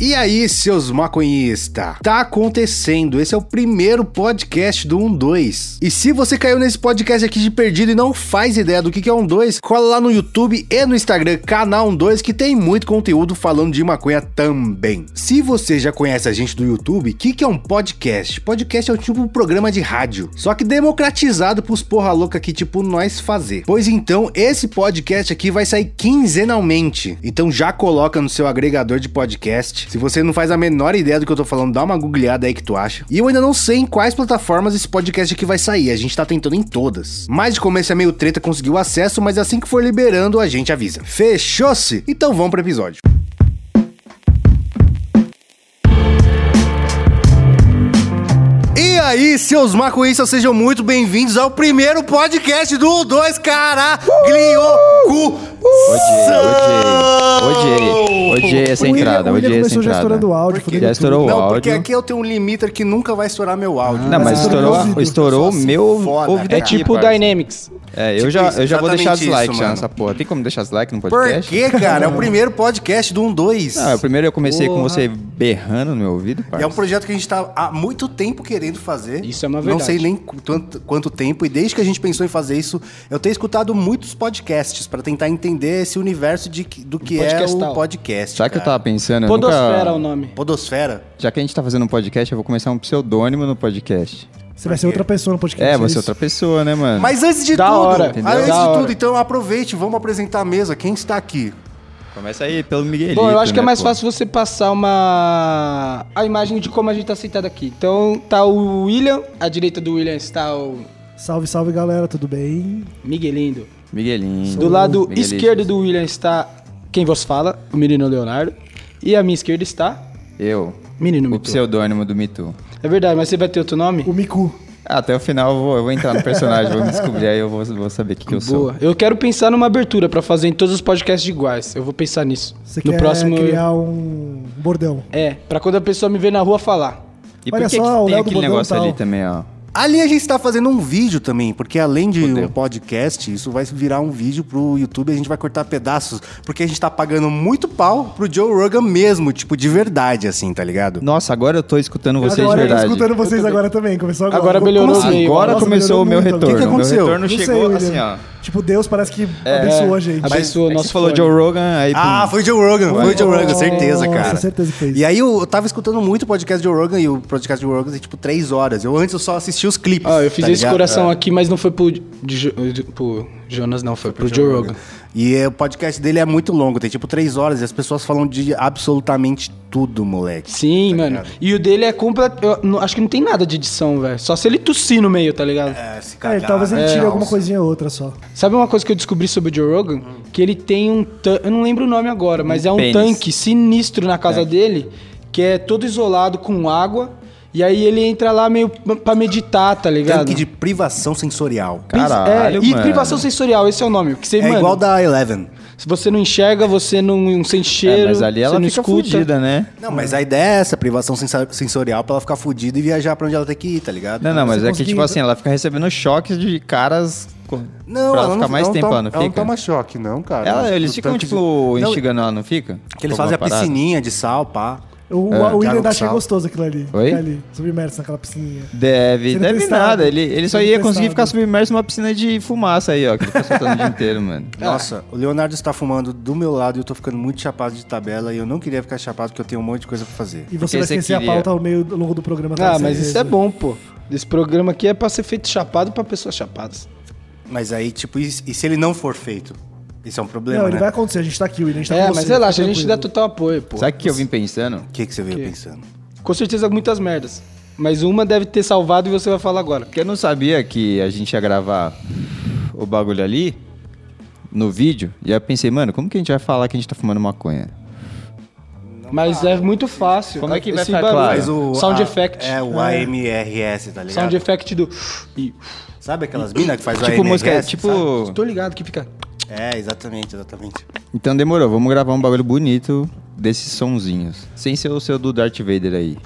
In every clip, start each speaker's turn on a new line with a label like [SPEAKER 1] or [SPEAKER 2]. [SPEAKER 1] E aí, seus maconhistas? Tá acontecendo. Esse é o primeiro podcast do 12. E se você caiu nesse podcast aqui de perdido e não faz ideia do que que é 12, cola lá no YouTube e no Instagram, canal 12, que tem muito conteúdo falando de maconha também. Se você já conhece a gente do YouTube, o que que é um podcast? Podcast é um tipo de programa de rádio, só que democratizado pros porra louca que tipo nós fazer. Pois então, esse podcast aqui vai sair quinzenalmente. Então já coloca no seu agregador de podcast. Se você não faz a menor ideia do que eu tô falando, dá uma googleada aí que tu acha. E eu ainda não sei em quais plataformas esse podcast aqui vai sair. A gente tá tentando em todas. Mas de começo é meio treta conseguir o acesso, mas assim que for liberando, a gente avisa. Fechou-se? Então vamos pro episódio. E aí, seus maconhistas, sejam muito bem-vindos ao primeiro podcast do 2 Caragliocu.
[SPEAKER 2] Odiei, odiei. Odiei essa
[SPEAKER 3] O William-
[SPEAKER 2] entrada,
[SPEAKER 3] o William
[SPEAKER 2] odiei essa
[SPEAKER 3] começou já
[SPEAKER 2] entrada.
[SPEAKER 3] estourando o áudio,
[SPEAKER 1] Por quê?
[SPEAKER 2] Já estourou o
[SPEAKER 1] Não, porque
[SPEAKER 2] áudio.
[SPEAKER 1] aqui eu tenho um limiter que nunca vai estourar meu áudio.
[SPEAKER 2] Não, mas
[SPEAKER 3] Mas estourou
[SPEAKER 2] estourou
[SPEAKER 3] meu ouvido.
[SPEAKER 2] estourou o
[SPEAKER 1] Só se
[SPEAKER 2] meu
[SPEAKER 1] foda,
[SPEAKER 2] ouvido
[SPEAKER 1] cara.
[SPEAKER 4] É
[SPEAKER 2] aqui,
[SPEAKER 4] tipo
[SPEAKER 2] parça.
[SPEAKER 4] Dynamics.
[SPEAKER 2] É, eu
[SPEAKER 1] Tipo
[SPEAKER 2] já,
[SPEAKER 1] isso,
[SPEAKER 2] eu já vou deixar
[SPEAKER 1] exatamente
[SPEAKER 2] dislike
[SPEAKER 1] isso,
[SPEAKER 2] já
[SPEAKER 1] mano.
[SPEAKER 2] nessa porra. Tem como deixar dislike no
[SPEAKER 1] Por
[SPEAKER 2] podcast?
[SPEAKER 1] quê, cara? É o primeiro podcast do 1-2.
[SPEAKER 2] Não, é o primeiro eu comecei com
[SPEAKER 4] Porra.
[SPEAKER 2] você berrando no meu ouvido,
[SPEAKER 1] E
[SPEAKER 2] parça.
[SPEAKER 1] é um projeto que a gente tá há muito tempo querendo fazer.
[SPEAKER 4] Isso é uma
[SPEAKER 1] Não
[SPEAKER 4] verdade.
[SPEAKER 1] sei nem qu- quanto, quanto tempo. E desde que a gente pensou em fazer isso, eu tenho escutado muitos podcasts pra tentar entender esse universo de, que- do que é o
[SPEAKER 4] Podcastal.
[SPEAKER 1] podcast.
[SPEAKER 2] Sabe o que eu
[SPEAKER 1] cara.
[SPEAKER 2] tava pensando? Eu
[SPEAKER 4] Podosfera é o
[SPEAKER 2] nunca...
[SPEAKER 4] nome.
[SPEAKER 1] Podosfera?
[SPEAKER 2] Já que a gente tá fazendo um podcast, eu vou começar um pseudônimo no podcast.
[SPEAKER 3] Você vai ser outra pessoa no podcast.
[SPEAKER 2] É, você é
[SPEAKER 3] isso?
[SPEAKER 2] outra pessoa, né, mano?
[SPEAKER 1] Mas antes de
[SPEAKER 4] Hum. Da
[SPEAKER 1] tudo,
[SPEAKER 4] hora,
[SPEAKER 1] antes
[SPEAKER 4] entendeu?
[SPEAKER 1] de
[SPEAKER 4] Da
[SPEAKER 1] tudo,
[SPEAKER 4] hora.
[SPEAKER 1] então aproveite, vamos apresentar a mesa. Quem está aqui?
[SPEAKER 2] Começa aí pelo Miguelito,
[SPEAKER 4] Bom, eu acho que é
[SPEAKER 2] né,
[SPEAKER 4] mais
[SPEAKER 2] pô?
[SPEAKER 4] fácil você passar uma a imagem de como a gente tá sentado aqui. Então tá o William, à direita do William está o
[SPEAKER 3] Salve, salve, galera, tudo bem?
[SPEAKER 4] Miguelindo.
[SPEAKER 2] Miguelinho.
[SPEAKER 4] Do lado
[SPEAKER 2] Miguelito.
[SPEAKER 4] esquerdo do William está quem vos fala, o menino Leonardo. E à minha esquerda está
[SPEAKER 2] Eu.
[SPEAKER 4] menino
[SPEAKER 2] O
[SPEAKER 4] Mitu.
[SPEAKER 2] pseudônimo do Mitu. Ah,
[SPEAKER 4] É verdade, mas você vai ter outro nome?
[SPEAKER 3] O Miku.
[SPEAKER 2] Até o final eu vou, eu vou entrar no personagem, vou me descobrir, aí eu vou, vou saber o que, que eu sou.
[SPEAKER 4] Boa. Eu quero pensar numa abertura pra fazer em todos os podcasts iguais. Eu vou pensar nisso.
[SPEAKER 3] Você
[SPEAKER 4] no
[SPEAKER 3] quer
[SPEAKER 4] próximo eu-
[SPEAKER 3] criar um bordão.
[SPEAKER 4] É, pra quando a pessoa me ver na rua falar.
[SPEAKER 2] E
[SPEAKER 3] Olha
[SPEAKER 2] por que,
[SPEAKER 3] só, o
[SPEAKER 2] que tem
[SPEAKER 3] Léo do
[SPEAKER 2] aquele
[SPEAKER 3] Bodão
[SPEAKER 2] negócio
[SPEAKER 3] tal.
[SPEAKER 2] ali também, ó?
[SPEAKER 1] Ali a gente está fazendo um vídeo também, porque além de
[SPEAKER 2] Fudeu.
[SPEAKER 1] um podcast, isso vai virar um vídeo pro YouTube, a gente vai cortar pedaços, porque a gente tá pagando muito pau pro Joe Rogan mesmo, tipo, de verdade, assim, tá ligado?
[SPEAKER 2] Nossa, agora eu tô escutando vocês de
[SPEAKER 3] agora eu tô
[SPEAKER 2] verdade.
[SPEAKER 3] escutando vocês agora também. Começou agora.
[SPEAKER 4] Agora
[SPEAKER 3] Como
[SPEAKER 4] melhorou
[SPEAKER 3] assim?
[SPEAKER 4] meio.
[SPEAKER 2] Agora
[SPEAKER 3] Nossa,
[SPEAKER 2] começou o meu
[SPEAKER 3] melhorou
[SPEAKER 1] O
[SPEAKER 3] muito.
[SPEAKER 2] retorno.
[SPEAKER 1] que que aconteceu?
[SPEAKER 2] Meu retorno
[SPEAKER 3] Não sei,
[SPEAKER 2] chegou
[SPEAKER 3] William.
[SPEAKER 2] assim, ó.
[SPEAKER 3] Tipo, Deus parece que abençoou a gente.
[SPEAKER 4] Abençoa o
[SPEAKER 2] Aí
[SPEAKER 4] nosso
[SPEAKER 2] você falou
[SPEAKER 4] fone.
[SPEAKER 2] Joe Rogan, aí...
[SPEAKER 1] Ah,
[SPEAKER 2] pum.
[SPEAKER 1] foi o Joe Rogan, foi o Joe Rogan,
[SPEAKER 3] Nossa,
[SPEAKER 1] certeza, cara.
[SPEAKER 3] certeza que foi isso.
[SPEAKER 1] E aí eu, eu tava escutando muito o podcast de Joe Rogan e o podcast de Joe Rogan tem tipo três horas. Eu antes eu só assisti os clipes.
[SPEAKER 4] Ó, Ah, eu fiz
[SPEAKER 1] tá
[SPEAKER 4] esse
[SPEAKER 1] ligado?
[SPEAKER 4] coração aqui, mas não foi pro, de Jo- pro Jonas, não, foi, pro, Joe Rogan.
[SPEAKER 1] E é, o podcast dele é muito longo, tem tipo três horas e as pessoas falam de absolutamente tudo, moleque.
[SPEAKER 4] Sim,
[SPEAKER 1] Tá
[SPEAKER 4] mano.
[SPEAKER 1] ligado?
[SPEAKER 4] E o dele é completo. eu não- Acho que não tem nada de edição, velho. Só se ele tossir no meio, tá ligado?
[SPEAKER 1] É, se
[SPEAKER 3] É,
[SPEAKER 1] cagar,
[SPEAKER 3] talvez ele
[SPEAKER 1] né?
[SPEAKER 3] tire
[SPEAKER 1] Nossa.
[SPEAKER 3] alguma coisinha ou outra só.
[SPEAKER 4] Sabe uma coisa que eu descobri sobre o Joe Rogan? Que ele tem um. tan- Eu não lembro o nome agora, mas é um
[SPEAKER 2] Hum. pênis.
[SPEAKER 4] tanque sinistro na casa dele, que é todo isolado com água. E aí ele entra lá meio pra meditar, tá ligado?
[SPEAKER 1] Tanque de privação sensorial.
[SPEAKER 4] Pris-
[SPEAKER 2] Caralho,
[SPEAKER 4] é, e
[SPEAKER 2] mano.
[SPEAKER 4] privação sensorial, esse é o nome. Que você,
[SPEAKER 1] É
[SPEAKER 4] mano,
[SPEAKER 1] igual da Eleven.
[SPEAKER 4] Se você não enxerga, você não, não sente cheiro.
[SPEAKER 2] É, mas ali ela
[SPEAKER 4] você não
[SPEAKER 2] fica
[SPEAKER 4] escuta.
[SPEAKER 2] fudida, né?
[SPEAKER 1] Não, mas a ideia é essa, privação sensa- sensorial pra ela ficar fudida e viajar pra onde ela tem que ir, tá ligado?
[SPEAKER 2] Não, não, mas
[SPEAKER 3] Você
[SPEAKER 2] é que,
[SPEAKER 3] conseguiu-
[SPEAKER 2] tipo assim, ela fica recebendo choques de caras co- pra ela, ficar mais
[SPEAKER 1] não
[SPEAKER 2] tempo,
[SPEAKER 1] toma-
[SPEAKER 2] ela não
[SPEAKER 1] Ela não
[SPEAKER 2] fica?
[SPEAKER 1] toma choque, não, cara.
[SPEAKER 2] Ela- eles
[SPEAKER 1] O
[SPEAKER 2] ficam,
[SPEAKER 1] tanque de-
[SPEAKER 2] tipo,
[SPEAKER 1] Não,
[SPEAKER 2] instigando ela, não fica?
[SPEAKER 1] Que eles
[SPEAKER 2] Com alguma
[SPEAKER 1] fazem a
[SPEAKER 2] parada?
[SPEAKER 1] piscininha de sal, pá.
[SPEAKER 3] O,
[SPEAKER 1] É,
[SPEAKER 3] o William
[SPEAKER 1] Thiago
[SPEAKER 3] ainda achei
[SPEAKER 1] Sal.
[SPEAKER 3] gostoso aquilo ali.
[SPEAKER 2] Oi?
[SPEAKER 3] Ficar ali, submerso naquela piscininha.
[SPEAKER 2] Deve,
[SPEAKER 3] Sendo
[SPEAKER 2] deve
[SPEAKER 3] testado.
[SPEAKER 2] nada. Ele, ele só
[SPEAKER 3] Sendo
[SPEAKER 2] ia conseguir
[SPEAKER 3] testado.
[SPEAKER 2] ficar submerso numa piscina de fumaça aí, ó. Que ele fica soltando o dia inteiro, mano.
[SPEAKER 1] Nossa, o Leonardo está fumando do meu lado e eu tô ficando muito chapado de tabela e eu não queria ficar chapado porque eu tenho um monte de coisa pra fazer.
[SPEAKER 3] E você
[SPEAKER 2] Porque
[SPEAKER 3] vai
[SPEAKER 2] você
[SPEAKER 3] esquecer a
[SPEAKER 2] queria-
[SPEAKER 3] pauta ao meio ao longo do programa. tá?
[SPEAKER 4] Ah,
[SPEAKER 3] com
[SPEAKER 4] mas
[SPEAKER 3] certeza.
[SPEAKER 4] isso é bom, pô. Esse programa aqui é pra ser feito chapado pra pessoas chapadas.
[SPEAKER 1] Mas aí, tipo, e, e se ele não for feito? Isso é um problema,
[SPEAKER 3] Não,
[SPEAKER 1] né?
[SPEAKER 3] ele vai acontecer, a gente tá aqui, William. A gente tá
[SPEAKER 4] é,
[SPEAKER 3] com
[SPEAKER 4] mas
[SPEAKER 3] você,
[SPEAKER 4] relaxa, a
[SPEAKER 3] fica
[SPEAKER 4] gente dá
[SPEAKER 3] tranquilo.
[SPEAKER 4] total apoio, pô.
[SPEAKER 2] Sabe o que eu vim pensando?
[SPEAKER 1] O que, que você veio
[SPEAKER 4] Que?
[SPEAKER 1] pensando?
[SPEAKER 4] Com certeza muitas merdas. Mas uma deve ter salvado e você vai falar agora.
[SPEAKER 2] Porque eu não sabia que a gente ia gravar o bagulho ali no vídeo. E aí eu pensei, mano, como que a gente vai falar que a gente tá fumando maconha?
[SPEAKER 4] Mas é muito fácil.
[SPEAKER 2] Como é que vai
[SPEAKER 4] Esse
[SPEAKER 2] ficar
[SPEAKER 4] barulho.
[SPEAKER 2] claro?
[SPEAKER 1] Mas o,
[SPEAKER 4] Sound
[SPEAKER 1] a-
[SPEAKER 4] effect.
[SPEAKER 1] É, o AMRS, tá ligado?
[SPEAKER 4] Sound effect do. Ih,
[SPEAKER 1] Sabe aquelas minas que faz o
[SPEAKER 2] tipo
[SPEAKER 1] AMRS?
[SPEAKER 2] música,
[SPEAKER 1] sabe?
[SPEAKER 2] tipo...
[SPEAKER 4] Tô ligado que fica.
[SPEAKER 1] É, exatamente, exatamente.
[SPEAKER 2] Então demorou, vamos gravar um bagulho bonito desses sonzinhos. Sem ser o seu do Darth Vader aí.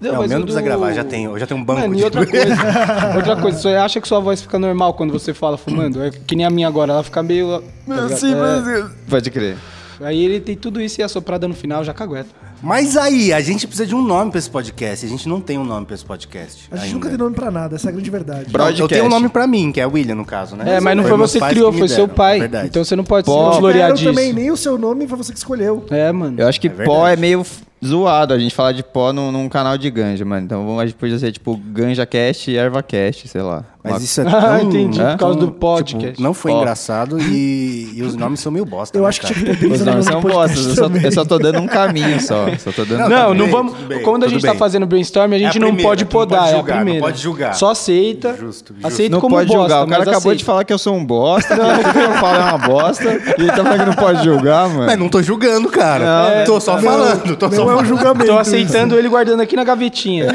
[SPEAKER 1] Não,
[SPEAKER 4] mas
[SPEAKER 1] o meu
[SPEAKER 4] o
[SPEAKER 1] não precisa
[SPEAKER 4] do-
[SPEAKER 1] gravar, já tem, eu já tenho um banco
[SPEAKER 4] Mano, e
[SPEAKER 1] de...
[SPEAKER 4] outra coisa, outra coisa, você acha que sua voz fica
[SPEAKER 1] É.
[SPEAKER 4] normal quando você fala fumando? É que nem a minha agora, ela fica meio. tá ligado? É.
[SPEAKER 2] Pode crer.
[SPEAKER 4] Aí ele tem tudo isso e a soprada no final já cagueta.
[SPEAKER 1] Mas aí, a gente precisa de um nome pra esse podcast. A gente não tem um nome pra esse podcast.
[SPEAKER 3] A gente
[SPEAKER 1] ainda.
[SPEAKER 3] nunca tem nome pra nada, essa é a grande verdade.
[SPEAKER 2] Bro-
[SPEAKER 1] Eu
[SPEAKER 2] Broadcast.
[SPEAKER 1] tenho um nome pra mim, que é William, no caso, né?
[SPEAKER 4] É, mas não foi
[SPEAKER 1] meus
[SPEAKER 4] você que
[SPEAKER 1] pais
[SPEAKER 4] criou,
[SPEAKER 1] me
[SPEAKER 4] foi seu
[SPEAKER 1] deram,
[SPEAKER 4] pai.
[SPEAKER 1] verdade.
[SPEAKER 4] Então você não pode se
[SPEAKER 2] Pô.
[SPEAKER 4] desgloriar
[SPEAKER 3] não
[SPEAKER 4] disso.
[SPEAKER 3] também nem o seu nome, foi você que escolheu.
[SPEAKER 4] É, mano.
[SPEAKER 2] Eu acho que
[SPEAKER 1] É
[SPEAKER 2] pó
[SPEAKER 1] verdade.
[SPEAKER 2] é meio f- zoado a gente falar de pó num, num canal de ganja, mano. Então vamos- a gente podia ser tipo ganja cast e erva cast, sei lá.
[SPEAKER 1] Mas
[SPEAKER 2] Uma-
[SPEAKER 1] isso é
[SPEAKER 4] Ah,
[SPEAKER 1] tão...
[SPEAKER 4] entendi,
[SPEAKER 3] né?
[SPEAKER 1] tão,
[SPEAKER 4] por causa do
[SPEAKER 1] tipo,
[SPEAKER 4] podcast.
[SPEAKER 1] não foi
[SPEAKER 2] Ó.
[SPEAKER 1] engraçado e, e os nomes são meio bosta.
[SPEAKER 3] Eu
[SPEAKER 1] né,
[SPEAKER 3] acho que
[SPEAKER 1] cara?
[SPEAKER 3] tinha que ter
[SPEAKER 2] Os
[SPEAKER 3] isso no
[SPEAKER 2] nomes
[SPEAKER 3] nome
[SPEAKER 2] são
[SPEAKER 3] do é podcast
[SPEAKER 2] bostas, eu só,
[SPEAKER 3] também.
[SPEAKER 2] eu só tô dando um caminho só. Só tô dando.
[SPEAKER 1] Não,
[SPEAKER 4] Não,
[SPEAKER 1] tudo
[SPEAKER 4] não
[SPEAKER 1] bem,
[SPEAKER 4] vamos.
[SPEAKER 1] tudo bem,
[SPEAKER 4] quando a
[SPEAKER 1] tudo
[SPEAKER 4] gente
[SPEAKER 1] bem.
[SPEAKER 4] tá fazendo brainstorm, a
[SPEAKER 1] É a
[SPEAKER 4] gente não
[SPEAKER 1] primeira,
[SPEAKER 4] pode
[SPEAKER 1] não pode
[SPEAKER 4] podar,
[SPEAKER 1] julgar,
[SPEAKER 4] é a
[SPEAKER 1] não
[SPEAKER 4] primeira.
[SPEAKER 1] pode julgar.
[SPEAKER 4] Só aceita.
[SPEAKER 1] Justo, justo.
[SPEAKER 4] Aceita
[SPEAKER 2] não
[SPEAKER 4] como
[SPEAKER 2] pode
[SPEAKER 4] bosta,
[SPEAKER 2] julgar. O cara
[SPEAKER 4] mas assim-
[SPEAKER 2] acabou
[SPEAKER 4] aceita.
[SPEAKER 2] de falar que eu sou um bosta, que tudo que eu falo é uma bosta. E ele tá falando que não pode julgar, mano.
[SPEAKER 1] Mas não tô julgando, cara.
[SPEAKER 4] é,
[SPEAKER 1] tô só falando. Tô só
[SPEAKER 3] Não é um
[SPEAKER 1] falando.
[SPEAKER 3] julgamento.
[SPEAKER 4] Tô
[SPEAKER 3] isso.
[SPEAKER 4] aceitando ele guardando aqui na gavetinha.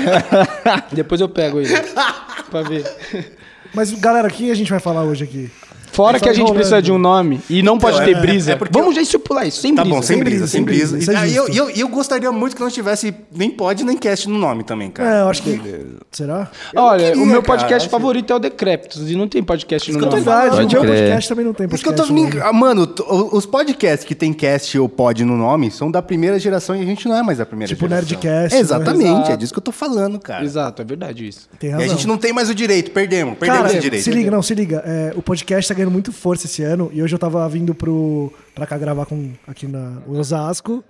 [SPEAKER 4] Depois eu pego ele. Pra ver.
[SPEAKER 3] Mas, galera, o que a gente vai falar hoje aqui?
[SPEAKER 4] Fora
[SPEAKER 3] Ele
[SPEAKER 4] que a
[SPEAKER 3] tá
[SPEAKER 4] gente
[SPEAKER 3] enrolando.
[SPEAKER 4] precisa de um nome e não pode
[SPEAKER 1] Então,
[SPEAKER 4] ter
[SPEAKER 1] é-
[SPEAKER 4] brisa.
[SPEAKER 1] é porque
[SPEAKER 4] Vamos já estipular isso, sem
[SPEAKER 1] Tá
[SPEAKER 4] brisa.
[SPEAKER 1] bom, sem brisa, sem brisa.
[SPEAKER 3] isso é
[SPEAKER 1] E eu,
[SPEAKER 3] justo.
[SPEAKER 1] eu, eu gostaria muito que não tivesse nem pod nem cast no nome também,
[SPEAKER 3] É,
[SPEAKER 1] cara.
[SPEAKER 3] eu acho que. Será?
[SPEAKER 4] Olha,
[SPEAKER 1] queria,
[SPEAKER 4] o meu
[SPEAKER 1] cara,
[SPEAKER 4] podcast
[SPEAKER 1] assim-
[SPEAKER 4] favorito é o Decreptos e não tem podcast no
[SPEAKER 1] que é eu tô
[SPEAKER 4] nome.
[SPEAKER 1] falando.
[SPEAKER 3] Verdade, o
[SPEAKER 2] Pode
[SPEAKER 3] meu
[SPEAKER 2] crer.
[SPEAKER 3] podcast também não tem
[SPEAKER 1] Por isso
[SPEAKER 3] podcast. né?
[SPEAKER 1] que eu tô me... engan- Ah, Mano, t- o- os podcasts que tem cast ou pod no nome são da primeira geração e a gente não é mais da primeira
[SPEAKER 3] Tipo
[SPEAKER 1] geração.
[SPEAKER 3] Nerdcast,
[SPEAKER 1] Exatamente,
[SPEAKER 4] né?
[SPEAKER 1] é disso que eu tô falando, cara.
[SPEAKER 4] Exato, é verdade isso.
[SPEAKER 3] Tem
[SPEAKER 1] E a
[SPEAKER 3] razão.
[SPEAKER 1] gente não tem mais o direito, perdemos, perdemos
[SPEAKER 3] Cara,
[SPEAKER 1] esse direito.
[SPEAKER 3] se liga, não, se liga. É, o podcast tá ganhando muito força esse ano e hoje eu tava vindo pro, pra cá gravar com, aqui na em Osasco.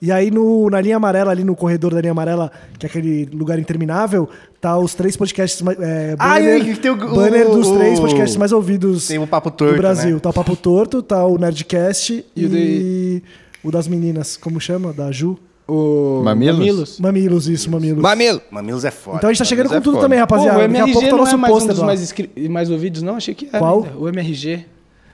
[SPEAKER 3] E aí no, na linha amarela, ali no corredor da linha amarela, que é aquele lugar interminável, tá os três podcasts mais. É,
[SPEAKER 1] Ah,
[SPEAKER 3] banner,
[SPEAKER 1] e tem o-
[SPEAKER 3] banner dos
[SPEAKER 1] o-
[SPEAKER 3] três podcasts mais ouvidos
[SPEAKER 1] Tem o Papo Torto,
[SPEAKER 3] do Brasil.
[SPEAKER 1] né?
[SPEAKER 3] Tá o Papo Torto, tá o Nerdcast
[SPEAKER 4] E
[SPEAKER 3] e,
[SPEAKER 4] o
[SPEAKER 3] o,
[SPEAKER 4] de-
[SPEAKER 3] das meninas, como chama? Da Ju?
[SPEAKER 4] O
[SPEAKER 2] Mamilos?
[SPEAKER 3] Mamilos, isso, Mamilos.
[SPEAKER 2] Mamilo!
[SPEAKER 1] Mamilos é foda.
[SPEAKER 3] Então a gente tá chegando
[SPEAKER 2] Mamilos
[SPEAKER 3] com
[SPEAKER 2] é
[SPEAKER 3] tudo
[SPEAKER 2] foda.
[SPEAKER 3] também,
[SPEAKER 4] Pô,
[SPEAKER 3] rapaziada.
[SPEAKER 4] o
[SPEAKER 3] Daqui a
[SPEAKER 4] MRG
[SPEAKER 3] pouco tá o
[SPEAKER 4] não é
[SPEAKER 3] nosso
[SPEAKER 4] mais um
[SPEAKER 3] pôster
[SPEAKER 4] dos
[SPEAKER 3] lá.
[SPEAKER 4] mais, inscri- mais ouvidos, não? Achei que era.
[SPEAKER 3] Qual?
[SPEAKER 4] ainda. O MRG.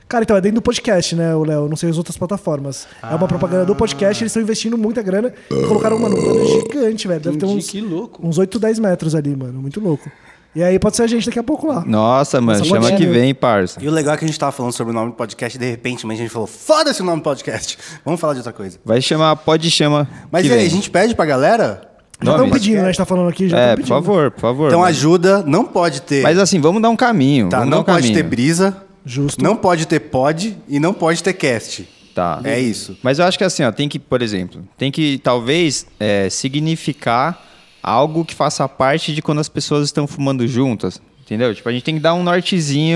[SPEAKER 3] Cara, então é dentro do podcast, né, o Léo? Não sei as outras plataformas. É uma propaganda do podcast, eles estão investindo muita grana. E colocaram, mano, um banner gigante, velho. Deve ter
[SPEAKER 4] Entendi,
[SPEAKER 3] uns,
[SPEAKER 4] que louco.
[SPEAKER 3] uns 8, 10 metros ali, mano. Muito louco. E aí pode ser a gente daqui a pouco lá.
[SPEAKER 2] Nossa, mano,
[SPEAKER 3] Essa
[SPEAKER 2] chama
[SPEAKER 3] botinha,
[SPEAKER 2] que
[SPEAKER 3] meu.
[SPEAKER 2] vem, parça.
[SPEAKER 1] E o legal é que a gente tava falando sobre o nome do podcast e de repente mas a gente falou, foda-se o nome do podcast. Vamos falar de outra coisa.
[SPEAKER 2] Vai chamar, pode chama.
[SPEAKER 1] Mas
[SPEAKER 2] que
[SPEAKER 1] e aí,
[SPEAKER 2] vem.
[SPEAKER 1] a gente pede pra galera?
[SPEAKER 3] Já estão
[SPEAKER 2] Nomes.
[SPEAKER 3] pedindo, né? A gente tá falando aqui, já
[SPEAKER 2] É,
[SPEAKER 3] estão
[SPEAKER 2] por
[SPEAKER 3] pedindo.
[SPEAKER 2] favor, por favor.
[SPEAKER 1] Então
[SPEAKER 2] mano.
[SPEAKER 1] ajuda, não pode ter.
[SPEAKER 2] Mas assim, vamos dar um caminho.
[SPEAKER 1] tá,
[SPEAKER 2] vamos
[SPEAKER 1] não
[SPEAKER 2] dar um
[SPEAKER 1] pode
[SPEAKER 2] caminho.
[SPEAKER 1] ter brisa.
[SPEAKER 3] Justo.
[SPEAKER 1] Não pode ter pod e não pode ter cast.
[SPEAKER 2] Tá.
[SPEAKER 1] É isso.
[SPEAKER 2] Mas eu acho que assim, ó, tem que, por exemplo, tem que talvez é, significar algo que faça parte de quando as pessoas estão fumando juntas. Entendeu? Tipo, a gente tem que dar um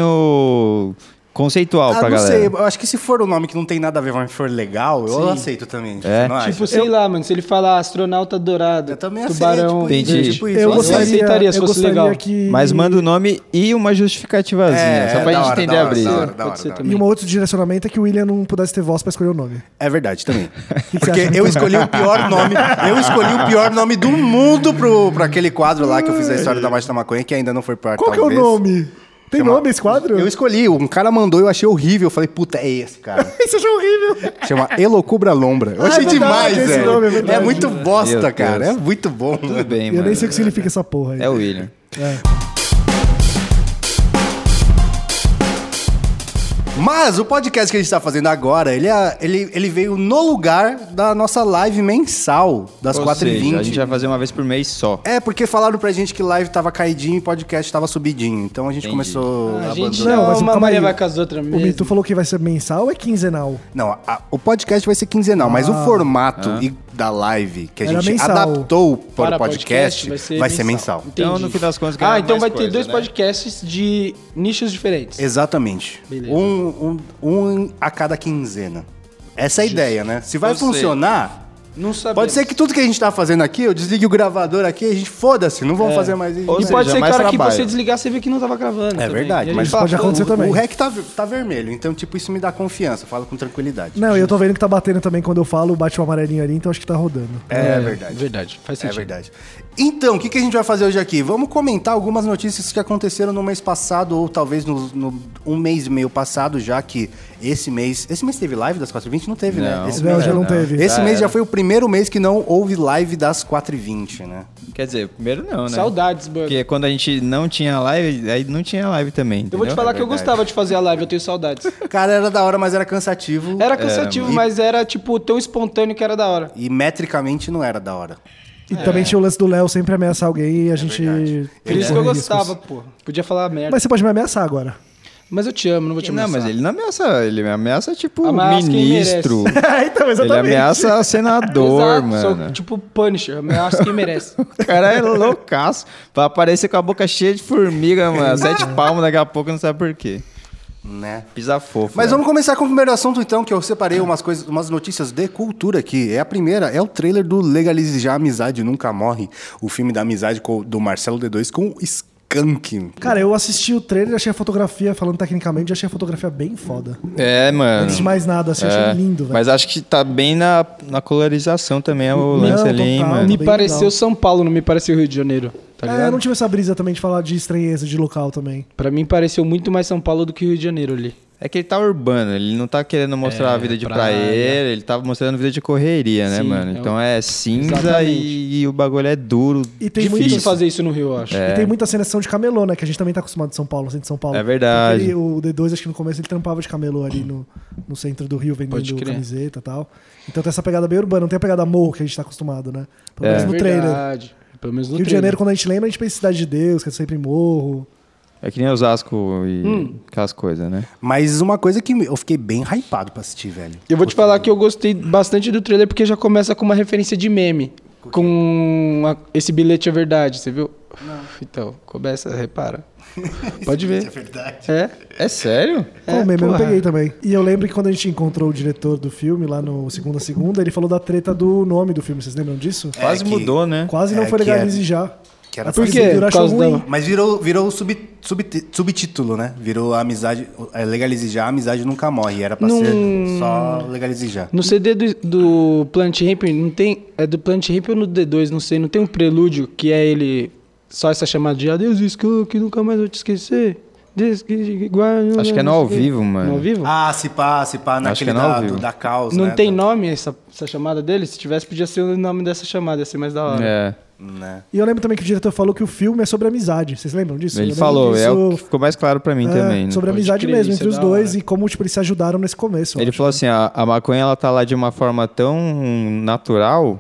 [SPEAKER 2] nortezinho conceitual
[SPEAKER 1] Ah,
[SPEAKER 2] pra
[SPEAKER 1] não
[SPEAKER 2] galera.
[SPEAKER 1] sei. Eu acho que se for um nome que não tem nada a ver, mas for legal, eu aceito também.
[SPEAKER 2] É?
[SPEAKER 1] Você não acha?
[SPEAKER 4] Tipo, sei lá, mano, se ele falar astronauta dourado,
[SPEAKER 1] eu também aceito.
[SPEAKER 4] tubarão.
[SPEAKER 1] Tipo,
[SPEAKER 2] Entendi.
[SPEAKER 1] tipo isso.
[SPEAKER 3] Eu
[SPEAKER 4] Eu
[SPEAKER 3] gostaria,
[SPEAKER 4] aceitaria se
[SPEAKER 3] eu
[SPEAKER 4] fosse
[SPEAKER 3] gostaria
[SPEAKER 4] legal.
[SPEAKER 3] que...
[SPEAKER 2] Mas manda o nome e uma justificativazinha,
[SPEAKER 1] É,
[SPEAKER 2] só
[SPEAKER 1] é,
[SPEAKER 2] pra
[SPEAKER 1] da
[SPEAKER 2] gente
[SPEAKER 1] hora,
[SPEAKER 2] entender
[SPEAKER 1] da
[SPEAKER 2] a
[SPEAKER 1] hora,
[SPEAKER 2] brisa.
[SPEAKER 1] da hora, da hora,
[SPEAKER 4] Pode ser
[SPEAKER 1] da hora.
[SPEAKER 3] E um outro direcionamento é que o William não pudesse ter voz pra escolher o nome.
[SPEAKER 1] É verdade também.
[SPEAKER 3] que você
[SPEAKER 1] Porque
[SPEAKER 3] acha?
[SPEAKER 1] eu escolhi o pior nome. Eu escolhi o pior nome do mundo pro, pro aquele quadro lá que eu fiz a história da Magia da Maconha, que ainda não foi pro ar,
[SPEAKER 3] Qual que é o
[SPEAKER 1] talvez.
[SPEAKER 3] nome? Tem
[SPEAKER 1] Chama-
[SPEAKER 3] nome esse quadro?
[SPEAKER 1] Eu escolhi, um cara mandou, eu achei horrível. Eu falei, puta, é esse, cara.
[SPEAKER 3] Isso é horrível.
[SPEAKER 1] Chama Elocubra Lombra. Eu achei
[SPEAKER 3] é verdade,
[SPEAKER 1] demais,
[SPEAKER 3] esse
[SPEAKER 1] velho.
[SPEAKER 3] nome, é
[SPEAKER 1] é,
[SPEAKER 3] verdade.
[SPEAKER 1] muito bosta,
[SPEAKER 2] Meu
[SPEAKER 1] cara.
[SPEAKER 2] Deus.
[SPEAKER 1] É muito bom.
[SPEAKER 2] Tudo bem,
[SPEAKER 3] Eu
[SPEAKER 2] mano.
[SPEAKER 3] nem sei o que significa essa porra aí.
[SPEAKER 2] É o William.
[SPEAKER 1] Mas o podcast que a gente tá fazendo agora, ele, é- ele, ele veio no lugar da nossa live mensal, das
[SPEAKER 2] Ou
[SPEAKER 1] 4h20.
[SPEAKER 2] seja, a gente vai fazer uma vez por mês só.
[SPEAKER 1] É, porque falaram pra gente que live tava caidinho e podcast tava subidinho. Então a gente
[SPEAKER 2] Entendi. Ah,
[SPEAKER 1] começou.
[SPEAKER 4] A
[SPEAKER 1] a
[SPEAKER 4] gente
[SPEAKER 1] abandonar.
[SPEAKER 3] Não,
[SPEAKER 4] não,
[SPEAKER 3] mas
[SPEAKER 4] uma
[SPEAKER 3] calma
[SPEAKER 4] Maria
[SPEAKER 3] aí.
[SPEAKER 4] vai com as outras
[SPEAKER 3] O
[SPEAKER 4] mesmo.
[SPEAKER 3] Mitu falou que vai ser mensal ou é quinzenal?
[SPEAKER 1] Não, a- o podcast vai ser quinzenal, mas
[SPEAKER 2] Ah.
[SPEAKER 1] o formato e da live que a
[SPEAKER 3] Era
[SPEAKER 1] gente
[SPEAKER 3] mensal.
[SPEAKER 1] adaptou para o
[SPEAKER 4] Para
[SPEAKER 1] podcast, vai ser mensal.
[SPEAKER 2] Então, no fim das contas, ganha
[SPEAKER 4] Ah, então
[SPEAKER 2] mais
[SPEAKER 4] vai ter
[SPEAKER 2] coisa,
[SPEAKER 4] dois
[SPEAKER 2] né?
[SPEAKER 4] podcasts de nichos diferentes.
[SPEAKER 1] Exatamente.
[SPEAKER 4] Beleza.
[SPEAKER 1] Um, um, um a cada quinzena. Essa é a ideia, né? Se vai
[SPEAKER 2] Ou seja,
[SPEAKER 1] funcionar,
[SPEAKER 4] Não sabemos.
[SPEAKER 1] pode ser que tudo que a gente tá fazendo aqui, eu desligue o gravador aqui, a gente foda-se, não vamos fazer mais isso.
[SPEAKER 2] Ou
[SPEAKER 4] E
[SPEAKER 2] seja,
[SPEAKER 4] pode ser que a
[SPEAKER 2] mais
[SPEAKER 4] hora que
[SPEAKER 2] trabalho.
[SPEAKER 4] você desligar, você vê que não tava gravando.
[SPEAKER 1] É
[SPEAKER 4] também.
[SPEAKER 1] verdade,
[SPEAKER 4] E a
[SPEAKER 1] mas
[SPEAKER 4] gente fala,
[SPEAKER 3] pode
[SPEAKER 4] "Pô,
[SPEAKER 3] acontecer
[SPEAKER 1] o,
[SPEAKER 3] também.
[SPEAKER 1] O rec tá, ver- tá vermelho, então, tipo, isso me dá confiança, eu falo com tranquilidade.
[SPEAKER 3] Não, e eu tô vendo que tá batendo também quando eu falo, bate o amarelinho ali, então acho que tá rodando.
[SPEAKER 1] É, verdade.
[SPEAKER 4] Verdade, faz
[SPEAKER 1] É
[SPEAKER 4] sentido.
[SPEAKER 1] verdade. Então, o que, que a gente vai fazer hoje aqui? Vamos comentar algumas notícias que aconteceram no mês passado, ou talvez no, no- um mês e meio passado, já que esse mês. Esse mês teve live das 4h20? Não teve, né?
[SPEAKER 2] Não.
[SPEAKER 1] Esse
[SPEAKER 3] Não,
[SPEAKER 1] mês
[SPEAKER 3] já não
[SPEAKER 2] não.
[SPEAKER 3] teve.
[SPEAKER 1] Esse
[SPEAKER 2] Já
[SPEAKER 1] mês já
[SPEAKER 2] era.
[SPEAKER 1] foi o primeiro mês que não houve live das 4h20, né?
[SPEAKER 2] Quer dizer, primeiro não, né?
[SPEAKER 4] Saudades, Burger.
[SPEAKER 2] Porque quando a gente não tinha live, aí não tinha live também.
[SPEAKER 4] Eu vou te
[SPEAKER 2] entendeu? É
[SPEAKER 4] falar que eu
[SPEAKER 1] verdade.
[SPEAKER 4] gostava de fazer a live, eu tenho saudades.
[SPEAKER 1] Cara, era da hora, mas era cansativo.
[SPEAKER 4] Era cansativo,
[SPEAKER 1] É, mano.
[SPEAKER 4] mas era, tipo, tão espontâneo que era da hora.
[SPEAKER 1] E metricamente não era da hora.
[SPEAKER 3] E também tinha o lance do Léo sempre ameaçar alguém e a gente.
[SPEAKER 1] verdade.
[SPEAKER 4] Por é isso que eu
[SPEAKER 3] corre
[SPEAKER 4] gostava,
[SPEAKER 3] riscos.
[SPEAKER 4] pô. Podia falar merda.
[SPEAKER 3] Mas você pode me ameaçar agora.
[SPEAKER 4] Mas eu te amo, não vou te
[SPEAKER 2] Não,
[SPEAKER 4] ameaçar.
[SPEAKER 2] mas ele não ameaça, ele ameaça tipo
[SPEAKER 4] Ameaça quem
[SPEAKER 2] ministro.
[SPEAKER 3] então,
[SPEAKER 2] Ele
[SPEAKER 3] exatamente.
[SPEAKER 2] ameaça senador,
[SPEAKER 4] Exato, sou
[SPEAKER 2] é mano.
[SPEAKER 4] tipo Punisher, ameaça quem merece.
[SPEAKER 2] O cara é loucaço. Vai aparecer com a boca cheia de formiga,
[SPEAKER 4] É.
[SPEAKER 2] mano. Sete palmas daqui a pouco, não sabe por quê.
[SPEAKER 1] Né?
[SPEAKER 2] Pisa fofo.
[SPEAKER 1] Mas
[SPEAKER 2] né?
[SPEAKER 1] vamos começar com o primeiro assunto, então, que eu separei umas coisas, umas notícias de cultura aqui. É a primeira, é o trailer do Legalize Já Amizade Nunca Morre, o filme da amizade co- do Marcelo D2 com o Skank.
[SPEAKER 3] Cara, eu assisti o trailer, achei a fotografia, falando tecnicamente, achei a fotografia bem foda.
[SPEAKER 2] É, mano.
[SPEAKER 3] Antes de mais nada, assim, achei
[SPEAKER 2] É,
[SPEAKER 3] lindo, velho.
[SPEAKER 2] Mas acho que tá bem na, na colorização também, é o lance ali, hein,
[SPEAKER 3] total.
[SPEAKER 2] mano.
[SPEAKER 4] Me
[SPEAKER 3] Bem
[SPEAKER 4] pareceu
[SPEAKER 3] legal.
[SPEAKER 4] São Paulo, não me pareceu Rio de Janeiro, tá ligado?
[SPEAKER 3] É, eu não tive essa brisa também de falar de estranheza de local também.
[SPEAKER 4] Pra mim pareceu muito mais São Paulo do que Rio de Janeiro ali.
[SPEAKER 2] É que ele tá urbano, ele não tá querendo mostrar a vida de
[SPEAKER 4] praia.
[SPEAKER 2] praeira, ele tá mostrando vida de correria, né,
[SPEAKER 4] É, Sim,
[SPEAKER 2] mano?
[SPEAKER 4] é o-
[SPEAKER 2] Então é cinza
[SPEAKER 4] Exatamente.
[SPEAKER 2] e, e o bagulho é duro.
[SPEAKER 3] E tem
[SPEAKER 4] Difícil
[SPEAKER 3] muitos-
[SPEAKER 4] fazer isso no Rio, eu acho.
[SPEAKER 2] É,
[SPEAKER 3] E tem muita cenação de camelô, né? Que a gente também tá acostumado de São Paulo, centro de São Paulo.
[SPEAKER 2] É verdade.
[SPEAKER 3] Porque ele- o D2, acho que no começo ele trampava de camelô ali no, no centro do Rio,
[SPEAKER 4] Pode
[SPEAKER 3] vendendo
[SPEAKER 4] crer.
[SPEAKER 3] camiseta e tal. Então tem essa pegada bem urbana, não tem a pegada morro que a gente tá acostumado, né? Pelo
[SPEAKER 2] é.
[SPEAKER 3] menos no trailer.
[SPEAKER 4] Verdade. Pelo menos no
[SPEAKER 3] Rio de
[SPEAKER 4] trailer.
[SPEAKER 3] Janeiro, quando a gente lembra, a gente pensa em Cidade de Deus, que é sempre morro.
[SPEAKER 2] É que nem Osasco e aquelas coisas, né?
[SPEAKER 1] Mas uma coisa que eu fiquei bem hypado pra assistir, velho.
[SPEAKER 4] Eu vou te falar que eu gostei bastante do trailer porque já começa com uma referência de meme. Com a- esse bilhete é verdade, você viu? Não. Então, começa, repara. Pode ver. É verdade. É?
[SPEAKER 2] É sério?
[SPEAKER 3] É, Pô, meme, eu não
[SPEAKER 4] porra.
[SPEAKER 3] peguei também. E eu lembro que quando a gente encontrou o diretor do filme lá no Segunda Segunda, ele falou da treta do nome do filme, vocês lembram disso?
[SPEAKER 4] É,
[SPEAKER 2] Quase
[SPEAKER 1] É que-
[SPEAKER 2] mudou, né?
[SPEAKER 3] Quase não
[SPEAKER 1] É,
[SPEAKER 3] foi
[SPEAKER 1] que
[SPEAKER 3] legalize
[SPEAKER 1] é-
[SPEAKER 3] já.
[SPEAKER 1] que era
[SPEAKER 3] A
[SPEAKER 1] pra-
[SPEAKER 4] Por quê?
[SPEAKER 3] distribuidora
[SPEAKER 4] Por
[SPEAKER 3] achou
[SPEAKER 4] causa da-
[SPEAKER 3] ruim.
[SPEAKER 1] Mas virou, virou sub, sub, subtítulo, né? Virou a amizade, é, Legalize Já, a amizade nunca morre. Era pra
[SPEAKER 4] Não-
[SPEAKER 1] ser só Legalize Já.
[SPEAKER 4] No CD do, do Plant Ramp, não tem. É do Plant Ramp ou no D2, não sei, não tem um prelúdio que é ele. Só essa chamada de "Ah, Adeus, Skunk, nunca mais vou te esquecer. Diz que- igual-
[SPEAKER 2] Acho que é no ao vivo, mano.
[SPEAKER 4] No ao vivo?
[SPEAKER 1] Ah, se pá, se pá, naquele
[SPEAKER 2] que não,
[SPEAKER 1] da,
[SPEAKER 2] viu?
[SPEAKER 1] do- da causa,
[SPEAKER 4] não
[SPEAKER 1] né?
[SPEAKER 4] tem
[SPEAKER 1] Do-
[SPEAKER 4] nome essa, essa chamada dele? Se tivesse, podia ser o nome dessa chamada, ia ser mais da hora.
[SPEAKER 2] É.
[SPEAKER 1] né?
[SPEAKER 3] E eu lembro também que o diretor falou que o filme é sobre amizade. Vocês lembram disso? Eu
[SPEAKER 2] Ele
[SPEAKER 3] lembro
[SPEAKER 2] falou,
[SPEAKER 3] que
[SPEAKER 2] é o que
[SPEAKER 3] isso-
[SPEAKER 2] ficou mais claro pra mim
[SPEAKER 3] é,
[SPEAKER 2] também. né?
[SPEAKER 3] Sobre a
[SPEAKER 4] Pode
[SPEAKER 3] amizade
[SPEAKER 4] crer,
[SPEAKER 3] mesmo,
[SPEAKER 4] isso
[SPEAKER 3] entre
[SPEAKER 4] é
[SPEAKER 3] os
[SPEAKER 4] da
[SPEAKER 3] dois
[SPEAKER 4] hora.
[SPEAKER 3] e como tipo, eles se ajudaram nesse começo. eu
[SPEAKER 2] Ele
[SPEAKER 3] acho.
[SPEAKER 2] falou assim, a, a maconha ela tá lá de uma forma tão natural,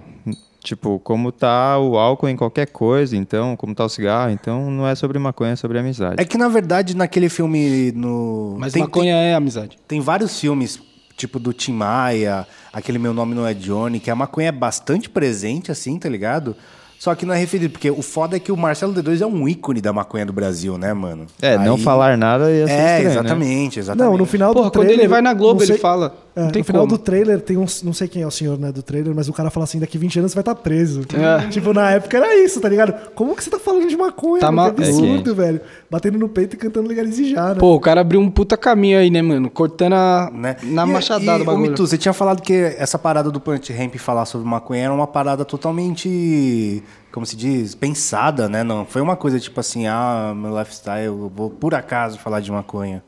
[SPEAKER 2] tipo, como tá o álcool em qualquer coisa, então, como tá o cigarro, então não é sobre maconha, é sobre amizade.
[SPEAKER 1] É que na verdade naquele filme no
[SPEAKER 4] Mas
[SPEAKER 1] tem,
[SPEAKER 4] maconha é amizade.
[SPEAKER 1] tem- tem vários filmes tipo do Tim Maia, aquele meu nome não é Johnny, que a maconha é bastante presente assim, tá ligado? Só que não é referido, porque o foda é que o Marcelo D2 é um ícone da maconha do Brasil, né, mano?
[SPEAKER 2] É, não
[SPEAKER 1] Aí-
[SPEAKER 2] falar nada ia ser
[SPEAKER 1] É,
[SPEAKER 2] estranho, né?
[SPEAKER 1] exatamente, exatamente.
[SPEAKER 3] Não, no final
[SPEAKER 4] Porra,
[SPEAKER 3] do
[SPEAKER 4] quando
[SPEAKER 3] trailer...
[SPEAKER 4] ele vai na Globo,
[SPEAKER 3] não sei-
[SPEAKER 4] ele fala.
[SPEAKER 3] É,
[SPEAKER 4] não tem
[SPEAKER 3] no final
[SPEAKER 4] como.
[SPEAKER 3] do trailer tem uns... Não sei quem é o senhor, né, do trailer, mas o cara fala assim, daqui 20 anos você vai estar preso.
[SPEAKER 4] É.
[SPEAKER 3] Tipo, na época era isso, tá ligado? Como que você tá falando de maconha?
[SPEAKER 4] Tá
[SPEAKER 3] mano?
[SPEAKER 4] ma-
[SPEAKER 3] Que absurdo, velho. Batendo no peito e cantando legalize já, né?
[SPEAKER 4] Pô, o cara abriu um puta caminho aí, né, mano? Cortando a,
[SPEAKER 1] né?
[SPEAKER 4] na
[SPEAKER 1] E-
[SPEAKER 4] machadada
[SPEAKER 1] e,
[SPEAKER 4] o
[SPEAKER 1] ô,
[SPEAKER 4] bagulho.
[SPEAKER 1] Mitu, você tinha falado que essa parada do Plant Ramp falar sobre maconha era uma parada totalmente, como se diz, pensada, né? Não foi uma coisa tipo assim, ah, meu lifestyle, eu vou por acaso falar de maconha.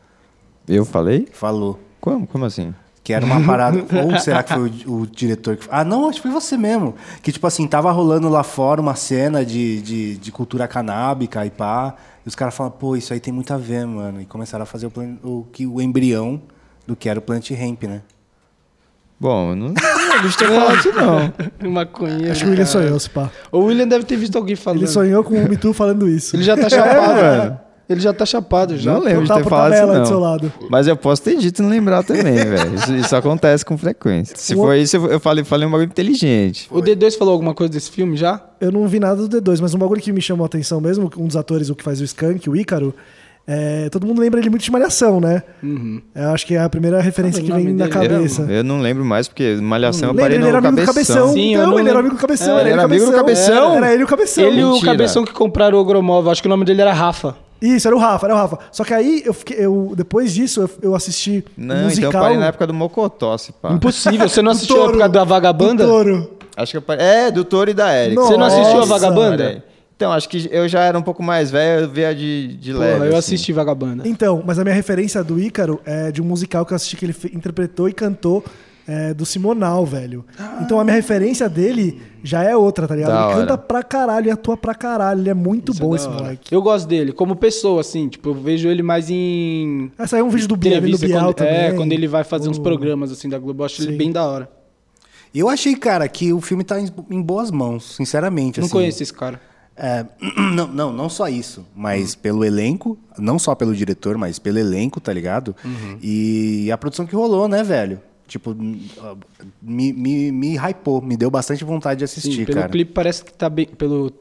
[SPEAKER 2] Eu falei?
[SPEAKER 1] Falou.
[SPEAKER 2] Como? Como assim?
[SPEAKER 1] Que era uma parada. Ou será que foi o, o diretor que. Ah, não, acho que foi você mesmo. Que, tipo assim, tava rolando lá fora uma cena de, de, de cultura canábica e pá. E os caras falam, pô, isso aí tem muito a ver, mano. E começaram a fazer o, plan- o, que, o embrião do que era o Plant Ramp, né?
[SPEAKER 2] Bom, eu não, não lembro de ter falado isso, não.
[SPEAKER 4] Maconheiro.
[SPEAKER 3] Acho que o William
[SPEAKER 4] cara.
[SPEAKER 3] sonhou, se pá.
[SPEAKER 4] O William deve ter visto alguém falando.
[SPEAKER 3] Ele sonhou com o Mitu falando isso.
[SPEAKER 4] Ele já tá chapado,
[SPEAKER 2] mano.
[SPEAKER 4] Ele já tá chapado já.
[SPEAKER 2] Não lembro de
[SPEAKER 3] tá
[SPEAKER 2] ter
[SPEAKER 3] por
[SPEAKER 2] falado
[SPEAKER 3] tabela do
[SPEAKER 2] isso,
[SPEAKER 3] seu
[SPEAKER 2] não.
[SPEAKER 3] lado.
[SPEAKER 2] Mas eu posso ter dito e não lembrar também, velho. Isso, isso acontece com frequência. Se
[SPEAKER 3] O-
[SPEAKER 2] for isso, eu eu falei, falei um bagulho inteligente.
[SPEAKER 4] O D2 falou alguma coisa desse filme já?
[SPEAKER 3] Eu não vi nada do D2, mas um bagulho que me chamou a atenção mesmo, um dos atores, o que faz o Skank, o Ícaro, é, todo mundo lembra ele muito de Malhação, né? Eu acho que é a primeira referência
[SPEAKER 4] Uhum. Ah,
[SPEAKER 3] que
[SPEAKER 4] o
[SPEAKER 3] vem
[SPEAKER 4] nome
[SPEAKER 3] na
[SPEAKER 4] dele era-
[SPEAKER 3] cabeça.
[SPEAKER 2] Eu não lembro mais, porque Malhação eu
[SPEAKER 3] Lembra,
[SPEAKER 2] parei
[SPEAKER 3] ele
[SPEAKER 2] no
[SPEAKER 3] era amigo do Cabeção.
[SPEAKER 4] Sim, eu
[SPEAKER 3] então,
[SPEAKER 4] não
[SPEAKER 3] ele era
[SPEAKER 4] lembro.
[SPEAKER 3] amigo do Cabeção.
[SPEAKER 4] É,
[SPEAKER 3] ele era amigo do Cabeção. Era ele o Cabeção.
[SPEAKER 4] Ele e o
[SPEAKER 2] Mentira.
[SPEAKER 4] cabeção que compraram o Gromov, acho que o nome dele era Rafa.
[SPEAKER 3] Isso, era o Rafa, era o Rafa. Só que aí, eu fiquei- eu- depois disso, eu, eu assisti
[SPEAKER 2] Não,
[SPEAKER 3] musical...
[SPEAKER 2] então eu parei na época do Mocotó, se pá.
[SPEAKER 4] Impossível, você não
[SPEAKER 3] do
[SPEAKER 4] assistiu a época da Vagabanda?
[SPEAKER 3] Do touro.
[SPEAKER 2] Acho que eu parei... É, do Toro e da Erika.
[SPEAKER 3] Você
[SPEAKER 4] Você não assistiu a
[SPEAKER 3] Nossa.
[SPEAKER 4] Vagabanda?
[SPEAKER 2] Então, acho que eu já era um pouco mais velho, eu via de, de leve.
[SPEAKER 4] Porra, eu
[SPEAKER 2] assim.
[SPEAKER 4] assisti Vagabanda.
[SPEAKER 3] Então, mas a minha referência do Ícaro é de um musical que eu assisti que ele fe- interpretou e cantou é, do Simonal, velho. Então a minha referência dele já é outra, tá ligado?
[SPEAKER 2] Da
[SPEAKER 3] ele
[SPEAKER 2] hora.
[SPEAKER 3] canta pra caralho, e atua pra caralho. Ele é muito bom esse moleque.
[SPEAKER 4] Eu gosto dele, como pessoa, assim, tipo, eu vejo ele mais em
[SPEAKER 3] Essa aí é um vídeo do Biel, do
[SPEAKER 4] entrevista.
[SPEAKER 3] Biel
[SPEAKER 4] quando,
[SPEAKER 3] também.
[SPEAKER 4] é, quando ele vai fazer uns
[SPEAKER 3] O-
[SPEAKER 4] programas, assim, da Globo, eu acho ele
[SPEAKER 3] Sim.
[SPEAKER 4] bem da hora.
[SPEAKER 1] Eu achei, cara, que o filme tá em, em boas mãos, sinceramente.
[SPEAKER 4] Não
[SPEAKER 1] assim.
[SPEAKER 4] conheço esse cara.
[SPEAKER 1] É, não, não, não só isso, mas
[SPEAKER 4] Uhum.
[SPEAKER 1] pelo elenco, não só pelo diretor, mas pelo elenco, tá ligado?
[SPEAKER 4] Uhum.
[SPEAKER 1] E a produção que rolou, né, velho? Tipo, m- ó, me, me, me hypou, me deu bastante vontade de
[SPEAKER 4] Sim,
[SPEAKER 1] assistir,
[SPEAKER 4] pelo
[SPEAKER 1] cara.
[SPEAKER 4] clipe parece que tá bem. Pelo.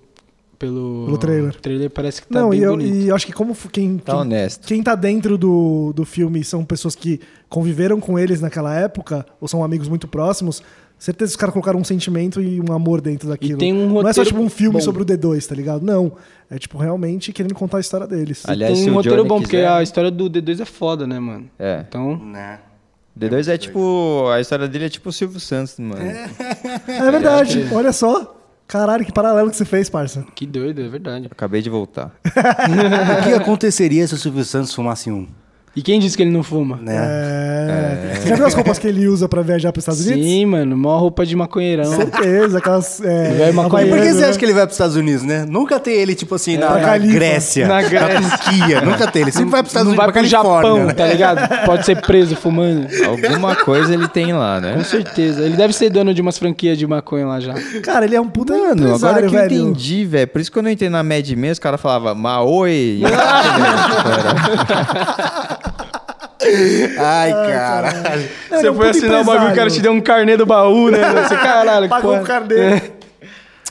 [SPEAKER 4] Pelo,
[SPEAKER 3] Pelo trailer.
[SPEAKER 4] parece que tá
[SPEAKER 3] Não,
[SPEAKER 4] bem
[SPEAKER 3] e eu,
[SPEAKER 4] bonito.
[SPEAKER 3] e eu acho que como f- quem,
[SPEAKER 2] Tá
[SPEAKER 3] quem,
[SPEAKER 2] honesto.
[SPEAKER 3] quem tá dentro do, do filme são pessoas que conviveram com eles naquela época, ou são amigos muito próximos, certeza que os caras colocaram um sentimento e um amor dentro daquilo.
[SPEAKER 4] tem um
[SPEAKER 3] Não é só
[SPEAKER 4] roteiro
[SPEAKER 3] tipo um filme
[SPEAKER 4] bom.
[SPEAKER 3] sobre o D2, tá ligado? Não. É tipo realmente querendo contar a história deles.
[SPEAKER 2] Ali- Aliás, se
[SPEAKER 4] tem um
[SPEAKER 2] o
[SPEAKER 4] roteiro
[SPEAKER 2] Johnny
[SPEAKER 4] bom, porque
[SPEAKER 2] quiser-
[SPEAKER 4] a história do D2 é foda, né, mano?
[SPEAKER 2] É.
[SPEAKER 4] Então,
[SPEAKER 1] Né?
[SPEAKER 2] D2 é tipo. A história dele é tipo o Silvio Santos, mano.
[SPEAKER 3] é verdade, olha só. Caralho, que paralelo que você fez, parça.
[SPEAKER 4] que doido, é verdade.
[SPEAKER 2] Acabei de voltar.
[SPEAKER 1] O que aconteceria se o Silvio Santos fumasse um?
[SPEAKER 4] E quem disse que ele não fuma?
[SPEAKER 1] Né?
[SPEAKER 3] É. Você já viu as roupas que ele usa pra viajar pros Estados Unidos?
[SPEAKER 4] Sim, mano, mó roupa de maconheirão.
[SPEAKER 3] Certeza, aquelas. É,
[SPEAKER 4] Ele vai maconheiro,
[SPEAKER 1] Por que
[SPEAKER 3] havaianas,
[SPEAKER 1] você
[SPEAKER 4] né? É,
[SPEAKER 1] acha que ele vai para os Estados Unidos, né? Nunca tem ele, tipo assim, na,
[SPEAKER 3] pra
[SPEAKER 1] na
[SPEAKER 3] Califa.
[SPEAKER 1] Grécia, na,
[SPEAKER 4] Na Grécia.
[SPEAKER 1] Turquia. Nunca tem ele. Sempre vai para os Estados
[SPEAKER 4] não
[SPEAKER 1] Unidos,
[SPEAKER 4] vai
[SPEAKER 1] pra
[SPEAKER 4] pro
[SPEAKER 1] Califórnia.
[SPEAKER 4] Japão,
[SPEAKER 1] né?
[SPEAKER 4] tá ligado? Pode ser preso fumando.
[SPEAKER 2] Alguma coisa ele tem lá, né?
[SPEAKER 4] Com certeza. Ele deve ser dono de umas franquias de maconha lá já.
[SPEAKER 3] Cara, ele é um puta
[SPEAKER 2] Mano, agora que
[SPEAKER 3] empresário,
[SPEAKER 2] eu
[SPEAKER 3] velho.
[SPEAKER 2] entendi, velho. Por isso que quando eu entrei na Mad Men, os caras falavam Maoi.
[SPEAKER 1] Ai, caralho.
[SPEAKER 3] Não, ele é um puta empresário.
[SPEAKER 4] deu um carnê do baú, né? Você, caralho, que
[SPEAKER 3] Pagou
[SPEAKER 4] porra.
[SPEAKER 3] o
[SPEAKER 4] É.
[SPEAKER 3] carnê.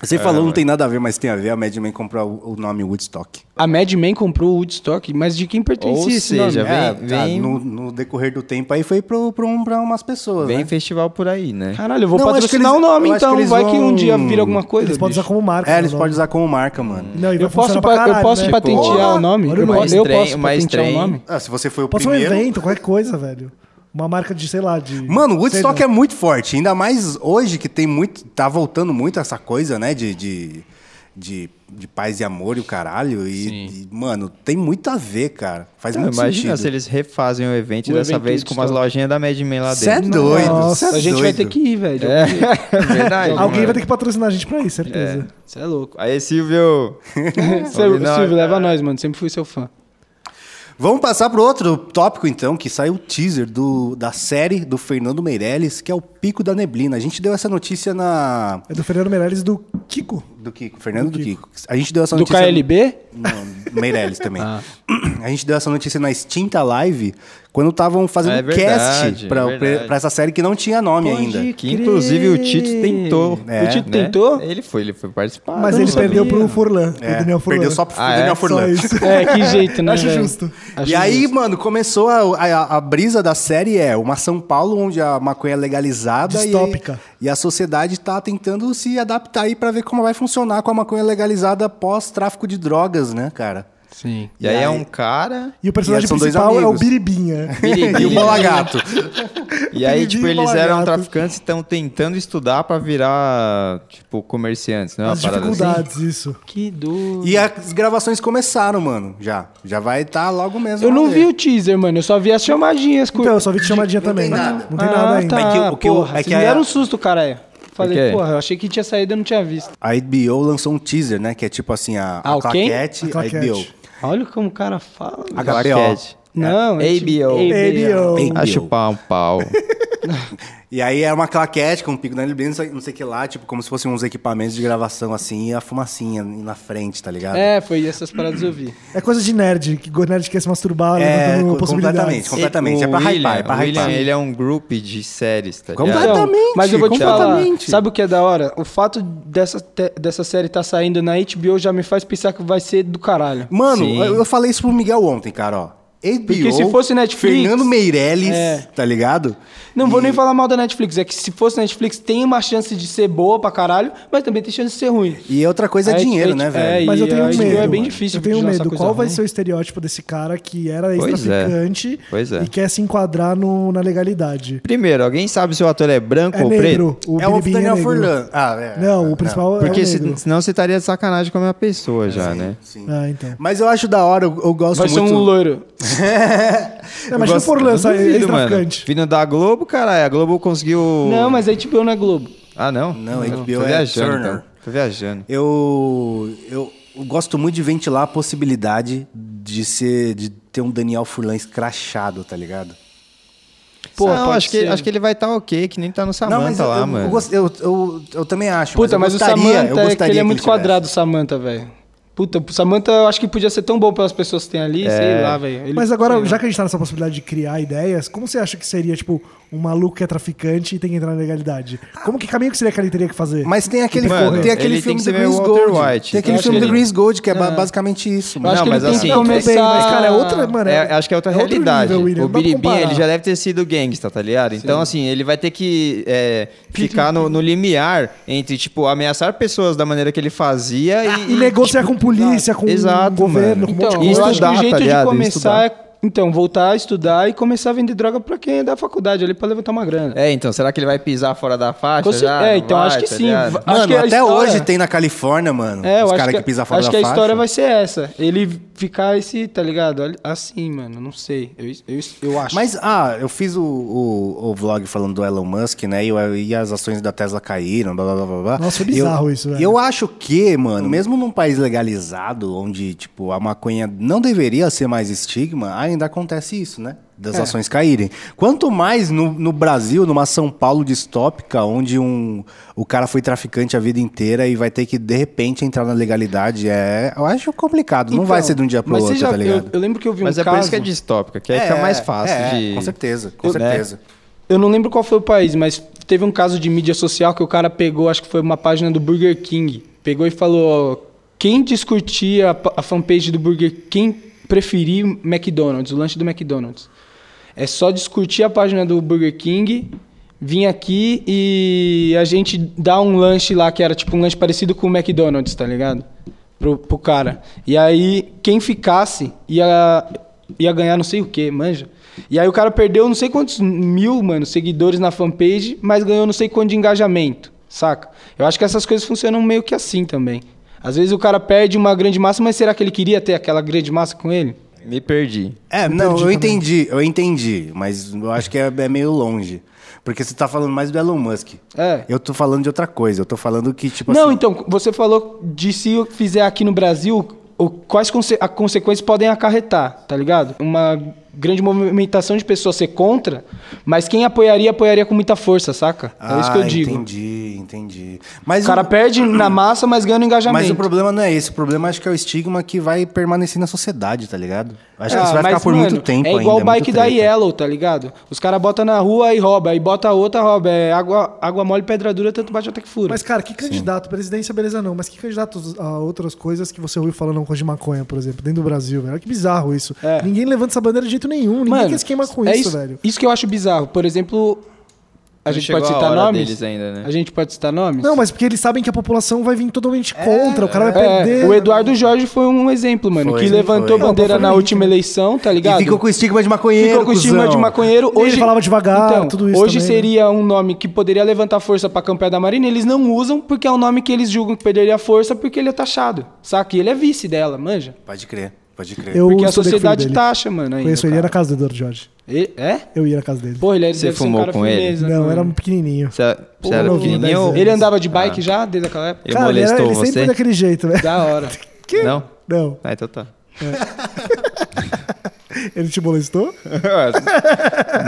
[SPEAKER 1] Você falou não tem nada a ver, mas tem a ver. A Mad Men comprou o o nome Woodstock.
[SPEAKER 4] A Mad Men comprou o Woodstock, mas de quem pertencia
[SPEAKER 2] Ou
[SPEAKER 4] esse
[SPEAKER 2] seja,
[SPEAKER 4] nome?
[SPEAKER 2] Vem-
[SPEAKER 1] É, tá,
[SPEAKER 2] vem-
[SPEAKER 1] no, no decorrer do tempo aí foi pro, pro, um- pra umas pessoas,
[SPEAKER 2] Vem
[SPEAKER 1] né?
[SPEAKER 2] festival por aí, né?
[SPEAKER 4] Caralho, eu vou
[SPEAKER 1] Não, acho
[SPEAKER 4] patrocinar
[SPEAKER 1] que
[SPEAKER 4] o
[SPEAKER 1] eles-
[SPEAKER 4] nome
[SPEAKER 1] eu acho
[SPEAKER 4] então.
[SPEAKER 1] que eles
[SPEAKER 4] Vai que um
[SPEAKER 1] vão-
[SPEAKER 4] dia vira alguma coisa.
[SPEAKER 3] Eles podem usar
[SPEAKER 4] bicho.
[SPEAKER 3] como marca.
[SPEAKER 1] É, eles
[SPEAKER 3] né?
[SPEAKER 1] podem usar como marca, mano.
[SPEAKER 3] Não, e vai
[SPEAKER 4] Eu posso,
[SPEAKER 3] funcionar
[SPEAKER 4] pa-
[SPEAKER 3] pra caralho,
[SPEAKER 4] eu posso
[SPEAKER 3] né?
[SPEAKER 4] patentear
[SPEAKER 3] Porra!
[SPEAKER 4] o nome?
[SPEAKER 3] Olha o
[SPEAKER 4] Eu,
[SPEAKER 3] nome.
[SPEAKER 4] posso- eu
[SPEAKER 2] Mas
[SPEAKER 4] posso
[SPEAKER 2] trem- mas
[SPEAKER 4] patentear o
[SPEAKER 2] trem-
[SPEAKER 4] nome?
[SPEAKER 1] Ah, se você foi o
[SPEAKER 3] Pode ser um
[SPEAKER 1] primeiro...
[SPEAKER 3] evento, qualquer coisa, velho. Uma marca de, sei lá, de.
[SPEAKER 1] Mano, o Woodstock
[SPEAKER 3] sei
[SPEAKER 1] é
[SPEAKER 3] lá.
[SPEAKER 1] muito forte, ainda mais hoje que tem muito. Tá voltando muito essa coisa, né? De, de, de, de paz e amor e o caralho. E, e, mano, tem muito a ver, cara. Faz
[SPEAKER 2] Ah,
[SPEAKER 1] muito
[SPEAKER 2] Imagina
[SPEAKER 1] sentido.
[SPEAKER 2] se eles refazem o evento
[SPEAKER 4] O
[SPEAKER 2] dessa
[SPEAKER 4] evento
[SPEAKER 2] vez
[SPEAKER 4] do
[SPEAKER 2] com umas
[SPEAKER 4] Woodstock.
[SPEAKER 2] lojinhas da Mad Men lá
[SPEAKER 1] Cê é
[SPEAKER 2] dentro.
[SPEAKER 1] doido.
[SPEAKER 3] Nossa.
[SPEAKER 1] cê é
[SPEAKER 4] A gente vai
[SPEAKER 1] doido.
[SPEAKER 4] ter que ir, velho.
[SPEAKER 2] É, verdade.
[SPEAKER 3] Alguém
[SPEAKER 2] mano.
[SPEAKER 3] vai ter que patrocinar a gente pra isso, certeza.
[SPEAKER 4] Você é louco.
[SPEAKER 2] Aí, Silvio!
[SPEAKER 4] Silvio,
[SPEAKER 2] nós,
[SPEAKER 4] Silvio,
[SPEAKER 2] cara.
[SPEAKER 1] é.
[SPEAKER 4] leva nós, mano. Sempre fui seu fã.
[SPEAKER 1] Vamos passar pro outro tópico, então, que saiu o teaser do, da série do Fernando Meirelles, que é o Pico da Neblina. A gente deu essa notícia na.
[SPEAKER 3] É, do Fernando Meirelles e do Kiko.
[SPEAKER 1] Do Kiko, Fernando do
[SPEAKER 3] Do
[SPEAKER 1] Kiko. A gente deu essa
[SPEAKER 4] Do
[SPEAKER 1] notícia.
[SPEAKER 4] KLB?
[SPEAKER 1] Não, Meirelles também.
[SPEAKER 2] Ah.
[SPEAKER 1] A gente deu essa notícia na extinta live quando estavam fazendo
[SPEAKER 2] É
[SPEAKER 1] cast
[SPEAKER 2] verdade,
[SPEAKER 1] pra,
[SPEAKER 2] é verdade.
[SPEAKER 1] pra essa série que não tinha nome ainda.
[SPEAKER 2] Que inclusive o Tito tentou.
[SPEAKER 1] É.
[SPEAKER 4] o Tito
[SPEAKER 2] né?
[SPEAKER 4] tentou?
[SPEAKER 2] Ele foi, ele foi
[SPEAKER 4] Ah,
[SPEAKER 2] participar.
[SPEAKER 3] Mas
[SPEAKER 2] eu
[SPEAKER 3] ele
[SPEAKER 2] não sabia.
[SPEAKER 3] perdeu pro Furlan, pro
[SPEAKER 1] É,
[SPEAKER 3] Daniel Furlan.
[SPEAKER 1] perdeu só pro
[SPEAKER 2] Ah, é?
[SPEAKER 1] Daniel
[SPEAKER 2] Só
[SPEAKER 1] Furlan.
[SPEAKER 3] Só isso.
[SPEAKER 4] É, que jeito, né?
[SPEAKER 3] Acho
[SPEAKER 4] velho?
[SPEAKER 3] justo.
[SPEAKER 4] Acho
[SPEAKER 1] E aí,
[SPEAKER 4] justo.
[SPEAKER 1] mano, começou a, a, a brisa da série é uma São Paulo onde a maconha é legalizada e-
[SPEAKER 3] Distópica.
[SPEAKER 1] E, a sociedade tá tentando se adaptar aí pra ver como vai funcionar com a maconha legalizada após tráfico de drogas, né, cara?
[SPEAKER 4] Sim.
[SPEAKER 2] E aí
[SPEAKER 1] E aí-
[SPEAKER 2] é um cara.
[SPEAKER 3] E o personagem
[SPEAKER 1] E são dois
[SPEAKER 3] principal é o
[SPEAKER 1] amigos.
[SPEAKER 3] Biribinha.
[SPEAKER 1] E o bola gato.
[SPEAKER 2] E aí, tipo,
[SPEAKER 3] Piriri
[SPEAKER 2] eles eram
[SPEAKER 3] malhado.
[SPEAKER 2] traficantes e estão tentando estudar pra virar, tipo, comerciantes, né? Uma
[SPEAKER 3] As
[SPEAKER 2] parada assim.
[SPEAKER 3] dificuldades, isso.
[SPEAKER 4] Que doido.
[SPEAKER 1] E as gravações começaram, mano. Já. Já vai estar tá logo mesmo.
[SPEAKER 4] Eu
[SPEAKER 1] no
[SPEAKER 4] não
[SPEAKER 1] rolê.
[SPEAKER 4] vi o teaser, mano. Eu só vi as chamadinhas.
[SPEAKER 3] Então, eu só vi te chamadinha também. né?
[SPEAKER 1] tem nada.
[SPEAKER 3] Não tem nada
[SPEAKER 4] Ah,
[SPEAKER 3] ainda.
[SPEAKER 1] É que o- o que o-
[SPEAKER 4] porra,
[SPEAKER 1] é
[SPEAKER 4] é
[SPEAKER 1] que
[SPEAKER 4] me
[SPEAKER 1] a-
[SPEAKER 4] deram um susto, caralho. Falei,
[SPEAKER 2] quê?
[SPEAKER 4] porra, eu achei que tinha saído e eu não tinha visto.
[SPEAKER 1] A HBO lançou um teaser, né? Que é tipo assim, a,
[SPEAKER 4] Ah,
[SPEAKER 1] a
[SPEAKER 4] o quem?
[SPEAKER 1] claquete,
[SPEAKER 3] A
[SPEAKER 1] a,
[SPEAKER 3] claquete.
[SPEAKER 1] HBO.
[SPEAKER 4] Olha como o cara fala.
[SPEAKER 1] A
[SPEAKER 4] velho.
[SPEAKER 1] HBO.
[SPEAKER 2] Claquete.
[SPEAKER 4] Não, é tipo-
[SPEAKER 2] ABO.
[SPEAKER 3] ABO.
[SPEAKER 1] Ei,
[SPEAKER 2] A chupar um pau.
[SPEAKER 1] E aí era uma claquete com um pico da neblina, não sei- não sei o que lá, tipo, como se fossem uns equipamentos de gravação assim, e a fumacinha na frente, tá ligado?
[SPEAKER 4] É, foi essas paradas eu vi.
[SPEAKER 3] É coisa de nerd, que o nerd quer se masturbar,
[SPEAKER 1] É,
[SPEAKER 3] levantando
[SPEAKER 1] co-
[SPEAKER 3] possibilidades.
[SPEAKER 1] completamente, completamente. É pra
[SPEAKER 2] William,
[SPEAKER 1] hypar, é pra
[SPEAKER 2] o William,
[SPEAKER 1] hypar.
[SPEAKER 2] ele é um group de séries, tá ligado?
[SPEAKER 1] Completamente.
[SPEAKER 4] Então, mas eu vou te falar,
[SPEAKER 1] completamente.
[SPEAKER 4] sabe o que é da hora? O fato dessa, te- dessa série tá saindo na HBO já me faz pensar que vai ser do caralho.
[SPEAKER 1] Mano,
[SPEAKER 2] Sim.
[SPEAKER 1] eu, eu falei isso pro Miguel ontem, cara, ó. HBO,
[SPEAKER 4] Porque se fosse Netflix-
[SPEAKER 1] Fernando Meirelles,
[SPEAKER 4] É.
[SPEAKER 1] tá ligado?
[SPEAKER 4] Não vou nem falar mal da Netflix, é que se fosse Netflix tem uma chance de ser boa pra caralho, mas também tem chance de ser ruim.
[SPEAKER 1] E outra coisa é,
[SPEAKER 4] A
[SPEAKER 1] dinheiro,
[SPEAKER 4] HBO
[SPEAKER 1] né, velho?
[SPEAKER 4] é,
[SPEAKER 3] Mas eu
[SPEAKER 4] E
[SPEAKER 3] tenho
[SPEAKER 4] a
[SPEAKER 3] medo.
[SPEAKER 4] HBO é bem
[SPEAKER 3] mano.
[SPEAKER 4] difícil
[SPEAKER 3] Eu tenho
[SPEAKER 4] de lançar
[SPEAKER 3] medo.
[SPEAKER 4] coisa
[SPEAKER 3] Qual vai
[SPEAKER 4] ruim.
[SPEAKER 3] ser o estereótipo desse cara que era
[SPEAKER 2] Pois é.
[SPEAKER 3] ex-traficante
[SPEAKER 2] Pois é.
[SPEAKER 3] e quer se enquadrar no- na legalidade?
[SPEAKER 2] Primeiro, alguém sabe se o ator é branco
[SPEAKER 3] É
[SPEAKER 2] ou
[SPEAKER 3] negro.
[SPEAKER 2] preto?
[SPEAKER 3] O
[SPEAKER 1] é o
[SPEAKER 3] Biribinha
[SPEAKER 1] Daniel
[SPEAKER 3] negro.
[SPEAKER 1] Furlan. Ah, é.
[SPEAKER 3] Não, o principal é
[SPEAKER 2] Porque
[SPEAKER 3] o
[SPEAKER 2] se-
[SPEAKER 3] negro.
[SPEAKER 2] senão você estaria de sacanagem com a minha pessoa já, né?
[SPEAKER 1] Sim.
[SPEAKER 3] Ah, então.
[SPEAKER 1] Mas eu acho da hora, eu, eu gosto
[SPEAKER 4] Vai ser
[SPEAKER 1] muito.
[SPEAKER 4] um loiro.
[SPEAKER 3] É, mas se o Furlan sair
[SPEAKER 2] Duvido, mano.
[SPEAKER 3] ex-traficante.
[SPEAKER 2] Vindo da Globo, caralho. A Globo conseguiu...
[SPEAKER 4] Não, mas a HBO não é Globo.
[SPEAKER 2] Ah, não?
[SPEAKER 1] Não, HBO
[SPEAKER 2] Tô
[SPEAKER 1] é
[SPEAKER 2] viajando,
[SPEAKER 1] Turner.
[SPEAKER 2] então. Tô viajando.
[SPEAKER 1] Eu, eu gosto muito de ventilar a possibilidade de ser de ter um Daniel Furlan escrachado, tá ligado?
[SPEAKER 4] Pô,
[SPEAKER 2] não,
[SPEAKER 4] pode
[SPEAKER 2] acho que,
[SPEAKER 4] ser.
[SPEAKER 2] acho que ele vai estar ok, que nem tá no Samanta
[SPEAKER 1] eu,
[SPEAKER 2] lá,
[SPEAKER 1] eu,
[SPEAKER 2] mano.
[SPEAKER 1] gost- Eu, eu, eu também acho.
[SPEAKER 4] Puta, mas,
[SPEAKER 1] eu gostaria,
[SPEAKER 4] o
[SPEAKER 1] eu
[SPEAKER 4] Samanta é que
[SPEAKER 1] gostaria
[SPEAKER 4] ele é
[SPEAKER 1] que
[SPEAKER 4] muito
[SPEAKER 1] tivesse.
[SPEAKER 4] quadrado, o Samanta, velho. Puta, o Samantha eu acho que podia ser tão bom pelas pessoas que tem ali, sei lá, velho. Ele-
[SPEAKER 3] Mas agora,
[SPEAKER 4] sei lá.
[SPEAKER 3] já que a gente tá nessa possibilidade de criar ideias, como você acha que seria, tipo, um maluco que é traficante e tem que entrar na legalidade? Como que caminho que seria que ele teria que fazer?
[SPEAKER 1] Mas tem aquele,
[SPEAKER 2] Mano,
[SPEAKER 1] tem aquele
[SPEAKER 2] ele
[SPEAKER 1] filme
[SPEAKER 2] tem que ser
[SPEAKER 1] do
[SPEAKER 2] meio
[SPEAKER 1] Grease
[SPEAKER 2] Walter
[SPEAKER 1] Gold.
[SPEAKER 2] White.
[SPEAKER 1] Tem aquele
[SPEAKER 4] Eu acho
[SPEAKER 1] filme
[SPEAKER 4] que
[SPEAKER 1] do
[SPEAKER 4] ele-
[SPEAKER 1] Grease Gold, então que é, ba- basicamente isso.
[SPEAKER 4] Eu acho que
[SPEAKER 2] Não,
[SPEAKER 4] ele
[SPEAKER 2] mas
[SPEAKER 4] tem
[SPEAKER 2] assim,
[SPEAKER 4] que
[SPEAKER 2] não,
[SPEAKER 3] tudo
[SPEAKER 4] começar...
[SPEAKER 3] bem, mas, cara, é outra, mano.
[SPEAKER 2] É, acho que é outra
[SPEAKER 3] outro
[SPEAKER 2] realidade.
[SPEAKER 3] nível, William,
[SPEAKER 2] o
[SPEAKER 3] não dá pra
[SPEAKER 2] Biribinha,
[SPEAKER 3] comparar.
[SPEAKER 2] ele já deve ter sido gangsta, tá ligado? Então, assim, ele vai ter que é, ficar no, no limiar entre, tipo, ameaçar pessoas da maneira que ele fazia e...
[SPEAKER 3] E negociar
[SPEAKER 1] tipo,
[SPEAKER 3] com polícia, com
[SPEAKER 2] exato,
[SPEAKER 3] governo,
[SPEAKER 2] mano.
[SPEAKER 3] com um monte de
[SPEAKER 4] Então,
[SPEAKER 3] coisa.
[SPEAKER 4] eu acho que
[SPEAKER 2] Estudar,
[SPEAKER 4] o
[SPEAKER 2] tá
[SPEAKER 4] jeito de
[SPEAKER 2] ligado?
[SPEAKER 4] começar
[SPEAKER 2] Estudar.
[SPEAKER 4] é... Então, voltar a estudar e começar a vender droga pra quem é da faculdade ali pra levantar uma grana.
[SPEAKER 2] É, então, será que ele vai pisar fora da faixa
[SPEAKER 4] Com cer-
[SPEAKER 2] já?
[SPEAKER 4] é,
[SPEAKER 2] Não
[SPEAKER 4] então,
[SPEAKER 2] vai,
[SPEAKER 4] acho que
[SPEAKER 2] tá
[SPEAKER 4] sim.
[SPEAKER 2] ligado?
[SPEAKER 4] Va-
[SPEAKER 1] Mano,
[SPEAKER 4] acho que a
[SPEAKER 1] até
[SPEAKER 4] história-
[SPEAKER 1] hoje tem na Califórnia, mano.
[SPEAKER 4] É, eu
[SPEAKER 1] os
[SPEAKER 4] acho
[SPEAKER 1] caras
[SPEAKER 4] que,
[SPEAKER 1] que, pisam fora
[SPEAKER 4] acho
[SPEAKER 1] da
[SPEAKER 4] que a
[SPEAKER 1] faixa.
[SPEAKER 4] história vai ser essa. Ele ficar esse, tá ligado? Olha, Assim, mano, não sei. Eu, eu, eu acho.
[SPEAKER 1] Mas, ah, eu fiz o, o, o vlog falando do Elon Musk, né? E, o- e as ações da Tesla caíram, blá, blá, blá, blá, blá.
[SPEAKER 3] Nossa, foi bizarro
[SPEAKER 1] eu,
[SPEAKER 3] isso, velho.
[SPEAKER 1] Eu acho que, mano, mesmo num país legalizado, onde, tipo, a maconha não deveria ser mais estigma, ainda acontece isso, né? Das ações caírem. Quanto mais no, no Brasil, numa São Paulo distópica, onde um, o cara foi traficante a vida inteira e vai ter que, de repente, entrar na legalidade, é, eu acho complicado. não
[SPEAKER 4] Então,
[SPEAKER 1] vai ser de um dia pro
[SPEAKER 4] mas você
[SPEAKER 1] outro,
[SPEAKER 4] já-
[SPEAKER 1] tá ligado?
[SPEAKER 4] Eu, eu lembro que eu vi
[SPEAKER 2] Mas
[SPEAKER 4] um
[SPEAKER 2] é por
[SPEAKER 4] caso...
[SPEAKER 2] isso que é distópica, que aí fica mais fácil
[SPEAKER 1] é,
[SPEAKER 2] de...
[SPEAKER 1] Com certeza, com
[SPEAKER 4] Eu- né?
[SPEAKER 1] certeza.
[SPEAKER 4] Eu não lembro qual foi o país, mas teve um caso de mídia social que o cara pegou, acho que foi uma página do Burger King. Pegou e falou: quem discutir a, pa- a fanpage do Burger King preferir McDonald's, o lanche do McDonald's. É só discutir a página do Burger King, vir aqui e a gente dá um lanche lá, que era tipo um lanche parecido com o McDonald's, tá ligado? Pro, pro cara. E aí, quem ficasse ia, ia ganhar não sei o que, manja. E aí o cara perdeu não sei quantos mil, mano, seguidores na fanpage, mas ganhou não sei quanto de engajamento, saca? Eu acho que essas coisas funcionam meio que assim também. Às vezes o cara perde uma grande massa, mas será que ele queria ter aquela grande massa com ele?
[SPEAKER 2] Me perdi.
[SPEAKER 1] É, não,
[SPEAKER 3] perdi
[SPEAKER 1] eu
[SPEAKER 3] também.
[SPEAKER 1] entendi, eu entendi, mas eu acho que é, é meio longe. Porque você tá falando mais do Elon Musk.
[SPEAKER 4] É.
[SPEAKER 1] Eu tô falando de outra coisa, eu tô falando que, tipo
[SPEAKER 4] Não,
[SPEAKER 1] assim.
[SPEAKER 4] então, você falou de se eu fizer aqui no Brasil, o- quais conse a consequências podem acarretar, tá ligado? Uma grande movimentação de pessoas ser contra, mas quem apoiaria, apoiaria com muita força, saca? É isso que eu
[SPEAKER 1] Ah,
[SPEAKER 4] digo.
[SPEAKER 1] Entendi, entendi. Mas
[SPEAKER 4] O cara perde na massa, mas ganha no engajamento.
[SPEAKER 1] Mas o problema não é esse, o problema acho que é o estigma que vai permanecer na sociedade, tá ligado? Acho que
[SPEAKER 4] Ah,
[SPEAKER 1] isso vai ficar
[SPEAKER 4] mas,
[SPEAKER 1] por muito
[SPEAKER 4] mano,
[SPEAKER 1] tempo
[SPEAKER 4] É
[SPEAKER 1] ainda.
[SPEAKER 4] igual o
[SPEAKER 1] muito
[SPEAKER 4] bike da
[SPEAKER 1] treta.
[SPEAKER 4] Yellow, tá ligado? Os caras botam na rua e rouba, aí bota outra, rouba. É água, água mole, pedra dura, tanto bate até que fura.
[SPEAKER 3] Mas, cara, que candidato, presidência, beleza não, mas que candidato a outras coisas que você ouviu falando uma coisa de maconha, por exemplo, dentro do Brasil, velho? Olha que bizarro isso.
[SPEAKER 4] É.
[SPEAKER 3] Ninguém levanta essa bandeira de jeito nenhum, ninguém quer se queimar com
[SPEAKER 4] é
[SPEAKER 3] isso, velho.
[SPEAKER 4] Isso que eu acho bizarro. Por exemplo, a
[SPEAKER 2] Não
[SPEAKER 4] gente
[SPEAKER 2] chegou
[SPEAKER 4] pode
[SPEAKER 2] a
[SPEAKER 4] citar
[SPEAKER 2] hora
[SPEAKER 4] nomes?
[SPEAKER 2] deles ainda, né?
[SPEAKER 4] A gente pode citar nomes?
[SPEAKER 3] Não, mas porque eles sabem que a população vai vir totalmente contra, o cara vai
[SPEAKER 4] É,
[SPEAKER 3] perder.
[SPEAKER 4] o Eduardo Jorge foi um exemplo, mano,
[SPEAKER 1] Foi,
[SPEAKER 4] que levantou
[SPEAKER 1] foi.
[SPEAKER 4] bandeira
[SPEAKER 3] Não,
[SPEAKER 4] na
[SPEAKER 3] foi.
[SPEAKER 4] última eleição, tá ligado?
[SPEAKER 1] E ficou com o estigma de maconheiro.
[SPEAKER 4] Ficou com o estigma
[SPEAKER 1] cuzão.
[SPEAKER 4] de maconheiro.
[SPEAKER 3] Ele
[SPEAKER 4] Hoje
[SPEAKER 3] falava devagar,
[SPEAKER 4] então,
[SPEAKER 3] tudo isso
[SPEAKER 4] Hoje
[SPEAKER 3] também, né?
[SPEAKER 4] seria um nome que poderia levantar força pra campanha da Marina, eles não usam porque é um nome que eles julgam que perderia força porque ele é taxado, saca? E ele é vice dela, manja.
[SPEAKER 1] Pode crer, pode crer.
[SPEAKER 3] Eu
[SPEAKER 4] Porque a
[SPEAKER 3] sou defensor
[SPEAKER 4] sociedade
[SPEAKER 3] dele.
[SPEAKER 4] taxa, mano, ainda.
[SPEAKER 3] Conheço ele, ia na
[SPEAKER 4] cara.
[SPEAKER 3] casa do Eduardo Jorge.
[SPEAKER 4] Ele- É?
[SPEAKER 3] Eu ia na casa dele.
[SPEAKER 4] Porra, ele era
[SPEAKER 2] Você
[SPEAKER 4] deve ser
[SPEAKER 2] fumou
[SPEAKER 4] um cara
[SPEAKER 2] com ele?
[SPEAKER 4] firmeza,
[SPEAKER 3] não,
[SPEAKER 4] mano.
[SPEAKER 3] era um pequenininho.
[SPEAKER 2] Você, você era
[SPEAKER 3] novinho,
[SPEAKER 2] pequenininho
[SPEAKER 3] dez
[SPEAKER 2] ou
[SPEAKER 3] anos.
[SPEAKER 4] Ele andava de bike já desde aquela época?
[SPEAKER 2] ele
[SPEAKER 3] Cara, ele, era-
[SPEAKER 2] molestou
[SPEAKER 3] ele sempre foi
[SPEAKER 2] você?
[SPEAKER 3] daquele jeito, velho.
[SPEAKER 4] Da hora.
[SPEAKER 3] é-
[SPEAKER 2] Não?
[SPEAKER 3] Não,
[SPEAKER 2] Ah, então tá.
[SPEAKER 3] ele te molestou?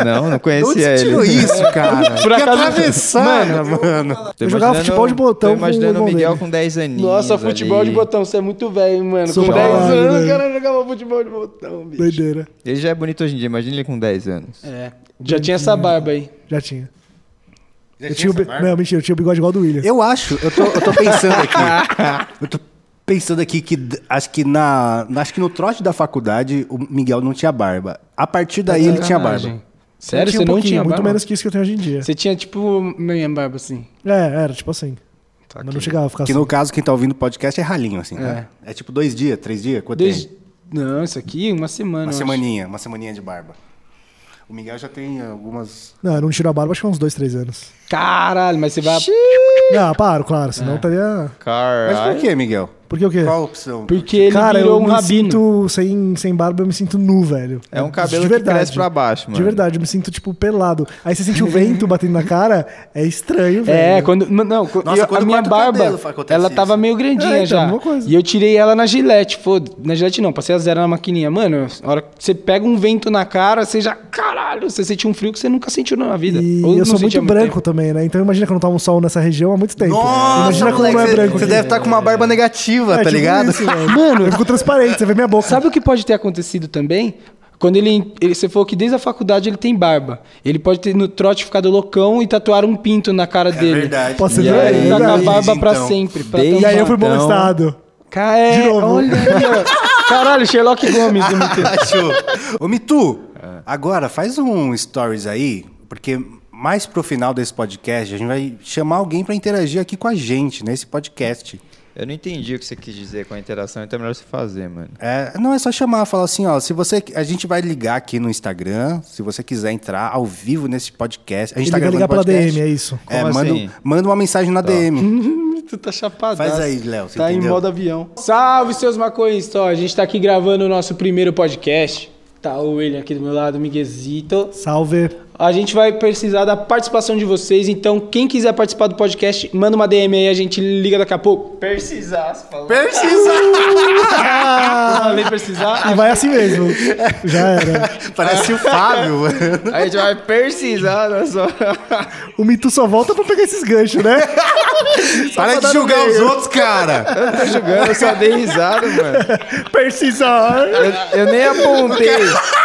[SPEAKER 2] Não, não
[SPEAKER 1] De onde
[SPEAKER 2] conhecia
[SPEAKER 1] você
[SPEAKER 2] ele.
[SPEAKER 1] tirou isso, cara?
[SPEAKER 4] Por
[SPEAKER 1] que
[SPEAKER 4] acaso-
[SPEAKER 1] atravessada, mano.
[SPEAKER 2] Tô
[SPEAKER 3] Eu jogava
[SPEAKER 2] imaginando-
[SPEAKER 3] futebol de botão
[SPEAKER 2] Tô
[SPEAKER 3] com
[SPEAKER 2] imaginando
[SPEAKER 3] o
[SPEAKER 2] o Miguel
[SPEAKER 3] Miguel.
[SPEAKER 2] com 10 aninhos
[SPEAKER 4] Nossa, futebol
[SPEAKER 2] ali.
[SPEAKER 4] de botão, você é muito velho, mano.
[SPEAKER 3] Sou
[SPEAKER 4] com 10
[SPEAKER 2] jovem,
[SPEAKER 4] anos, o
[SPEAKER 3] velho.
[SPEAKER 4] cara jogava futebol de botão, bicho.
[SPEAKER 3] Doideira.
[SPEAKER 2] Ele já é bonito hoje em dia, imagina ele com 10 anos.
[SPEAKER 4] É. Já tinha essa barba aí.
[SPEAKER 3] Já tinha. eu tinha o bi- Não, mentira, eu tinha o bigode igual do William.
[SPEAKER 1] Eu acho, eu tô, eu tô pensando aqui. eu tô pensando aqui que d- acho que na, na- acho que no trote da faculdade o Miguel não tinha barba. A partir daí ele tinha barba.
[SPEAKER 4] Sério,
[SPEAKER 3] um
[SPEAKER 4] você não
[SPEAKER 3] pouquinho,
[SPEAKER 4] tinha
[SPEAKER 3] Muito
[SPEAKER 4] barba?
[SPEAKER 3] menos que isso que eu tenho hoje em dia.
[SPEAKER 4] Você tinha tipo minha barba assim.
[SPEAKER 3] É, era tipo assim.
[SPEAKER 4] Tá
[SPEAKER 3] mas não chegava a ficar
[SPEAKER 1] Que
[SPEAKER 3] assim.
[SPEAKER 1] no caso quem tá ouvindo o podcast é ralinho assim, né? É tipo dois dias, três dias, quanto
[SPEAKER 4] Desde...
[SPEAKER 1] tem?
[SPEAKER 4] Não, isso aqui é uma semana.
[SPEAKER 1] Uma
[SPEAKER 4] eu acho.
[SPEAKER 1] semaninha, uma semaninha de barba. O Miguel já tem algumas
[SPEAKER 3] Não, eu não tiro a barba acho que há uns dois, três anos.
[SPEAKER 4] Caralho, mas você vai.
[SPEAKER 3] Não, paro, claro, senão eu estaria.
[SPEAKER 1] Mas por
[SPEAKER 2] Caralho.
[SPEAKER 1] que, Miguel?
[SPEAKER 3] É. Por que o quê?
[SPEAKER 1] Qual a opção?
[SPEAKER 4] Porque ele
[SPEAKER 3] Cara,
[SPEAKER 4] virou
[SPEAKER 3] eu
[SPEAKER 4] um
[SPEAKER 3] me
[SPEAKER 4] rabino.
[SPEAKER 3] sinto sem, sem barba, eu me sinto nu, velho.
[SPEAKER 2] É um
[SPEAKER 3] De
[SPEAKER 2] cabelo que cresce pra baixo, mano.
[SPEAKER 3] De verdade, eu me sinto, tipo, pelado. Aí você sente o vento batendo na cara, é estranho, velho.
[SPEAKER 4] É, quando. Não, quando-
[SPEAKER 1] Nossa,
[SPEAKER 4] eu-
[SPEAKER 1] quando
[SPEAKER 4] a minha
[SPEAKER 1] corta o
[SPEAKER 4] barba,
[SPEAKER 1] cabelo, fa- acontece
[SPEAKER 4] ela
[SPEAKER 1] isso.
[SPEAKER 4] tava meio grandinha
[SPEAKER 3] É, então,
[SPEAKER 4] já.
[SPEAKER 3] mesma coisa.
[SPEAKER 4] E eu tirei ela na gilete, foda. Na gilete não, passei a zero na maquininha. Mano, a hora que você pega um vento na cara, você já. Caralho, você sente um frio que você nunca sentiu na vida.
[SPEAKER 3] E
[SPEAKER 4] Ou não
[SPEAKER 3] eu sou
[SPEAKER 4] sentia
[SPEAKER 3] muito
[SPEAKER 4] há
[SPEAKER 3] branco
[SPEAKER 4] tempo.
[SPEAKER 3] também, né? Então imagina que eu não tomo sol tá um nessa região há muito tempo.
[SPEAKER 1] Nossa,
[SPEAKER 3] imagina como
[SPEAKER 1] moleque,
[SPEAKER 3] não é
[SPEAKER 1] você- tá-
[SPEAKER 3] branco.
[SPEAKER 1] Você
[SPEAKER 3] aqui. É, tipo
[SPEAKER 1] deve estar com uma barba
[SPEAKER 5] narrativa, tá ligado?
[SPEAKER 3] mano. Eu fico transparente, você vê minha boca.
[SPEAKER 4] Sabe o que pode ter acontecido também? Quando ele, ele- Você falou que desde a faculdade ele tem barba. Ele pode ter no trote ficado loucão e tatuar um pinto na cara
[SPEAKER 1] É
[SPEAKER 4] dele.
[SPEAKER 1] verdade.
[SPEAKER 3] Posso
[SPEAKER 4] E
[SPEAKER 3] ver?
[SPEAKER 4] aí,
[SPEAKER 3] É
[SPEAKER 4] ele tá com a
[SPEAKER 3] verdade.
[SPEAKER 4] barba pra
[SPEAKER 1] Então,
[SPEAKER 4] sempre. Pra
[SPEAKER 2] desde-
[SPEAKER 3] E aí eu fui
[SPEAKER 2] Então-
[SPEAKER 3] molestado.
[SPEAKER 4] Ca- é,
[SPEAKER 3] De novo.
[SPEAKER 4] Olha aí, ó. Caralho, Sherlock Gomes. do Mitu.
[SPEAKER 1] Achou. Ô, Mitu,
[SPEAKER 3] É.
[SPEAKER 1] agora faz um stories aí, porque mais pro final desse podcast a gente vai chamar alguém pra interagir aqui com a gente nesse podcast.
[SPEAKER 2] Eu não entendi o que você quis dizer com a interação, então é melhor você fazer, mano.
[SPEAKER 1] É, não é só chamar, falar assim, ó, se você, a gente vai ligar aqui no Instagram, se você quiser entrar ao vivo nesse podcast, a gente
[SPEAKER 3] Ele
[SPEAKER 1] tá
[SPEAKER 3] vai
[SPEAKER 1] gravando
[SPEAKER 3] ligar pela
[SPEAKER 1] podcast.
[SPEAKER 3] DM, é isso.
[SPEAKER 1] É,
[SPEAKER 2] Como
[SPEAKER 1] manda,
[SPEAKER 2] assim?
[SPEAKER 1] manda uma mensagem na
[SPEAKER 3] Tá.
[SPEAKER 1] DM.
[SPEAKER 4] tu tá chapadaço.
[SPEAKER 1] Faz aí, Léo, você
[SPEAKER 4] Tá em
[SPEAKER 1] entendeu?
[SPEAKER 4] modo avião. Salve, seus maconhistas. Ó, A gente tá aqui gravando o nosso primeiro podcast. Tá o William aqui do meu lado, o Miguezito.
[SPEAKER 3] Salve.
[SPEAKER 4] A gente vai precisar da participação de vocês, então quem quiser participar do podcast, manda uma DM aí, a gente liga daqui a pouco. Precisar, você falou. Falei Ah, precisar.
[SPEAKER 3] E vai assim mesmo. Já era.
[SPEAKER 1] Parece o Fábio.
[SPEAKER 2] A gente vai precisar da sua.
[SPEAKER 3] O Mitu só volta pra pegar esses ganchos, né?
[SPEAKER 1] Para de julgar os outros, cara.
[SPEAKER 2] Eu não tô julgando, eu só dei risada, mano.
[SPEAKER 3] Precisar.
[SPEAKER 1] É,
[SPEAKER 2] Eu, eu nem apontei.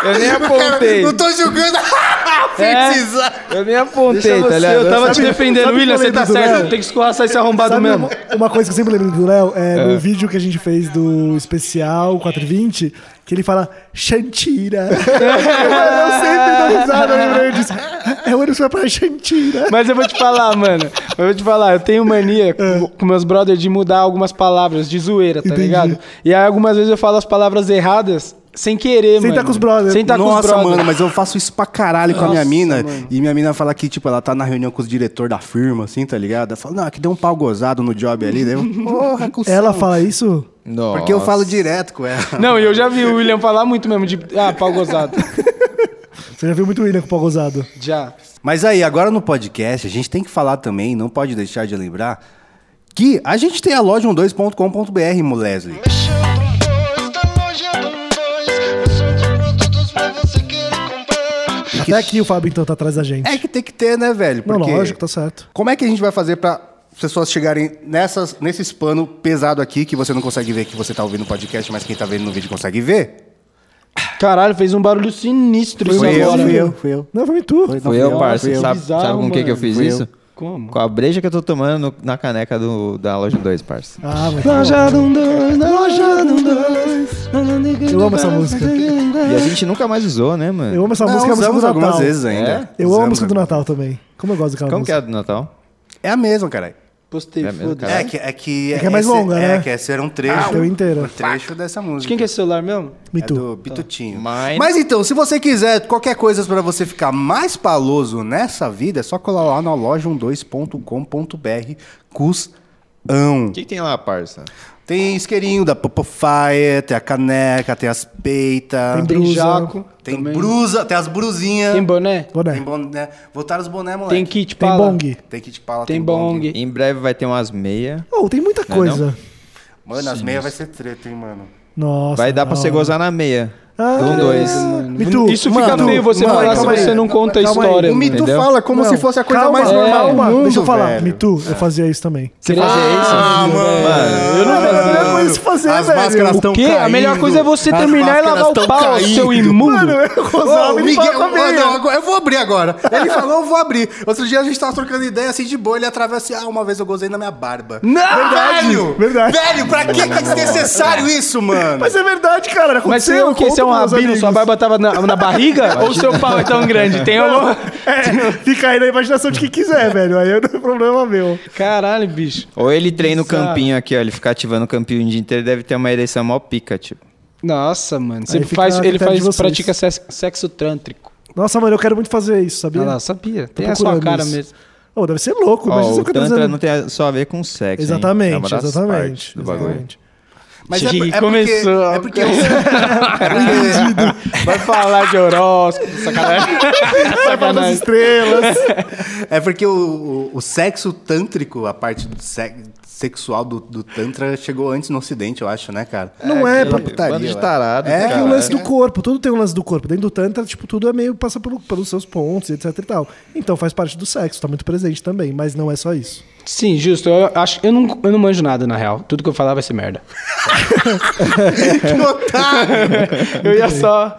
[SPEAKER 2] Eu nem apontei.
[SPEAKER 1] Não tô julgando.
[SPEAKER 3] É?
[SPEAKER 1] Precisa.
[SPEAKER 2] Eu nem apontei, tá ligado?
[SPEAKER 4] eu tava te defendendo,
[SPEAKER 3] sabe
[SPEAKER 4] William,
[SPEAKER 3] qual
[SPEAKER 4] você
[SPEAKER 3] é
[SPEAKER 4] tá
[SPEAKER 3] do
[SPEAKER 4] certo,
[SPEAKER 3] Léo?
[SPEAKER 4] tem que escorraçar esse arrombado
[SPEAKER 3] Sabe
[SPEAKER 4] mesmo.
[SPEAKER 3] uma, uma coisa que eu sempre lembro do Léo é, no vídeo que a gente fez do especial 420, que ele fala Xantira. eu, eu sempre dou risada lembrando disso. É o Anderson vai pra Xantira.
[SPEAKER 4] Mas eu vou te falar, mano. Eu vou te falar, eu tenho mania com, com meus brothers de mudar algumas palavras de zoeira, tá
[SPEAKER 3] Entendi.
[SPEAKER 4] ligado? E aí algumas vezes eu falo as palavras erradas sem querer,
[SPEAKER 3] Sem
[SPEAKER 4] mano.
[SPEAKER 3] tá com os brothers.
[SPEAKER 4] Sem tá com os
[SPEAKER 1] Nossa,
[SPEAKER 4] brothers.
[SPEAKER 1] mano, mas eu faço isso pra caralho com a minha
[SPEAKER 4] Nossa,
[SPEAKER 1] mina.
[SPEAKER 4] mano.
[SPEAKER 1] E minha mina fala que, tipo, ela tá na reunião com os diretor da firma, assim, tá ligado? Ela fala, não, é que deu um pau gozado no job ali. Daí eu, porra, é cuzão.
[SPEAKER 3] Ela fala isso?
[SPEAKER 2] Nossa.
[SPEAKER 1] Porque eu falo direto com ela.
[SPEAKER 4] Não, e eu já vi o William falar muito mesmo de. Ah, pau gozado.
[SPEAKER 3] Você já viu muito William com o pau gozado.
[SPEAKER 4] Já.
[SPEAKER 1] Mas aí, agora no podcast, a gente tem que falar também, não pode deixar de lembrar, que a gente tem a loja 12.com.br, mo Leslie.
[SPEAKER 6] Mexeu com tá dois, da loja com um dois. São produtos pra você querer comprar.
[SPEAKER 3] Até aqui o Fábio então tá atrás da gente.
[SPEAKER 1] É que tem que ter, né, velho?
[SPEAKER 3] Não,
[SPEAKER 1] Porque
[SPEAKER 3] lógico, tá certo.
[SPEAKER 1] Como é que a gente vai fazer pra pessoas chegarem nessas, nesses pano pesado aqui que você não consegue ver, que você tá ouvindo no podcast, mas quem tá vendo no vídeo consegue ver?
[SPEAKER 4] Caralho, fez um barulho sinistro
[SPEAKER 1] Foi
[SPEAKER 4] isso
[SPEAKER 1] eu,
[SPEAKER 4] agora.
[SPEAKER 1] fui eu, fui eu.
[SPEAKER 3] Não, foi tu.
[SPEAKER 1] Foi, não,
[SPEAKER 2] Foi eu, parceiro.
[SPEAKER 1] fui
[SPEAKER 2] Sabe,
[SPEAKER 4] Bizarro,
[SPEAKER 2] sabe com o que, que eu
[SPEAKER 4] mano.
[SPEAKER 2] fiz
[SPEAKER 1] Fui eu.
[SPEAKER 2] isso?
[SPEAKER 4] Como?
[SPEAKER 2] Com a breja que eu tô tomando no- na caneca do, da loja 2, parça.
[SPEAKER 3] Ah, mas
[SPEAKER 4] Loja de um dois, na loja de um dois.
[SPEAKER 3] Eu amo essa música.
[SPEAKER 2] E a gente nunca mais usou, né, mano?
[SPEAKER 3] eu amo essa
[SPEAKER 1] Não,
[SPEAKER 3] música, é a música do
[SPEAKER 1] usamos algumas
[SPEAKER 3] Natal.
[SPEAKER 1] vezes ainda.
[SPEAKER 3] Eu amo a
[SPEAKER 1] Usamos
[SPEAKER 3] música do
[SPEAKER 1] algumas-
[SPEAKER 3] Natal também. Como eu gosto daquela
[SPEAKER 2] Como que é
[SPEAKER 3] música.
[SPEAKER 2] a do Natal?
[SPEAKER 1] É a mesma, caralho.
[SPEAKER 4] Postei,
[SPEAKER 2] É mesmo,
[SPEAKER 4] foda-se.
[SPEAKER 2] cara.
[SPEAKER 1] É que é, que
[SPEAKER 3] É que é mais
[SPEAKER 1] esse-
[SPEAKER 3] longa,
[SPEAKER 1] é,
[SPEAKER 3] né?
[SPEAKER 1] que esse era um trecho.
[SPEAKER 3] Ah, eu inteiro.
[SPEAKER 1] Um trecho dessa música.
[SPEAKER 4] De quem que é esse celular mesmo?
[SPEAKER 3] Me
[SPEAKER 1] É
[SPEAKER 3] tu.
[SPEAKER 1] do Bitutinho.
[SPEAKER 2] Mas-
[SPEAKER 1] Mas então, se você quiser qualquer coisa pra você ficar mais paloso nessa vida, é só colar lá na loja12.com.br cusão.
[SPEAKER 2] O que, que tem lá, parça?
[SPEAKER 1] Tem isqueirinho da Popofire, tem a caneca, tem as peitas, tem,
[SPEAKER 3] Tem
[SPEAKER 4] Tem
[SPEAKER 3] Brusa.
[SPEAKER 4] jaco. também.
[SPEAKER 1] brusa, tem as brusinhas,
[SPEAKER 4] Tem boné?
[SPEAKER 3] Boné.
[SPEAKER 1] tem boné. Voltaram os boné, moleque.
[SPEAKER 4] Tem kit
[SPEAKER 3] Tem
[SPEAKER 4] pala?
[SPEAKER 3] bong.
[SPEAKER 1] Tem kit pala,
[SPEAKER 4] Tem bong.
[SPEAKER 2] Em breve vai ter umas meia.
[SPEAKER 3] Oh, tem muita
[SPEAKER 2] Não é não?
[SPEAKER 3] coisa.
[SPEAKER 1] Mano, as meias vai ser treta, hein, mano.
[SPEAKER 3] Nossa.
[SPEAKER 2] Vai dar pra
[SPEAKER 3] da
[SPEAKER 2] você
[SPEAKER 3] hora.
[SPEAKER 2] gozar na meia.
[SPEAKER 3] Ah,
[SPEAKER 2] Um, dois.
[SPEAKER 3] mano. Me tu.
[SPEAKER 4] Isso fica
[SPEAKER 1] Mano,
[SPEAKER 4] feio você
[SPEAKER 1] mano,
[SPEAKER 4] falar se
[SPEAKER 1] calma aí.
[SPEAKER 4] você não conta a
[SPEAKER 1] Calma aí,
[SPEAKER 4] história.
[SPEAKER 1] O Mitu
[SPEAKER 2] entendeu?
[SPEAKER 1] fala como
[SPEAKER 3] Não,
[SPEAKER 1] se fosse a coisa
[SPEAKER 3] calma,
[SPEAKER 1] mais
[SPEAKER 3] é,
[SPEAKER 1] normal do
[SPEAKER 3] calma,
[SPEAKER 1] mundo,
[SPEAKER 3] deixa eu falar.
[SPEAKER 1] velho.
[SPEAKER 3] Me tu, eu fazia isso também.
[SPEAKER 4] Você fazer isso? né? É,
[SPEAKER 1] Ah, mano.
[SPEAKER 3] Eu não sabia como isso fazer,
[SPEAKER 1] As
[SPEAKER 3] velho.
[SPEAKER 1] máscaras tão
[SPEAKER 4] O quê? A melhor
[SPEAKER 1] caindo,
[SPEAKER 4] coisa é você
[SPEAKER 1] as
[SPEAKER 4] terminar e
[SPEAKER 1] máscaras
[SPEAKER 4] lavar o
[SPEAKER 1] tão
[SPEAKER 4] pau,
[SPEAKER 1] caindo.
[SPEAKER 4] seu imundo.
[SPEAKER 3] eu
[SPEAKER 1] Ô,
[SPEAKER 3] gozava
[SPEAKER 1] o
[SPEAKER 3] e limpava
[SPEAKER 1] Miguel,
[SPEAKER 3] com a
[SPEAKER 1] ah,
[SPEAKER 3] meia.
[SPEAKER 1] não, agora- eu vou abrir agora. Ele falou, eu vou abrir. Outro dia a gente tava trocando ideia assim de boa, ele atravessa assim, ah, uma vez eu gozei na minha barba.
[SPEAKER 4] Não!
[SPEAKER 1] velho!
[SPEAKER 3] verdade.
[SPEAKER 1] Velho, pra que que é desnecessário isso, mano?
[SPEAKER 3] Mas é verdade, cara.
[SPEAKER 4] Mas você
[SPEAKER 3] Aconteceu.
[SPEAKER 4] o que? Você é um rabino, sua barba tava na, na barriga? ou seu pau é tão grande? Tem alguma...
[SPEAKER 3] É, fica aí na imaginação de quem quiser, velho. Aí não é problema meu.
[SPEAKER 4] Caralho, bicho.
[SPEAKER 2] Ou ele treina o
[SPEAKER 4] Bizarro.
[SPEAKER 2] campinho aqui, ó. Ele fica ativando o campinho o dia inteiro, deve ter uma ereção mó pica, tipo.
[SPEAKER 4] Nossa, mano. Você
[SPEAKER 3] Aí fica
[SPEAKER 4] faz,
[SPEAKER 3] a
[SPEAKER 4] ele
[SPEAKER 3] critério de
[SPEAKER 4] faz,
[SPEAKER 3] vocês.
[SPEAKER 4] pratica sex- sexo trântrico.
[SPEAKER 3] Nossa, mano, eu quero muito fazer isso, sabia?
[SPEAKER 4] Ah lá, sabia. Tem a sua
[SPEAKER 3] procurando
[SPEAKER 4] cara
[SPEAKER 3] isso.
[SPEAKER 4] mesmo.
[SPEAKER 3] Ô, deve ser louco.
[SPEAKER 2] Ó,
[SPEAKER 3] Imagina você
[SPEAKER 2] o
[SPEAKER 3] ficar
[SPEAKER 2] Tantra
[SPEAKER 3] transando.
[SPEAKER 2] não tem a- só a ver com sexo. hein? É uma
[SPEAKER 3] Exatamente,
[SPEAKER 2] das partes
[SPEAKER 3] exatamente.
[SPEAKER 2] Do bagulho.
[SPEAKER 3] exatamente.
[SPEAKER 1] Mas
[SPEAKER 4] Ih,
[SPEAKER 1] por-
[SPEAKER 4] começou.
[SPEAKER 1] Porque, é porque...
[SPEAKER 3] um
[SPEAKER 1] é porque-
[SPEAKER 4] Vai falar de horóscopo, é- sacanagem.
[SPEAKER 3] As
[SPEAKER 4] sacanagem.
[SPEAKER 3] estrelas.
[SPEAKER 1] É porque o, o- o sexo tântrico, a parte do se- sexual do, do tantra, chegou antes no ocidente, eu acho, né, cara?
[SPEAKER 3] Não é,
[SPEAKER 2] que-
[SPEAKER 3] pra
[SPEAKER 2] putaria, bando de tarado,
[SPEAKER 1] É,
[SPEAKER 3] É que o lance do
[SPEAKER 1] É.
[SPEAKER 3] corpo, tudo tem um lance do corpo. Dentro do Tantra, tipo, tudo é meio passa pelo- pelos seus pontos, etc e tal. Então faz parte do sexo, tá muito presente também, mas não é só isso.
[SPEAKER 4] Sim, justo. Eu, acho, eu, não, eu não manjo nada, na real. Tudo que eu falar vai ser merda.
[SPEAKER 1] Que otário!
[SPEAKER 4] Eu ia só.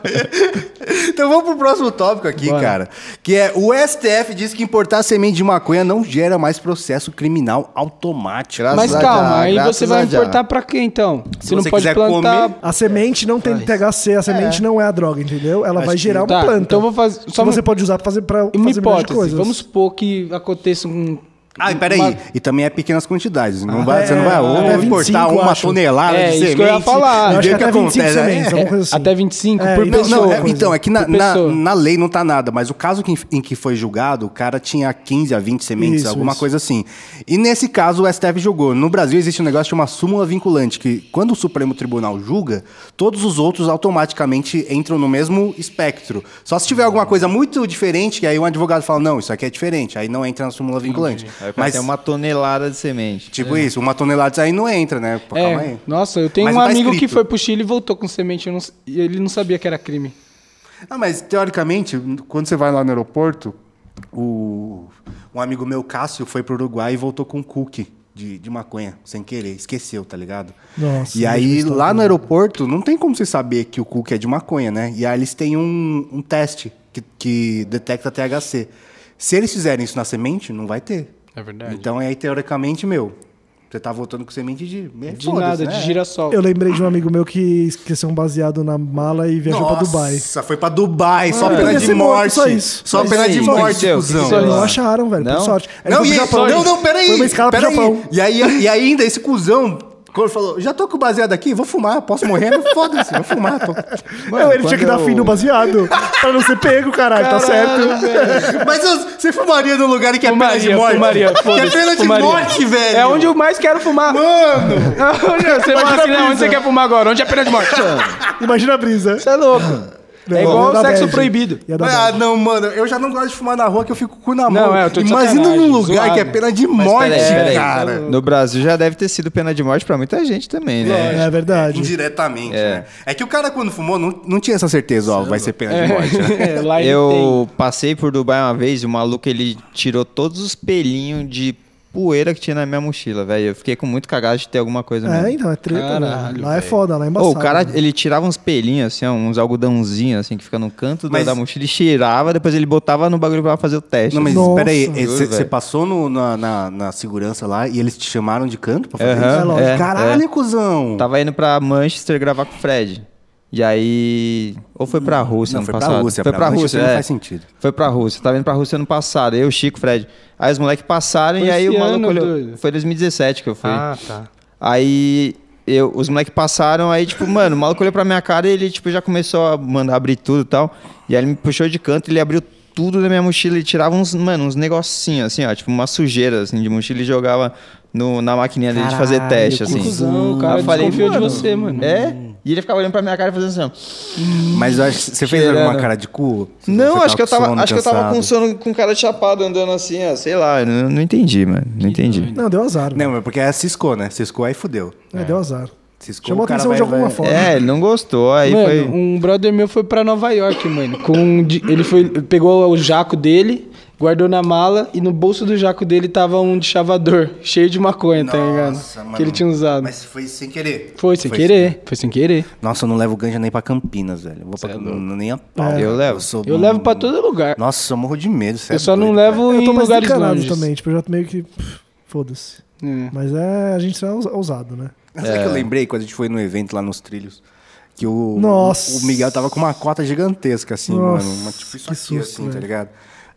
[SPEAKER 1] Então vamos pro próximo tópico aqui, cara. Que é o STF diz que importar semente de maconha não gera mais processo criminal automático.
[SPEAKER 2] Graças
[SPEAKER 4] Mas
[SPEAKER 2] a
[SPEAKER 4] calma,
[SPEAKER 2] Deus,
[SPEAKER 4] aí
[SPEAKER 2] graças
[SPEAKER 4] você vai
[SPEAKER 2] a Deus.
[SPEAKER 4] importar pra quê então? Você, não
[SPEAKER 1] você
[SPEAKER 4] pode
[SPEAKER 1] quiser
[SPEAKER 4] plantar.
[SPEAKER 1] comer-
[SPEAKER 3] A semente não tem THC, a semente não é a droga, entendeu? Ela vai gerar uma
[SPEAKER 4] Tá,
[SPEAKER 3] planta.
[SPEAKER 4] então eu vou fazer-
[SPEAKER 3] Que
[SPEAKER 4] só uma-
[SPEAKER 3] você pode usar pra fazer, pra fazer
[SPEAKER 4] Uma
[SPEAKER 3] milhões de
[SPEAKER 4] hipótese.
[SPEAKER 3] coisas.
[SPEAKER 4] Vamos supor que aconteça um.
[SPEAKER 1] Ah, e peraí.
[SPEAKER 4] uma- Ah,
[SPEAKER 1] E também é pequenas quantidades. Não vai, você não vai,
[SPEAKER 3] é,
[SPEAKER 1] ou vai
[SPEAKER 3] é,
[SPEAKER 1] importar
[SPEAKER 3] 25,
[SPEAKER 1] uma
[SPEAKER 3] acho.
[SPEAKER 1] tonelada
[SPEAKER 4] É,
[SPEAKER 1] de
[SPEAKER 4] isso
[SPEAKER 1] semente.
[SPEAKER 4] que eu ia falar.
[SPEAKER 1] e
[SPEAKER 4] Eu
[SPEAKER 3] acho
[SPEAKER 1] ver
[SPEAKER 3] que
[SPEAKER 1] o que
[SPEAKER 3] até 25
[SPEAKER 1] acontece. É,
[SPEAKER 3] sementes, alguma coisa assim.
[SPEAKER 4] Até 25
[SPEAKER 3] É,
[SPEAKER 4] por
[SPEAKER 3] e
[SPEAKER 1] Não,
[SPEAKER 4] pessoa.
[SPEAKER 1] não, é, então, é que na,
[SPEAKER 4] Por
[SPEAKER 1] na,
[SPEAKER 4] pessoa.
[SPEAKER 1] na lei não tá nada, mas o caso que, em que foi julgado, o cara tinha 15 a 20 sementes,
[SPEAKER 3] Isso,
[SPEAKER 1] alguma
[SPEAKER 3] isso.
[SPEAKER 1] coisa assim. E nesse caso, o STF julgou. No Brasil existe um negócio chamado súmula vinculante, que quando o Supremo Tribunal julga, todos os outros automaticamente entram no mesmo espectro. Só se tiver alguma coisa muito diferente, que aí um advogado fala, não, isso aqui é diferente, aí não entra na súmula vinculante.
[SPEAKER 2] Aí o cara
[SPEAKER 1] Mas,
[SPEAKER 2] tem uma É. tonelada de semente.
[SPEAKER 1] tipo isso, uma tonelada aí não entra, né? Pô, Calma
[SPEAKER 4] É,
[SPEAKER 1] aí.
[SPEAKER 4] nossa, eu tenho
[SPEAKER 1] Mas
[SPEAKER 4] um
[SPEAKER 1] não tá
[SPEAKER 4] amigo que
[SPEAKER 1] escrito.
[SPEAKER 4] foi pro Chile e voltou com semente eu não- e ele não sabia que era crime.
[SPEAKER 1] Ah, mas teoricamente, quando você vai lá no aeroporto, o... um amigo meu, Cássio, foi pro Uruguai e voltou com um cookie de, de maconha, sem querer, esqueceu, tá ligado?
[SPEAKER 3] Nossa,
[SPEAKER 1] e aí, lá no aeroporto, não tem como você saber que o cookie é de maconha, né? E aí eles têm um, um teste que, que detecta THC. Se eles fizerem isso na semente, não vai ter.
[SPEAKER 4] É verdade.
[SPEAKER 1] Então, aí, teoricamente, meu, você tá voltando com semente de... é né?
[SPEAKER 4] De nada, de girassol.
[SPEAKER 3] né? Eu lembrei de um amigo meu que esqueceu um baseado na mala e viajou pra Dubai.
[SPEAKER 1] Nossa, foi pra Dubai, só
[SPEAKER 3] Ele
[SPEAKER 1] pena
[SPEAKER 3] ia
[SPEAKER 1] de
[SPEAKER 3] ser morto,
[SPEAKER 1] morte.
[SPEAKER 3] só isso.
[SPEAKER 1] Só
[SPEAKER 2] Mas
[SPEAKER 1] pena
[SPEAKER 2] sim,
[SPEAKER 1] de
[SPEAKER 2] só
[SPEAKER 1] morte,
[SPEAKER 2] isso, isso,
[SPEAKER 1] cuzão.
[SPEAKER 2] isso.
[SPEAKER 3] Não acharam, velho, por
[SPEAKER 2] Não?
[SPEAKER 3] sorte. Ele
[SPEAKER 1] Não,
[SPEAKER 3] foi
[SPEAKER 1] e,
[SPEAKER 3] pro Japão.
[SPEAKER 1] não, não, peraí.
[SPEAKER 3] Foi uma escala pro
[SPEAKER 1] peraí.
[SPEAKER 3] Japão.
[SPEAKER 1] E aí, e ainda esse cuzão, quando falou, já tô com o baseado aqui, vou fumar, posso morrer, mas foda-se, vou fumar. tô."
[SPEAKER 3] Não, ele tinha que dar
[SPEAKER 2] quando
[SPEAKER 3] fim
[SPEAKER 2] eu-
[SPEAKER 3] no baseado. pra não ser pego, caralho, tá certo.
[SPEAKER 1] Mas eu- você fumaria num lugar que é pena de
[SPEAKER 4] Fumaria,
[SPEAKER 1] morte?
[SPEAKER 4] fumaria,
[SPEAKER 1] que é
[SPEAKER 4] foda-se,
[SPEAKER 1] pena de
[SPEAKER 4] fumaria.
[SPEAKER 1] morte, velho.
[SPEAKER 4] É onde eu mais quero fumar.
[SPEAKER 1] Mano!
[SPEAKER 4] você fala assim, "Léo, onde você quer fumar agora? Onde é a pena de morte? Você
[SPEAKER 3] Imagina a brisa.
[SPEAKER 4] é louco.
[SPEAKER 3] Não,
[SPEAKER 4] é igual
[SPEAKER 3] ia
[SPEAKER 4] o
[SPEAKER 3] dar
[SPEAKER 4] sexo
[SPEAKER 3] bad.
[SPEAKER 4] proibido.
[SPEAKER 3] Ia dar
[SPEAKER 1] Ah,
[SPEAKER 3] bad.
[SPEAKER 1] não, mano, eu já não gosto de fumar na rua que eu fico com o cu na mão.
[SPEAKER 4] Não, é, eu tô de
[SPEAKER 1] Imagina num
[SPEAKER 4] sacanagem,
[SPEAKER 1] lugar
[SPEAKER 4] zoado.
[SPEAKER 1] que é pena de
[SPEAKER 2] Mas
[SPEAKER 1] morte,
[SPEAKER 2] peraí, peraí.
[SPEAKER 1] cara.
[SPEAKER 2] No Brasil já deve ter sido pena de morte pra muita gente também, né?
[SPEAKER 3] É verdade.
[SPEAKER 1] Indiretamente,
[SPEAKER 2] É.
[SPEAKER 1] né? É que o cara, quando fumou, não, não tinha essa certeza, ó, vai ser pena de morte. né?
[SPEAKER 4] É, lá ele
[SPEAKER 2] Eu passei por Dubai uma vez e o maluco ele tirou todos os pelinhos de poeira que tinha na minha mochila, velho. Eu fiquei com muito cagado de ter alguma coisa
[SPEAKER 3] É,
[SPEAKER 2] mesmo.
[SPEAKER 3] então, é treta,
[SPEAKER 4] Caralho,
[SPEAKER 3] velho. Lá é foda, lá é
[SPEAKER 2] Ô,
[SPEAKER 3] embaçado.
[SPEAKER 2] o cara,
[SPEAKER 3] velho.
[SPEAKER 2] ele tirava uns pelinhos, assim, ó, uns algodãozinhos, assim, que fica no canto da-
[SPEAKER 1] Mas-
[SPEAKER 2] da mochila, e tirava, depois ele botava no bagulho pra fazer o teste.
[SPEAKER 1] Não, mas
[SPEAKER 3] Nossa.
[SPEAKER 1] peraí,
[SPEAKER 2] Juro,
[SPEAKER 1] você
[SPEAKER 2] velho.
[SPEAKER 1] passou no- na, na- na segurança lá e eles te chamaram de canto pra fazer
[SPEAKER 2] Aham, Tá.
[SPEAKER 1] isso?
[SPEAKER 3] É lógico. é,
[SPEAKER 1] Caralho, cuzão!
[SPEAKER 2] Tava indo pra Manchester gravar com o Fred. E aí. Ou foi pra Rússia,
[SPEAKER 1] Não,
[SPEAKER 2] ano
[SPEAKER 1] foi pra
[SPEAKER 2] passado.
[SPEAKER 1] Rússia,
[SPEAKER 2] Foi
[SPEAKER 1] pra
[SPEAKER 2] pra
[SPEAKER 1] Rússia
[SPEAKER 2] Rússia,
[SPEAKER 1] não
[SPEAKER 2] é.
[SPEAKER 1] faz sentido.
[SPEAKER 2] Foi pra Rússia. Tava indo pra Rússia ano passado. Eu, Chico, Fred. Aí os moleques passaram
[SPEAKER 4] Foi
[SPEAKER 2] e aí
[SPEAKER 4] esse
[SPEAKER 2] o maluco
[SPEAKER 4] ano,
[SPEAKER 2] olhou.
[SPEAKER 4] doido.
[SPEAKER 2] Foi 2017 que eu fui.
[SPEAKER 4] Ah, tá.
[SPEAKER 2] Aí. Eu, os moleques passaram, aí, tipo, mano, o maluco olhou pra minha cara e ele, tipo, já começou a mandar abrir tudo e tal. E aí ele me puxou de canto, ele abriu tudo da minha mochila e tirava uns, mano, uns negocinhos, assim, ó, tipo, uma sujeira, assim, de mochila e jogava no, na maquininha dele de fazer teste, assim.
[SPEAKER 4] Cusão, o cara
[SPEAKER 2] Aí eu falei,
[SPEAKER 4] desconfiou de
[SPEAKER 2] mano,
[SPEAKER 4] você, mano.
[SPEAKER 2] é? E ele ficava olhando pra minha cara e fazendo assim.
[SPEAKER 1] Mas eu acho que você fez
[SPEAKER 2] Cheirando.
[SPEAKER 1] alguma cara de cu?
[SPEAKER 2] ó.
[SPEAKER 1] Você
[SPEAKER 2] Não,
[SPEAKER 1] tava
[SPEAKER 2] acho que eu
[SPEAKER 1] tá com
[SPEAKER 2] tava,
[SPEAKER 1] sono,
[SPEAKER 2] acho que eu tava com
[SPEAKER 1] cansado?
[SPEAKER 2] sono com cara de chapado andando assim, ó, sei lá, eu não, não entendi, mano. Não entendi.
[SPEAKER 3] Não, deu azar.
[SPEAKER 1] Não,
[SPEAKER 3] velho.
[SPEAKER 1] mas porque é ciscou, né? Ciscou aí fudeu.
[SPEAKER 3] É, deu azar.
[SPEAKER 1] Ciscou,
[SPEAKER 3] Chamou
[SPEAKER 1] o cara
[SPEAKER 3] atenção de
[SPEAKER 1] vai-
[SPEAKER 3] alguma
[SPEAKER 1] vai-
[SPEAKER 3] forma.
[SPEAKER 2] É, ele não gostou, aí
[SPEAKER 4] mano,
[SPEAKER 2] foi.
[SPEAKER 4] um brother meu foi pra Nova York, mano. Com um di- ele foi pegou o jaco dele, guardou na mala e no bolso do jaco dele tava um deschavador cheio de maconha, tá ligado?
[SPEAKER 1] Nossa, mano.
[SPEAKER 4] Que ele tinha usado.
[SPEAKER 1] Mas foi sem querer.
[SPEAKER 4] Foi sem querer, foi sem querer.
[SPEAKER 1] Nossa, eu não levo ganja nem pra Campinas, velho. Eu Vou pra... nem a pau.
[SPEAKER 2] É. Eu levo.
[SPEAKER 1] sou-
[SPEAKER 4] Eu levo pra todo lugar.
[SPEAKER 1] Nossa, eu morro de medo, é sério.
[SPEAKER 4] eu só não levo
[SPEAKER 3] É, Eu
[SPEAKER 4] em
[SPEAKER 3] tô mais
[SPEAKER 4] lugares
[SPEAKER 3] desencanado
[SPEAKER 4] longe.
[SPEAKER 3] também, tipo, eu já tô meio que. pff, Foda-se. Mas é. A gente será ous- ousado, né?
[SPEAKER 1] Sabe que eu lembrei quando a gente foi no evento lá nos trilhos? Que o,
[SPEAKER 3] Nossa.
[SPEAKER 1] o Miguel tava com uma cota gigantesca, assim,
[SPEAKER 3] Nossa,
[SPEAKER 1] mano. Uma, tipo isso
[SPEAKER 3] que
[SPEAKER 1] aqui,
[SPEAKER 3] susto,
[SPEAKER 1] assim, tá
[SPEAKER 3] velho. Tipo
[SPEAKER 1] ligado?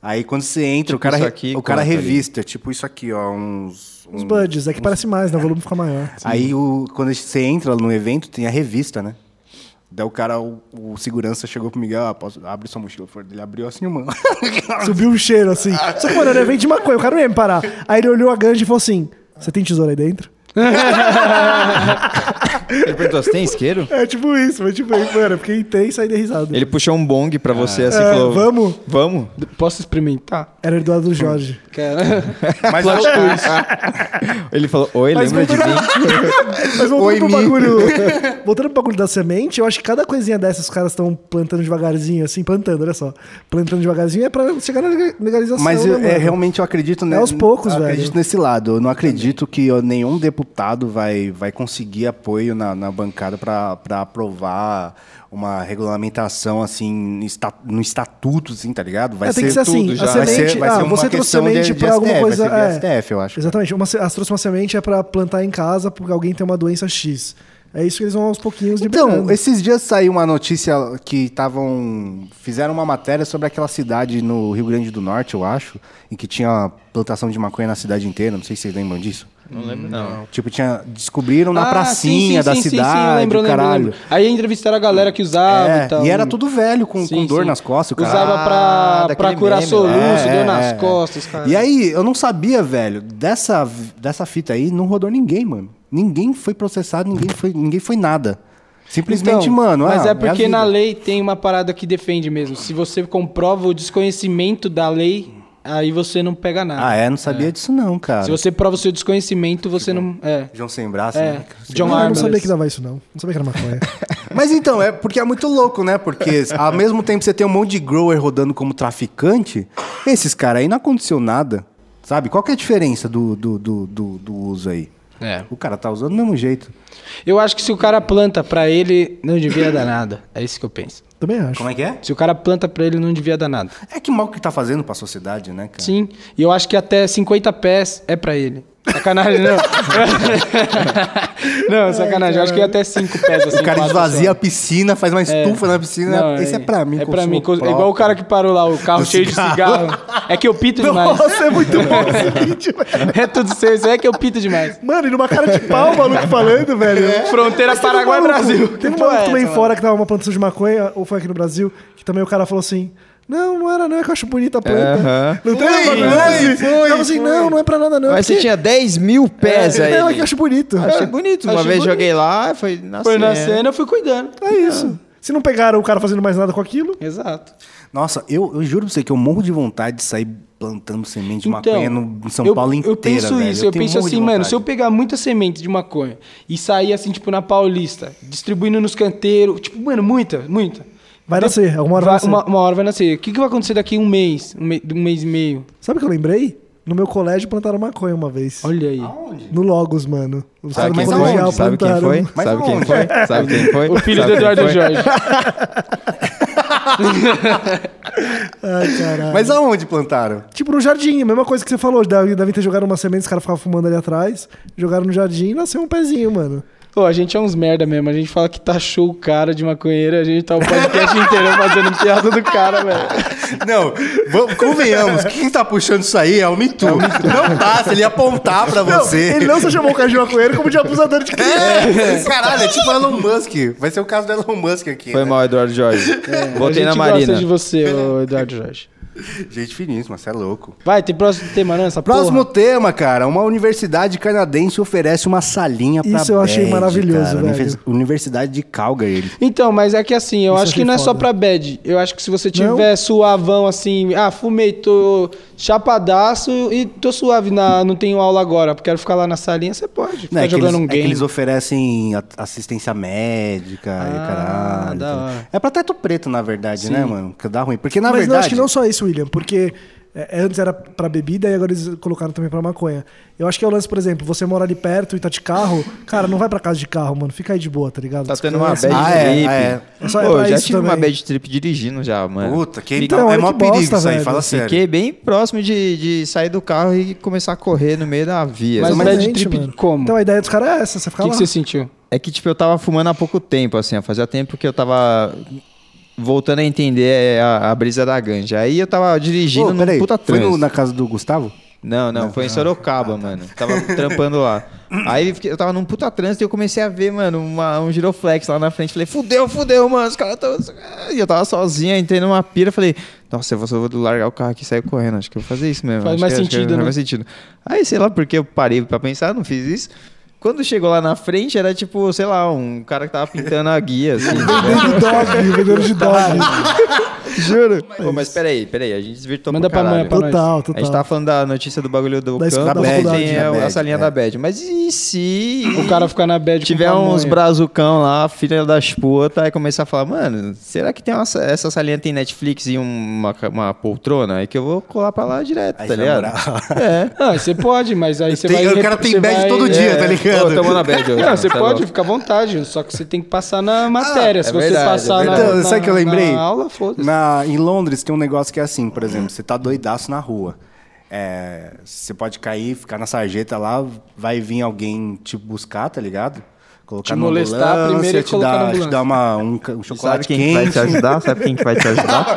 [SPEAKER 1] Aí quando você entra, o cara,
[SPEAKER 2] isso
[SPEAKER 1] re-
[SPEAKER 2] aqui,
[SPEAKER 1] o cara
[SPEAKER 2] quanto ali?
[SPEAKER 1] revista, tipo isso aqui, ó, uns...
[SPEAKER 3] Os
[SPEAKER 1] uns-
[SPEAKER 3] buds, é que parece mais, né? O volume fica maior.
[SPEAKER 1] Aí o, quando você entra no evento, tem a revista, né? Daí o cara, o, o segurança chegou pro Miguel, ah, posso, abre sua mochila. Ele abriu assim, mano.
[SPEAKER 3] Subiu um cheiro assim. Só que, mano, era evento de maconha, o cara não ia me parar. Aí ele olhou a ganja e falou assim: Você tem tesoura aí dentro?
[SPEAKER 2] Ele perguntou, você tem isqueiro?
[SPEAKER 3] É tipo isso, mas tipo, aí, mano, eu fiquei intenso e dei risada.
[SPEAKER 2] Ele puxou um bong pra você, assim,
[SPEAKER 3] É,
[SPEAKER 2] falou...
[SPEAKER 3] vamos?
[SPEAKER 2] Vamos?
[SPEAKER 4] Posso experimentar?
[SPEAKER 3] Era o Eduardo Jorge.
[SPEAKER 4] Cara,
[SPEAKER 1] Mas Ah,
[SPEAKER 2] Ele falou, oi,
[SPEAKER 3] Mas
[SPEAKER 2] lembra de mim?
[SPEAKER 3] Mas voltando
[SPEAKER 1] Oi,
[SPEAKER 3] pro
[SPEAKER 1] Mi.
[SPEAKER 3] bagulho. voltando pro bagulho da semente, eu acho que cada coisinha dessas os caras estão plantando devagarzinho, assim, plantando, olha só. Plantando devagarzinho é pra chegar na lega- legalização.
[SPEAKER 1] Mas
[SPEAKER 3] né,
[SPEAKER 1] eu- é,
[SPEAKER 3] mano?
[SPEAKER 1] realmente eu acredito né,
[SPEAKER 3] aos poucos,
[SPEAKER 1] eu
[SPEAKER 3] velho.
[SPEAKER 1] acredito nesse lado. Eu não acredito que ó, nenhum deputado vai, vai conseguir apoio na, na bancada para aprovar uma regulamentação assim esta- no estatuto, assim, tá ligado? Vai
[SPEAKER 3] É, tem que ser assim,
[SPEAKER 2] tudo
[SPEAKER 3] a
[SPEAKER 2] já.
[SPEAKER 1] vai
[SPEAKER 3] semente,
[SPEAKER 1] ser, vai
[SPEAKER 3] ah,
[SPEAKER 1] ser uma
[SPEAKER 3] você trouxe
[SPEAKER 1] questão de-
[SPEAKER 3] semente
[SPEAKER 1] de
[SPEAKER 3] pra alguma
[SPEAKER 1] STF, vai
[SPEAKER 3] coisa.
[SPEAKER 1] ser de
[SPEAKER 3] é.
[SPEAKER 1] STF, eu acho.
[SPEAKER 3] Exatamente. Uma, se- elas trouxeram uma semente é pra plantar em casa porque alguém tem uma doença X. É isso que eles vão aos pouquinhos
[SPEAKER 1] Então,
[SPEAKER 3] liberando.
[SPEAKER 1] esses dias saiu uma notícia que estavam. Fizeram uma matéria sobre aquela cidade no Rio Grande do Norte, eu acho, em que tinha plantação de maconha na cidade inteira. Não sei se vocês lembram disso.
[SPEAKER 2] Não lembro, não.
[SPEAKER 1] Tipo, tinha, descobriram na
[SPEAKER 4] Ah,
[SPEAKER 1] pracinha
[SPEAKER 4] sim, sim,
[SPEAKER 1] da
[SPEAKER 4] sim, sim, sim,
[SPEAKER 1] cidade,
[SPEAKER 4] lembro, lembro,
[SPEAKER 1] caralho.
[SPEAKER 4] lembro. Aí entrevistaram a galera que usava
[SPEAKER 1] É,
[SPEAKER 4] e tal.
[SPEAKER 1] e era tudo velho, com,
[SPEAKER 4] Ah, então,
[SPEAKER 1] com
[SPEAKER 4] Sim,
[SPEAKER 1] dor
[SPEAKER 4] sim.
[SPEAKER 1] nas costas, o cara.
[SPEAKER 4] Usava
[SPEAKER 2] Ah,
[SPEAKER 4] pra,
[SPEAKER 2] daquele
[SPEAKER 4] pra curar
[SPEAKER 2] meme,
[SPEAKER 4] soluço,
[SPEAKER 1] É,
[SPEAKER 4] dor
[SPEAKER 1] é,
[SPEAKER 4] nas
[SPEAKER 1] é.
[SPEAKER 4] costas, cara.
[SPEAKER 1] E aí, eu não sabia, velho, dessa, dessa fita aí não rodou ninguém, mano. Ninguém foi processado, ninguém foi, ninguém foi nada. Simplesmente,
[SPEAKER 4] Então,
[SPEAKER 1] mano.
[SPEAKER 4] Mas
[SPEAKER 1] ah,
[SPEAKER 4] é porque
[SPEAKER 1] a
[SPEAKER 4] na
[SPEAKER 1] vida.
[SPEAKER 4] lei tem uma parada que defende mesmo. Se você comprova o desconhecimento da lei, aí você não pega nada.
[SPEAKER 1] Ah, é? Não sabia disso, não, cara.
[SPEAKER 4] Se você prova o seu desconhecimento, você não. É.
[SPEAKER 1] João sem braço,
[SPEAKER 4] É.
[SPEAKER 1] né?
[SPEAKER 4] John
[SPEAKER 3] Ah, eu não
[SPEAKER 4] Armstrong.
[SPEAKER 3] sabia que dava isso, não. Não sabia que era maconha.
[SPEAKER 1] Mas então, é porque é muito louco, né? Porque ao mesmo tempo que você tem um monte de grower rodando como traficante, esses caras aí não aconteceu nada. Sabe? Qual que é a diferença do, do, do, do, do uso aí?
[SPEAKER 4] É.
[SPEAKER 1] O cara tá usando do mesmo jeito.
[SPEAKER 4] Eu acho que se o cara planta pra ele, não devia dar nada. É isso que eu penso.
[SPEAKER 3] Também acho.
[SPEAKER 1] é que é?
[SPEAKER 4] Se o cara planta pra ele, não devia dar nada.
[SPEAKER 1] É que mal que tá fazendo pra sociedade, né, cara?
[SPEAKER 4] Sim. E eu acho que até 50 pés é pra ele. Sacanagem, não. não, sacanagem. Eu acho que até 5 pés assim.
[SPEAKER 1] O cara
[SPEAKER 4] quatro
[SPEAKER 1] esvazia
[SPEAKER 4] só.
[SPEAKER 1] a piscina, faz uma estufa na piscina.
[SPEAKER 4] É. Não,
[SPEAKER 1] Esse é pra mim,
[SPEAKER 4] É pra
[SPEAKER 1] consumo
[SPEAKER 4] mim. co- É
[SPEAKER 1] próprio.
[SPEAKER 4] igual o cara que parou lá, o carro
[SPEAKER 1] Do
[SPEAKER 4] cheio
[SPEAKER 1] cigarro.
[SPEAKER 4] de cigarro. É que eu pito demais.
[SPEAKER 3] Nossa, é muito bom esse vídeo, velho.
[SPEAKER 4] É tudo seu, isso aí é que eu pito demais.
[SPEAKER 3] Mano, e numa cara de pau, o maluco falando, velho.
[SPEAKER 1] É.
[SPEAKER 4] Fronteira
[SPEAKER 3] Mas teve um
[SPEAKER 4] Paraguai
[SPEAKER 3] maluco-
[SPEAKER 4] Brasil.
[SPEAKER 3] Teve um
[SPEAKER 4] Que porra
[SPEAKER 3] maluco
[SPEAKER 4] é
[SPEAKER 3] também
[SPEAKER 4] essa,
[SPEAKER 3] fora que tava uma plantação de maconha, ou foi aqui no Brasil, que também o cara falou assim: Não, não era, não, é que eu acho bonita a planta.
[SPEAKER 2] Aham.
[SPEAKER 3] Não tem uma bagulho Tava assim, não, não é pra nada, não. é
[SPEAKER 2] Mas você
[SPEAKER 3] porque-
[SPEAKER 2] tinha 10 mil pés aí.
[SPEAKER 3] Não, é que eu acho bonito.
[SPEAKER 2] Achei bonito. Uma
[SPEAKER 4] Achei
[SPEAKER 2] vez
[SPEAKER 4] bonito.
[SPEAKER 2] joguei lá, foi na
[SPEAKER 4] Foi na
[SPEAKER 2] cena.
[SPEAKER 4] cena, eu fui cuidando.
[SPEAKER 1] Tá
[SPEAKER 3] É isso. Se não pegaram o cara fazendo mais nada com aquilo,
[SPEAKER 4] Exato.
[SPEAKER 1] Nossa, eu, eu juro pra você que eu morro de vontade de sair plantando semente de maconha no em São
[SPEAKER 4] Então, eu-
[SPEAKER 1] Paulo inteira,
[SPEAKER 4] Eu penso
[SPEAKER 1] velho.
[SPEAKER 4] isso, eu,
[SPEAKER 1] tenho
[SPEAKER 4] penso
[SPEAKER 1] morro de
[SPEAKER 4] assim, mano,
[SPEAKER 1] vontade.
[SPEAKER 4] se eu pegar muita semente de maconha e sair assim, tipo, na Paulista, distribuindo nos canteiros, tipo, mano, muita, muita.
[SPEAKER 3] vai nascer. Alguma hora vai
[SPEAKER 4] Vai- uma,
[SPEAKER 3] nascer.
[SPEAKER 4] uma hora vai nascer. O que, que vai acontecer daqui um mês, um, me- um mês e meio?
[SPEAKER 3] Sabe o que eu lembrei? No meu colégio plantaram maconha uma vez.
[SPEAKER 4] Olha aí.
[SPEAKER 3] No Logos, mano. Os caras
[SPEAKER 2] Sabe quem
[SPEAKER 3] do
[SPEAKER 2] foi?
[SPEAKER 3] colegial
[SPEAKER 2] Sabe quem foi?
[SPEAKER 3] plantaram.
[SPEAKER 2] Sabe quem
[SPEAKER 1] aonde?
[SPEAKER 2] foi? Sabe quem foi?
[SPEAKER 4] O filho do
[SPEAKER 2] Sabe quem
[SPEAKER 4] Eduardo
[SPEAKER 2] foi?
[SPEAKER 4] Jorge.
[SPEAKER 3] Ai, caralho.
[SPEAKER 1] Mas aonde plantaram?
[SPEAKER 3] Tipo, no jardim, a mesma coisa que você falou. Deve- Devem ter jogado uma semente, os caras ficavam fumando ali atrás. Jogaram no jardim e nasceu um pezinho, mano.
[SPEAKER 4] Pô, a gente é uns merda mesmo. A gente fala que taxou o cara de maconheiro, a gente tá o podcast inteiro fazendo piada do cara, velho.
[SPEAKER 1] Não, vamos- convenhamos, quem tá puxando isso aí é o Mitu. Não tá, se ele apontar pra você.
[SPEAKER 3] Ele não só chamou o cara de maconheiro como de abusador de criança.
[SPEAKER 1] É, caralho, é tipo Elon Musk. Vai ser o caso do Elon Musk aqui.
[SPEAKER 2] Foi
[SPEAKER 1] né?
[SPEAKER 2] mal, Eduardo Jorge. Botei
[SPEAKER 4] a
[SPEAKER 2] na
[SPEAKER 4] gente
[SPEAKER 2] Marina.
[SPEAKER 4] gosta de você, ô Eduardo Jorge.
[SPEAKER 1] Gente finíssima, você é louco.
[SPEAKER 4] Vai, tem próximo tema, não? Essa
[SPEAKER 1] Próximo
[SPEAKER 4] porra?
[SPEAKER 1] tema, cara. Uma universidade canadense oferece uma salinha pra
[SPEAKER 3] Isso eu achei
[SPEAKER 1] bad,
[SPEAKER 3] maravilhoso,
[SPEAKER 1] cara.
[SPEAKER 3] velho.
[SPEAKER 1] Univers- Universidade de Calgary.
[SPEAKER 4] Então, mas é que assim, eu
[SPEAKER 3] Isso
[SPEAKER 4] acho
[SPEAKER 3] achei
[SPEAKER 4] que não é só
[SPEAKER 3] foda.
[SPEAKER 4] pra bad. Eu acho que se você
[SPEAKER 3] Não?
[SPEAKER 4] tiver suavão assim, ah, fumei, tô chapadaço e tô suave, na, não tenho aula agora, quero ficar lá na salinha, você pode.
[SPEAKER 1] Não,
[SPEAKER 4] Ficar
[SPEAKER 1] é, que
[SPEAKER 4] jogando
[SPEAKER 1] eles,
[SPEAKER 4] um
[SPEAKER 1] é que
[SPEAKER 4] game.
[SPEAKER 1] eles oferecem a- assistência médica e
[SPEAKER 4] Ah,
[SPEAKER 1] caralho.
[SPEAKER 4] da hora.
[SPEAKER 1] É pra teto preto, na verdade, né, mano? Que dá ruim. Porque, na
[SPEAKER 3] Mas
[SPEAKER 1] verdade...
[SPEAKER 3] não, acho que não só isso, William, porque é, antes era pra bebida e agora eles colocaram também pra maconha. Eu acho que é o lance, por exemplo, você mora ali perto e tá de carro, cara, não vai pra casa de carro, mano. Fica aí de boa, tá ligado?
[SPEAKER 2] Tá
[SPEAKER 3] Você
[SPEAKER 2] tendo uma
[SPEAKER 3] conhece,
[SPEAKER 2] bad
[SPEAKER 1] Ah, é,
[SPEAKER 2] trip.
[SPEAKER 1] é.
[SPEAKER 3] É só- é
[SPEAKER 2] Pô,
[SPEAKER 3] pra
[SPEAKER 2] eu já
[SPEAKER 3] isso
[SPEAKER 2] tive uma
[SPEAKER 3] também.
[SPEAKER 2] bad trip dirigindo já, mano.
[SPEAKER 1] Puta, que
[SPEAKER 2] Fiquei-
[SPEAKER 1] então,
[SPEAKER 3] olha
[SPEAKER 1] é mó
[SPEAKER 3] que
[SPEAKER 1] perigo
[SPEAKER 3] bosta,
[SPEAKER 1] isso aí,
[SPEAKER 3] velho.
[SPEAKER 1] fala sério.
[SPEAKER 2] Fiquei bem próximo de, de sair do carro e começar a correr no meio da via.
[SPEAKER 4] Mas
[SPEAKER 2] assim.
[SPEAKER 4] bad
[SPEAKER 3] é gente,
[SPEAKER 4] trip como?
[SPEAKER 3] Então a ideia dos caras é essa, você
[SPEAKER 4] O
[SPEAKER 3] fica
[SPEAKER 4] que,
[SPEAKER 3] lá.
[SPEAKER 4] que você sentiu?
[SPEAKER 2] É que, tipo, eu tava fumando há pouco tempo, assim, ó, fazia tempo que eu tava voltando a entender é, a, a brisa da ganja. Aí eu tava dirigindo
[SPEAKER 1] Ô,
[SPEAKER 2] num
[SPEAKER 1] peraí,
[SPEAKER 2] puta
[SPEAKER 1] foi
[SPEAKER 2] trânsito.
[SPEAKER 1] no- na casa do Gustavo?
[SPEAKER 2] Não, não, foi em Sorocaba,
[SPEAKER 4] Ah, tá.
[SPEAKER 2] mano. Tava trampando lá. Aí eu fiquei- eu tava num puta trânsito e eu comecei a ver, mano, uma- um giroflex lá na frente. Falei, fudeu, fudeu, mano, os caras tão. E eu tava sozinho, entrei numa pira, falei, nossa, eu vou, eu vou largar o carro aqui e sair correndo. Acho que eu vou fazer isso mesmo.
[SPEAKER 4] Faz
[SPEAKER 2] Acho
[SPEAKER 4] mais
[SPEAKER 2] que- acho que
[SPEAKER 4] sentido,
[SPEAKER 2] Faz
[SPEAKER 4] né?
[SPEAKER 2] mais sentido. Aí, sei lá porque eu parei pra pensar, não fiz isso. Quando chegou lá na frente, era tipo, sei lá, um cara que tava pintando a guia, assim.
[SPEAKER 3] Vendendo dog, vendedor de dog.
[SPEAKER 2] Juro. Pô, mas peraí, peraí, a gente desvirtuou
[SPEAKER 4] Manda
[SPEAKER 2] pra
[SPEAKER 4] pra
[SPEAKER 2] caralho.
[SPEAKER 4] mãe, pra
[SPEAKER 3] Total,
[SPEAKER 2] A gente
[SPEAKER 3] total.
[SPEAKER 2] tava falando da notícia do bagulho do
[SPEAKER 3] Da escola
[SPEAKER 2] campo, né?
[SPEAKER 1] da
[SPEAKER 2] e
[SPEAKER 1] faculdade,
[SPEAKER 2] tem
[SPEAKER 1] da
[SPEAKER 2] a-
[SPEAKER 1] bad,
[SPEAKER 2] essa linha
[SPEAKER 1] é.
[SPEAKER 2] da bad. Mas e se
[SPEAKER 4] O cara tipo, ficar na bad com
[SPEAKER 2] tiver uns
[SPEAKER 4] pamonha.
[SPEAKER 2] brazucão lá, filha das putas, e começar a falar, mano, será que tem uma, essa salinha tem Netflix e um, uma, uma poltrona? É que eu vou colar pra lá direto,
[SPEAKER 1] Aí
[SPEAKER 2] tá
[SPEAKER 1] já
[SPEAKER 2] ligado?
[SPEAKER 1] moral.
[SPEAKER 2] É.
[SPEAKER 4] Ah, você pode, mas aí você
[SPEAKER 1] Tem-
[SPEAKER 4] vai...
[SPEAKER 1] o cara tem
[SPEAKER 4] você
[SPEAKER 1] bad
[SPEAKER 4] vai-
[SPEAKER 1] todo dia,
[SPEAKER 4] é.
[SPEAKER 1] tá ligado?
[SPEAKER 2] Ô, tamo na bad hoje,
[SPEAKER 4] Não, você
[SPEAKER 2] tá
[SPEAKER 4] pode
[SPEAKER 2] louco.
[SPEAKER 4] ficar à vontade, só que você tem que passar na matéria. Se
[SPEAKER 2] é
[SPEAKER 4] você
[SPEAKER 2] verdade, é
[SPEAKER 4] passar na,
[SPEAKER 2] verdade.
[SPEAKER 1] Então,
[SPEAKER 4] na,
[SPEAKER 1] sabe o que eu lembrei?
[SPEAKER 4] na aula, foda-se.
[SPEAKER 1] Na- em Londres tem um negócio que é assim, por exemplo, você tá doidaço na rua. É, você pode cair, ficar na sarjeta lá, vai vir alguém te buscar, tá ligado? Colocar
[SPEAKER 4] Te
[SPEAKER 1] na
[SPEAKER 4] molestar
[SPEAKER 1] ambulância,
[SPEAKER 4] primeiro e
[SPEAKER 1] te
[SPEAKER 4] colocar na
[SPEAKER 1] dar, te
[SPEAKER 4] ambulância.
[SPEAKER 1] dar uma, um, ca- um
[SPEAKER 2] Sabe
[SPEAKER 1] chocolate
[SPEAKER 2] quem
[SPEAKER 1] quente.
[SPEAKER 2] vai te ajudar? Sabe quem que vai te ajudar?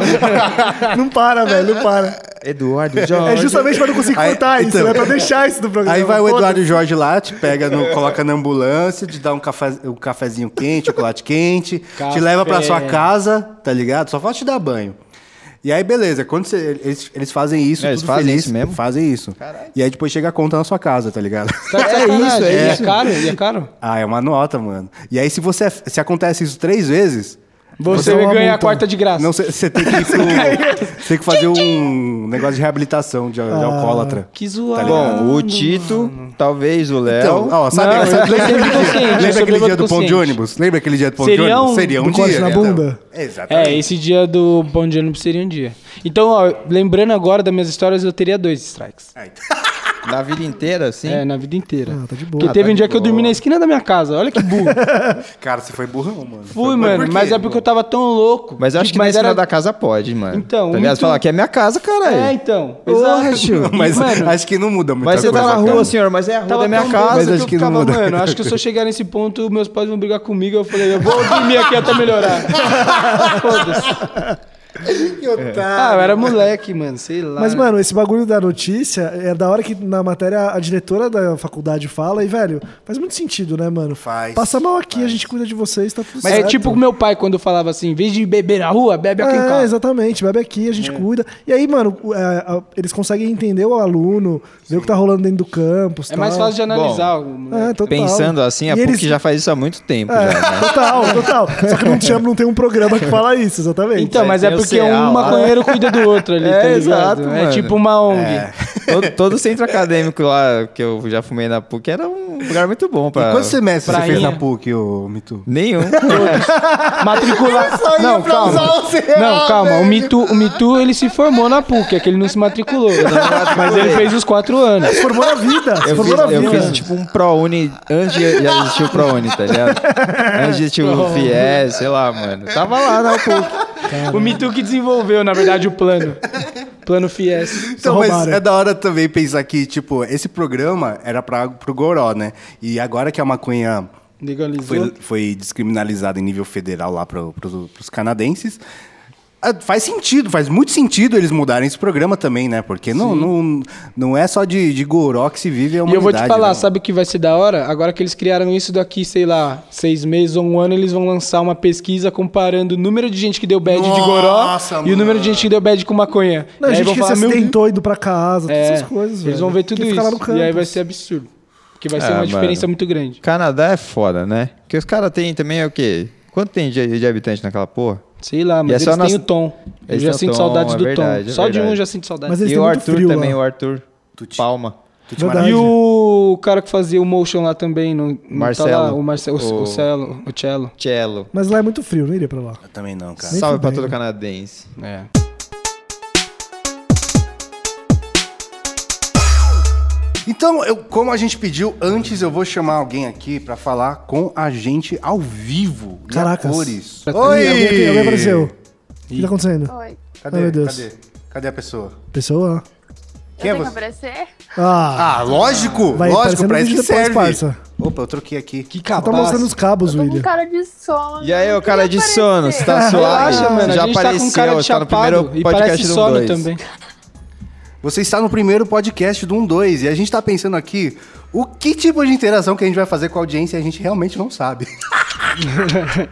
[SPEAKER 3] Não para, velho, não para.
[SPEAKER 2] Eduardo
[SPEAKER 3] É
[SPEAKER 2] Jorge.
[SPEAKER 3] justamente pra não conseguir
[SPEAKER 1] Aí-
[SPEAKER 3] cortar isso,
[SPEAKER 1] então.
[SPEAKER 3] né? Pra deixar isso do programa.
[SPEAKER 1] Aí vai o
[SPEAKER 3] Foda-se.
[SPEAKER 1] Eduardo Jorge lá, te pega, no- coloca na ambulância, te dá um, café, um cafezinho quente, chocolate quente, te
[SPEAKER 4] Café.
[SPEAKER 1] leva pra sua casa, tá ligado? Só falta te dar banho. E aí, beleza, quando você- eles, eles fazem isso,
[SPEAKER 2] É, eles
[SPEAKER 1] tudo
[SPEAKER 2] fazem
[SPEAKER 1] feliz,
[SPEAKER 2] isso mesmo?
[SPEAKER 1] Fazem isso. E aí depois chega a conta na sua casa, tá ligado?
[SPEAKER 4] Tá de sacanagem.
[SPEAKER 2] isso, é
[SPEAKER 4] E
[SPEAKER 2] isso.
[SPEAKER 4] é caro? E é caro?
[SPEAKER 1] Ah, é uma nota, mano. E aí, se você se acontece isso três vezes,
[SPEAKER 4] Você,
[SPEAKER 3] é uma
[SPEAKER 4] ganha a
[SPEAKER 3] multa.
[SPEAKER 4] quarta de graça.
[SPEAKER 1] não você tem que ir pro, você tem que fazer um negócio de reabilitação de, de alcoólatra.
[SPEAKER 4] Que
[SPEAKER 2] Tá
[SPEAKER 4] zoado.
[SPEAKER 2] Bom, o Tito, talvez o Léo.
[SPEAKER 1] Tá Então, ó, sabe,
[SPEAKER 4] Não,
[SPEAKER 1] sabe-
[SPEAKER 4] eu
[SPEAKER 1] lembra,
[SPEAKER 4] sempre
[SPEAKER 1] aquele dia,
[SPEAKER 4] consciente, eu
[SPEAKER 1] lembra
[SPEAKER 4] sempre
[SPEAKER 1] aquele dia do
[SPEAKER 4] consciente.
[SPEAKER 1] pão de ônibus? Lembra aquele dia do pão de
[SPEAKER 4] Seria
[SPEAKER 1] ônibus?
[SPEAKER 4] um-
[SPEAKER 1] Seria um,
[SPEAKER 3] um corte
[SPEAKER 1] dia.
[SPEAKER 3] na
[SPEAKER 1] então.
[SPEAKER 3] bunda?
[SPEAKER 1] Exatamente.
[SPEAKER 4] É, esse dia do pão de ônibus seria um dia. Então, ó, lembrando agora das minhas histórias, eu teria dois strikes.
[SPEAKER 1] Ah, então.
[SPEAKER 2] Na vida inteira, assim.
[SPEAKER 4] É, na vida inteira.
[SPEAKER 3] Ah, tá de boa.
[SPEAKER 4] Porque
[SPEAKER 3] Ah,
[SPEAKER 4] teve
[SPEAKER 2] tá
[SPEAKER 4] um
[SPEAKER 2] de
[SPEAKER 4] dia que eu
[SPEAKER 2] boa.
[SPEAKER 4] dormi na esquina da minha casa. Olha que burro.
[SPEAKER 1] Cara, você foi burrão, mano. Mas
[SPEAKER 4] Fui,
[SPEAKER 1] por
[SPEAKER 4] mano.
[SPEAKER 1] quê?
[SPEAKER 4] Mas é porque eu tava tão louco.
[SPEAKER 2] Mas eu acho que na
[SPEAKER 4] mas
[SPEAKER 2] esquina da casa pode, mano.
[SPEAKER 4] Então,
[SPEAKER 2] tá ligado?
[SPEAKER 4] muito-
[SPEAKER 2] Falar que é minha casa, caralho.
[SPEAKER 4] É, então.
[SPEAKER 2] Porra,
[SPEAKER 4] Exato.
[SPEAKER 2] tio.
[SPEAKER 4] E,
[SPEAKER 1] Mas
[SPEAKER 4] mano,
[SPEAKER 1] acho que não muda muito.
[SPEAKER 2] Mas você tá na rua,
[SPEAKER 1] assim,
[SPEAKER 2] senhor, mas é a rua
[SPEAKER 4] tava
[SPEAKER 2] da minha
[SPEAKER 4] tão
[SPEAKER 2] casa.
[SPEAKER 1] mas
[SPEAKER 4] doido
[SPEAKER 1] acho que não
[SPEAKER 4] ficava,
[SPEAKER 1] muda.
[SPEAKER 4] Mano, acho que se eu chegar nesse ponto, meus pais vão brigar comigo. Eu falei, eu vou dormir aqui até melhorar. Foda-se.
[SPEAKER 1] Que otário.
[SPEAKER 4] Ah, eu era moleque, mano. Sei lá.
[SPEAKER 3] Mas, mano, esse bagulho da notícia é da hora que na matéria a diretora da faculdade fala e, velho, faz muito sentido, né, mano?
[SPEAKER 1] Faz,
[SPEAKER 3] Passa mal aqui, a gente cuida de vocês, tá tudo
[SPEAKER 4] Mas é
[SPEAKER 3] certo.
[SPEAKER 4] tipo meu pai quando falava assim, em vez de beber na rua, bebe aqui em
[SPEAKER 3] É,
[SPEAKER 4] casa.
[SPEAKER 3] exatamente, bebe aqui, a
[SPEAKER 2] É.
[SPEAKER 3] gente cuida. E aí, mano, o- é, a- eles conseguem entender o aluno, ver o que tá rolando dentro do campus.
[SPEAKER 4] É mais
[SPEAKER 3] tal.
[SPEAKER 4] fácil de analisar. o moleque.
[SPEAKER 3] É, total.
[SPEAKER 2] Pensando assim, a
[SPEAKER 3] E
[SPEAKER 2] PUC
[SPEAKER 3] eles-
[SPEAKER 2] já faz isso há muito tempo.
[SPEAKER 4] É.
[SPEAKER 2] já, né?
[SPEAKER 3] Total, total. Só que não, tinha, não tem um programa que fala isso, exatamente.
[SPEAKER 4] Então,
[SPEAKER 2] Aí
[SPEAKER 4] mas é
[SPEAKER 2] tem o
[SPEAKER 4] porque
[SPEAKER 2] CA lá.
[SPEAKER 4] um maconheiro cuida do outro ali,
[SPEAKER 2] É,
[SPEAKER 4] tá ligado?
[SPEAKER 2] exato,
[SPEAKER 4] é
[SPEAKER 2] mano.
[SPEAKER 4] tipo uma ONG.
[SPEAKER 2] todo, todo centro acadêmico lá que eu já fumei na PUC era um lugar muito bom pra.
[SPEAKER 1] Quantos semestres você
[SPEAKER 4] Prainha.
[SPEAKER 1] fez na PUC, ô Mitu?
[SPEAKER 2] Nenhum.
[SPEAKER 4] Matricular. Não, calma. Não, calma. O Mitu, o Mitu, ele se formou na PUC, é que ele não se matriculou. né? Mas ele fez os quatro anos.
[SPEAKER 3] Se formou na vida. se
[SPEAKER 2] Eu
[SPEAKER 3] formou
[SPEAKER 2] fiz,
[SPEAKER 3] na
[SPEAKER 2] eu
[SPEAKER 3] vida.
[SPEAKER 2] fiz, tipo um ProUni antes de de existir o ProUni, tá ligado? Antes de existir o FIES, sei lá, mano. Tava lá na PUC.
[SPEAKER 4] O Mitu que desenvolveu, na verdade, o plano. Plano Fies.
[SPEAKER 1] Então, mas
[SPEAKER 3] roubaram.
[SPEAKER 1] é da hora também pensar que, tipo, esse programa era pra, pro Goró, né? E agora que a maconha
[SPEAKER 4] Legalizou.
[SPEAKER 1] foi, foi descriminalizada em nível federal lá para os canadenses. Ah, Faz sentido, faz muito sentido eles mudarem esse programa também, né? Porque não, não, não é só de, de goró que se vive a
[SPEAKER 4] E eu vou
[SPEAKER 1] humanidade,
[SPEAKER 4] te falar,
[SPEAKER 1] né?
[SPEAKER 4] sabe o que vai ser da hora? Agora que eles criaram isso daqui, sei lá, seis meses ou um ano, eles vão lançar uma pesquisa comparando o número de gente que deu bad de goró
[SPEAKER 1] Nossa,
[SPEAKER 4] e
[SPEAKER 1] mano.
[SPEAKER 4] o número de gente que deu bad com maconha.
[SPEAKER 3] Não,
[SPEAKER 4] E aí
[SPEAKER 3] gente
[SPEAKER 4] vão
[SPEAKER 3] que
[SPEAKER 4] né, falar,
[SPEAKER 3] se
[SPEAKER 4] "Meu
[SPEAKER 3] tentou indo pra casa, todas
[SPEAKER 4] É,
[SPEAKER 3] essas coisas.
[SPEAKER 4] Eles
[SPEAKER 3] velho.
[SPEAKER 4] vão ver tudo
[SPEAKER 3] Quem fica lá no
[SPEAKER 4] isso. E aí
[SPEAKER 3] campus.
[SPEAKER 4] vai ser absurdo. Porque vai ser
[SPEAKER 2] Ah,
[SPEAKER 4] uma
[SPEAKER 2] mano.
[SPEAKER 4] diferença muito grande.
[SPEAKER 2] Canadá é foda, né? Porque os caras têm também é o quê? Quanto tem de, de habitante naquela porra?
[SPEAKER 4] Sei lá, mas
[SPEAKER 2] E é só
[SPEAKER 4] eles têm
[SPEAKER 2] nas-
[SPEAKER 4] o tom. Eu
[SPEAKER 2] Eles
[SPEAKER 4] já
[SPEAKER 2] têm o
[SPEAKER 4] sinto
[SPEAKER 2] tom,
[SPEAKER 4] saudades
[SPEAKER 2] é
[SPEAKER 4] do
[SPEAKER 2] verdade,
[SPEAKER 4] tom.
[SPEAKER 2] é
[SPEAKER 4] Só de um
[SPEAKER 2] verdade.
[SPEAKER 4] já sinto saudades.
[SPEAKER 3] Mas eles
[SPEAKER 2] e
[SPEAKER 3] têm
[SPEAKER 2] o
[SPEAKER 3] muito
[SPEAKER 2] Arthur
[SPEAKER 3] frio
[SPEAKER 2] também,
[SPEAKER 3] lá.
[SPEAKER 2] o Arthur
[SPEAKER 1] Tuti.
[SPEAKER 2] Palma.
[SPEAKER 1] Tuti
[SPEAKER 3] Verdade.
[SPEAKER 4] E
[SPEAKER 1] Maravilha.
[SPEAKER 4] o cara que fazia o motion lá também, não, não tá
[SPEAKER 2] Marcelo.
[SPEAKER 4] lá? o Marcelo, o,
[SPEAKER 2] O-
[SPEAKER 4] o Celo, o Cello.
[SPEAKER 2] Cello.
[SPEAKER 3] Mas lá é muito frio, não iria pra lá.
[SPEAKER 1] Eu também não, cara.
[SPEAKER 3] Nem
[SPEAKER 2] Salve pra
[SPEAKER 3] fudendo.
[SPEAKER 2] todo canadense.
[SPEAKER 4] É.
[SPEAKER 1] Então, eu, como a gente pediu, antes eu vou chamar alguém aqui pra falar com a gente ao vivo. e a
[SPEAKER 3] Caracas.
[SPEAKER 1] cores.
[SPEAKER 4] Ih,
[SPEAKER 1] Oi!
[SPEAKER 3] Alguém, tem- alguém apareceu. O que tá acontecendo?
[SPEAKER 7] Oi.
[SPEAKER 1] Cadê?
[SPEAKER 3] Ai, meu Deus.
[SPEAKER 1] Cadê? Cadê a pessoa?
[SPEAKER 3] Pessoa?
[SPEAKER 1] Quem é
[SPEAKER 7] eu tenho
[SPEAKER 1] você?
[SPEAKER 7] que aparecer?
[SPEAKER 3] Ah,
[SPEAKER 1] Ah, lógico!
[SPEAKER 3] vai
[SPEAKER 1] lógico,
[SPEAKER 3] aparecendo
[SPEAKER 1] pra isso
[SPEAKER 3] vídeo
[SPEAKER 1] que
[SPEAKER 3] depois,
[SPEAKER 1] serve.
[SPEAKER 3] parça.
[SPEAKER 1] Opa, eu troquei aqui.
[SPEAKER 4] Que
[SPEAKER 3] Você tá
[SPEAKER 4] cabaço.
[SPEAKER 3] mostrando os cabos,
[SPEAKER 7] Tô com
[SPEAKER 3] William.
[SPEAKER 7] cara de sono.
[SPEAKER 2] E aí,
[SPEAKER 7] eu
[SPEAKER 2] o cara de
[SPEAKER 7] queria
[SPEAKER 2] sono, você tá
[SPEAKER 7] aparecer.
[SPEAKER 2] suave?
[SPEAKER 4] Relaxa, mano.
[SPEAKER 2] Já
[SPEAKER 4] a gente tá com
[SPEAKER 2] apareceu,
[SPEAKER 4] cara de
[SPEAKER 2] tá no
[SPEAKER 4] chapado
[SPEAKER 2] primeiro
[SPEAKER 4] e
[SPEAKER 2] podcast
[SPEAKER 4] parece
[SPEAKER 2] do
[SPEAKER 4] sono
[SPEAKER 2] 2.
[SPEAKER 4] também.
[SPEAKER 1] Você está no primeiro podcast do 12 e a gente está pensando aqui o que tipo de interação que a gente vai fazer com a audiência a gente realmente não sabe.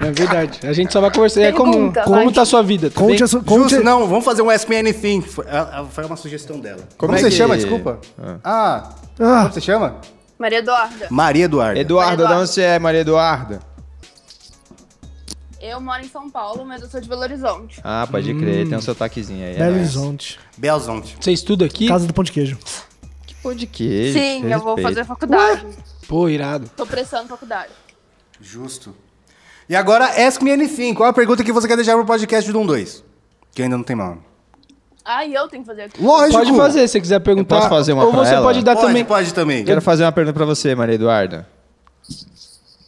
[SPEAKER 4] É verdade. A gente só vai conversar. É como,
[SPEAKER 7] Pergunta,
[SPEAKER 4] como
[SPEAKER 7] vai.
[SPEAKER 4] tá a sua vida? Tá
[SPEAKER 3] Conte
[SPEAKER 4] bem?
[SPEAKER 3] a sua. Conte...
[SPEAKER 1] Justo, não, vamos fazer um Ask Me Anything. Foi, ela- ela- foi uma sugestão dela. Como,
[SPEAKER 2] é
[SPEAKER 1] você
[SPEAKER 2] que-
[SPEAKER 1] chama, desculpa? Ah,
[SPEAKER 3] Ah,
[SPEAKER 1] como você chama?
[SPEAKER 7] Maria Eduarda.
[SPEAKER 1] Maria Eduarda.
[SPEAKER 2] Eduarda, de
[SPEAKER 7] Eduardo.
[SPEAKER 2] onde você é, Maria Eduarda?
[SPEAKER 7] Eu moro em São Paulo, mas eu sou de Belo Horizonte.
[SPEAKER 2] Ah, pode crer,
[SPEAKER 4] Hum.
[SPEAKER 2] tem um sotaquezinho aí. é
[SPEAKER 3] Belo
[SPEAKER 2] nóis.
[SPEAKER 3] Horizonte.
[SPEAKER 1] Belzonte.
[SPEAKER 4] Você estuda aqui?
[SPEAKER 3] Casa do Pão de Queijo.
[SPEAKER 2] Que pão de queijo.
[SPEAKER 7] Sim, eu vou
[SPEAKER 2] respeito.
[SPEAKER 7] fazer faculdade.
[SPEAKER 4] Pô, irado.
[SPEAKER 7] Tô prestando faculdade.
[SPEAKER 1] Justo. E agora, Ask Me Anything. Qual a pergunta que você quer deixar pro podcast do 1-2? Que ainda não tem nome.
[SPEAKER 7] Ah, e eu tenho que fazer aqui.
[SPEAKER 1] Lógico.
[SPEAKER 4] Pode fazer, se você quiser perguntar.
[SPEAKER 2] posso fazer uma
[SPEAKER 4] Ou
[SPEAKER 2] pra
[SPEAKER 4] você
[SPEAKER 2] ela?
[SPEAKER 4] pode dar
[SPEAKER 1] Pode,
[SPEAKER 4] também.
[SPEAKER 1] pode também.
[SPEAKER 2] Quero fazer uma pergunta pra você, Maria Eduarda.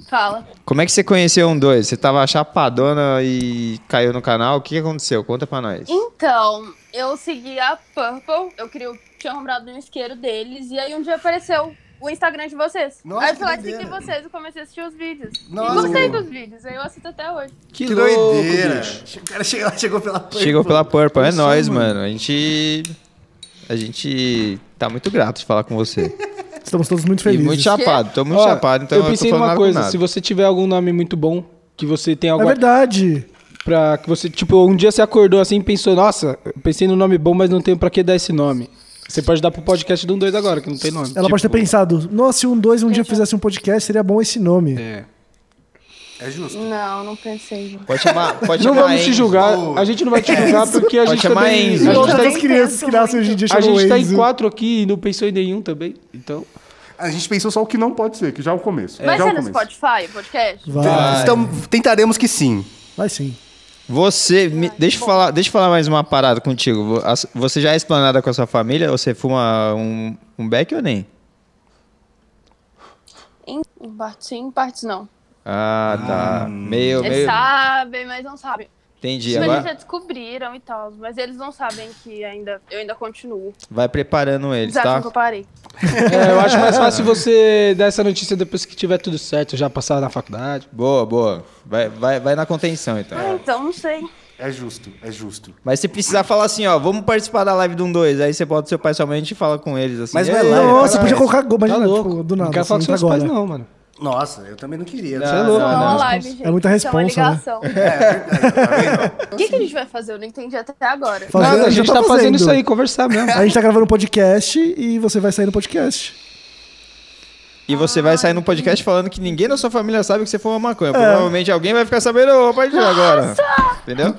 [SPEAKER 7] Fala.
[SPEAKER 2] Como é que você conheceu um dois? Você tava chapadona e caiu no canal? O que que aconteceu? Conta pra nós.
[SPEAKER 7] Então, eu segui a Purple, eu queria, tinha comprado um isqueiro deles, e aí um dia apareceu o Instagram de vocês.
[SPEAKER 1] Nossa,
[SPEAKER 7] aí eu "Ah, fui lá
[SPEAKER 1] que
[SPEAKER 7] e segui
[SPEAKER 1] doideira.
[SPEAKER 7] é vocês e comecei a assistir os vídeos.
[SPEAKER 1] Nossa.
[SPEAKER 7] E gostei dos vídeos, aí eu assisto até hoje.
[SPEAKER 1] Que,
[SPEAKER 4] louco,
[SPEAKER 1] doideira. O cara chegou, chegou pela Purple.
[SPEAKER 2] Chegou pela Purple, é
[SPEAKER 1] Isso,
[SPEAKER 2] nóis, mano. A gente. A gente tá muito grato de falar com você.
[SPEAKER 3] Estamos todos muito
[SPEAKER 2] e
[SPEAKER 3] felizes.
[SPEAKER 2] muito chapado, tô muito
[SPEAKER 4] Ó,
[SPEAKER 2] chapado, então eu,
[SPEAKER 4] eu
[SPEAKER 2] tô
[SPEAKER 4] pensei
[SPEAKER 2] falando
[SPEAKER 4] numa
[SPEAKER 2] nada
[SPEAKER 4] coisa.
[SPEAKER 2] com nada.
[SPEAKER 4] Se você tiver algum nome muito bom, que você tem
[SPEAKER 3] É
[SPEAKER 4] alguma
[SPEAKER 3] verdade.
[SPEAKER 4] pra que você, tipo, um dia você acordou assim e pensou, nossa, eu pensei no nome bom, mas não tenho pra que dar esse nome. Você pode dar pro podcast do um dois agora, que não tem nome. Tipo,
[SPEAKER 3] Ela pode ter pensado, nossa, se um dois um dia fizesse um podcast, seria bom esse nome.
[SPEAKER 4] É.
[SPEAKER 1] É justo.
[SPEAKER 7] Não, não pensei.
[SPEAKER 2] Pode chamar, pode
[SPEAKER 4] Não
[SPEAKER 2] chamar
[SPEAKER 4] vamos te
[SPEAKER 2] Enzo.
[SPEAKER 4] julgar, a gente não vai te julgar porque a
[SPEAKER 2] Pode
[SPEAKER 4] gente
[SPEAKER 2] chamar
[SPEAKER 4] também...
[SPEAKER 2] Enzo.
[SPEAKER 4] A gente, tá,
[SPEAKER 3] Todas as
[SPEAKER 7] nem
[SPEAKER 3] crianças
[SPEAKER 7] penso
[SPEAKER 3] que nascem hoje em dia
[SPEAKER 4] a
[SPEAKER 3] chamam
[SPEAKER 4] gente tá em
[SPEAKER 3] Enzo.
[SPEAKER 4] quatro aqui e não pensou em nenhum também, então...
[SPEAKER 1] A gente pensou só o que não pode ser, que já é o começo. já é
[SPEAKER 7] Vai ser
[SPEAKER 1] o
[SPEAKER 7] no
[SPEAKER 1] começo.
[SPEAKER 7] Spotify, o podcast?
[SPEAKER 4] Tá.
[SPEAKER 3] Vai,
[SPEAKER 1] Então, tentaremos que sim.
[SPEAKER 3] vai sim.
[SPEAKER 2] Você. me- deixa, eu falar, deixa eu falar mais uma parada contigo. Vo- as- Você já é explanada com a sua família? Você fuma um, um beck ou nem?
[SPEAKER 7] Em em partes sim, partes não.
[SPEAKER 2] Ah, tá. Meio,
[SPEAKER 7] Eles
[SPEAKER 2] meio.
[SPEAKER 7] sabem, mas não sabem.
[SPEAKER 2] Entendi.
[SPEAKER 7] é Mas eles já
[SPEAKER 2] Agora
[SPEAKER 7] descobriram e tal, mas eles não sabem que ainda, eu ainda continuo.
[SPEAKER 2] vai preparando eles,
[SPEAKER 7] Eles acham
[SPEAKER 2] tá?
[SPEAKER 7] que eu parei.
[SPEAKER 4] É, eu acho mais fácil você dar essa notícia depois que tiver tudo certo, já passar na faculdade.
[SPEAKER 2] Boa, boa. Vai, vai, vai na contenção, então.
[SPEAKER 7] Ah, então não sei.
[SPEAKER 1] É justo, é justo.
[SPEAKER 2] Mas se precisar falar assim, ó, vamos participar da live do 1 2. Aí você bota seu pai e sua mãe e fala com eles assim.
[SPEAKER 1] Mas não é
[SPEAKER 2] "Ei,
[SPEAKER 1] live,
[SPEAKER 2] caralho."
[SPEAKER 3] Nossa, podia colocar gol,
[SPEAKER 4] tá
[SPEAKER 3] imagina,
[SPEAKER 4] louco.
[SPEAKER 3] tipo, do nada.
[SPEAKER 4] não quero
[SPEAKER 3] assim,
[SPEAKER 4] falar com seus
[SPEAKER 3] agora.
[SPEAKER 4] pais não, mano.
[SPEAKER 1] Nossa, eu também não queria.
[SPEAKER 2] Não,
[SPEAKER 1] Você é
[SPEAKER 2] não,
[SPEAKER 1] louco.
[SPEAKER 7] Não,
[SPEAKER 2] não.
[SPEAKER 7] é uma live, gente.
[SPEAKER 3] muita
[SPEAKER 7] Isso é uma
[SPEAKER 3] responsa, né?
[SPEAKER 7] ligação. O que, que a gente vai fazer? Eu não entendi até agora.
[SPEAKER 3] Fazer,
[SPEAKER 4] Nada, a
[SPEAKER 3] já
[SPEAKER 4] gente tá fazendo. isso aí, conversar mesmo.
[SPEAKER 3] A gente tá gravando um podcast e você vai sair no podcast.
[SPEAKER 2] E você vai sair num podcast falando que ninguém na sua família sabe que você foi uma maconha. Provavelmente alguém vai ficar sabendo a partir de agora. Entendeu?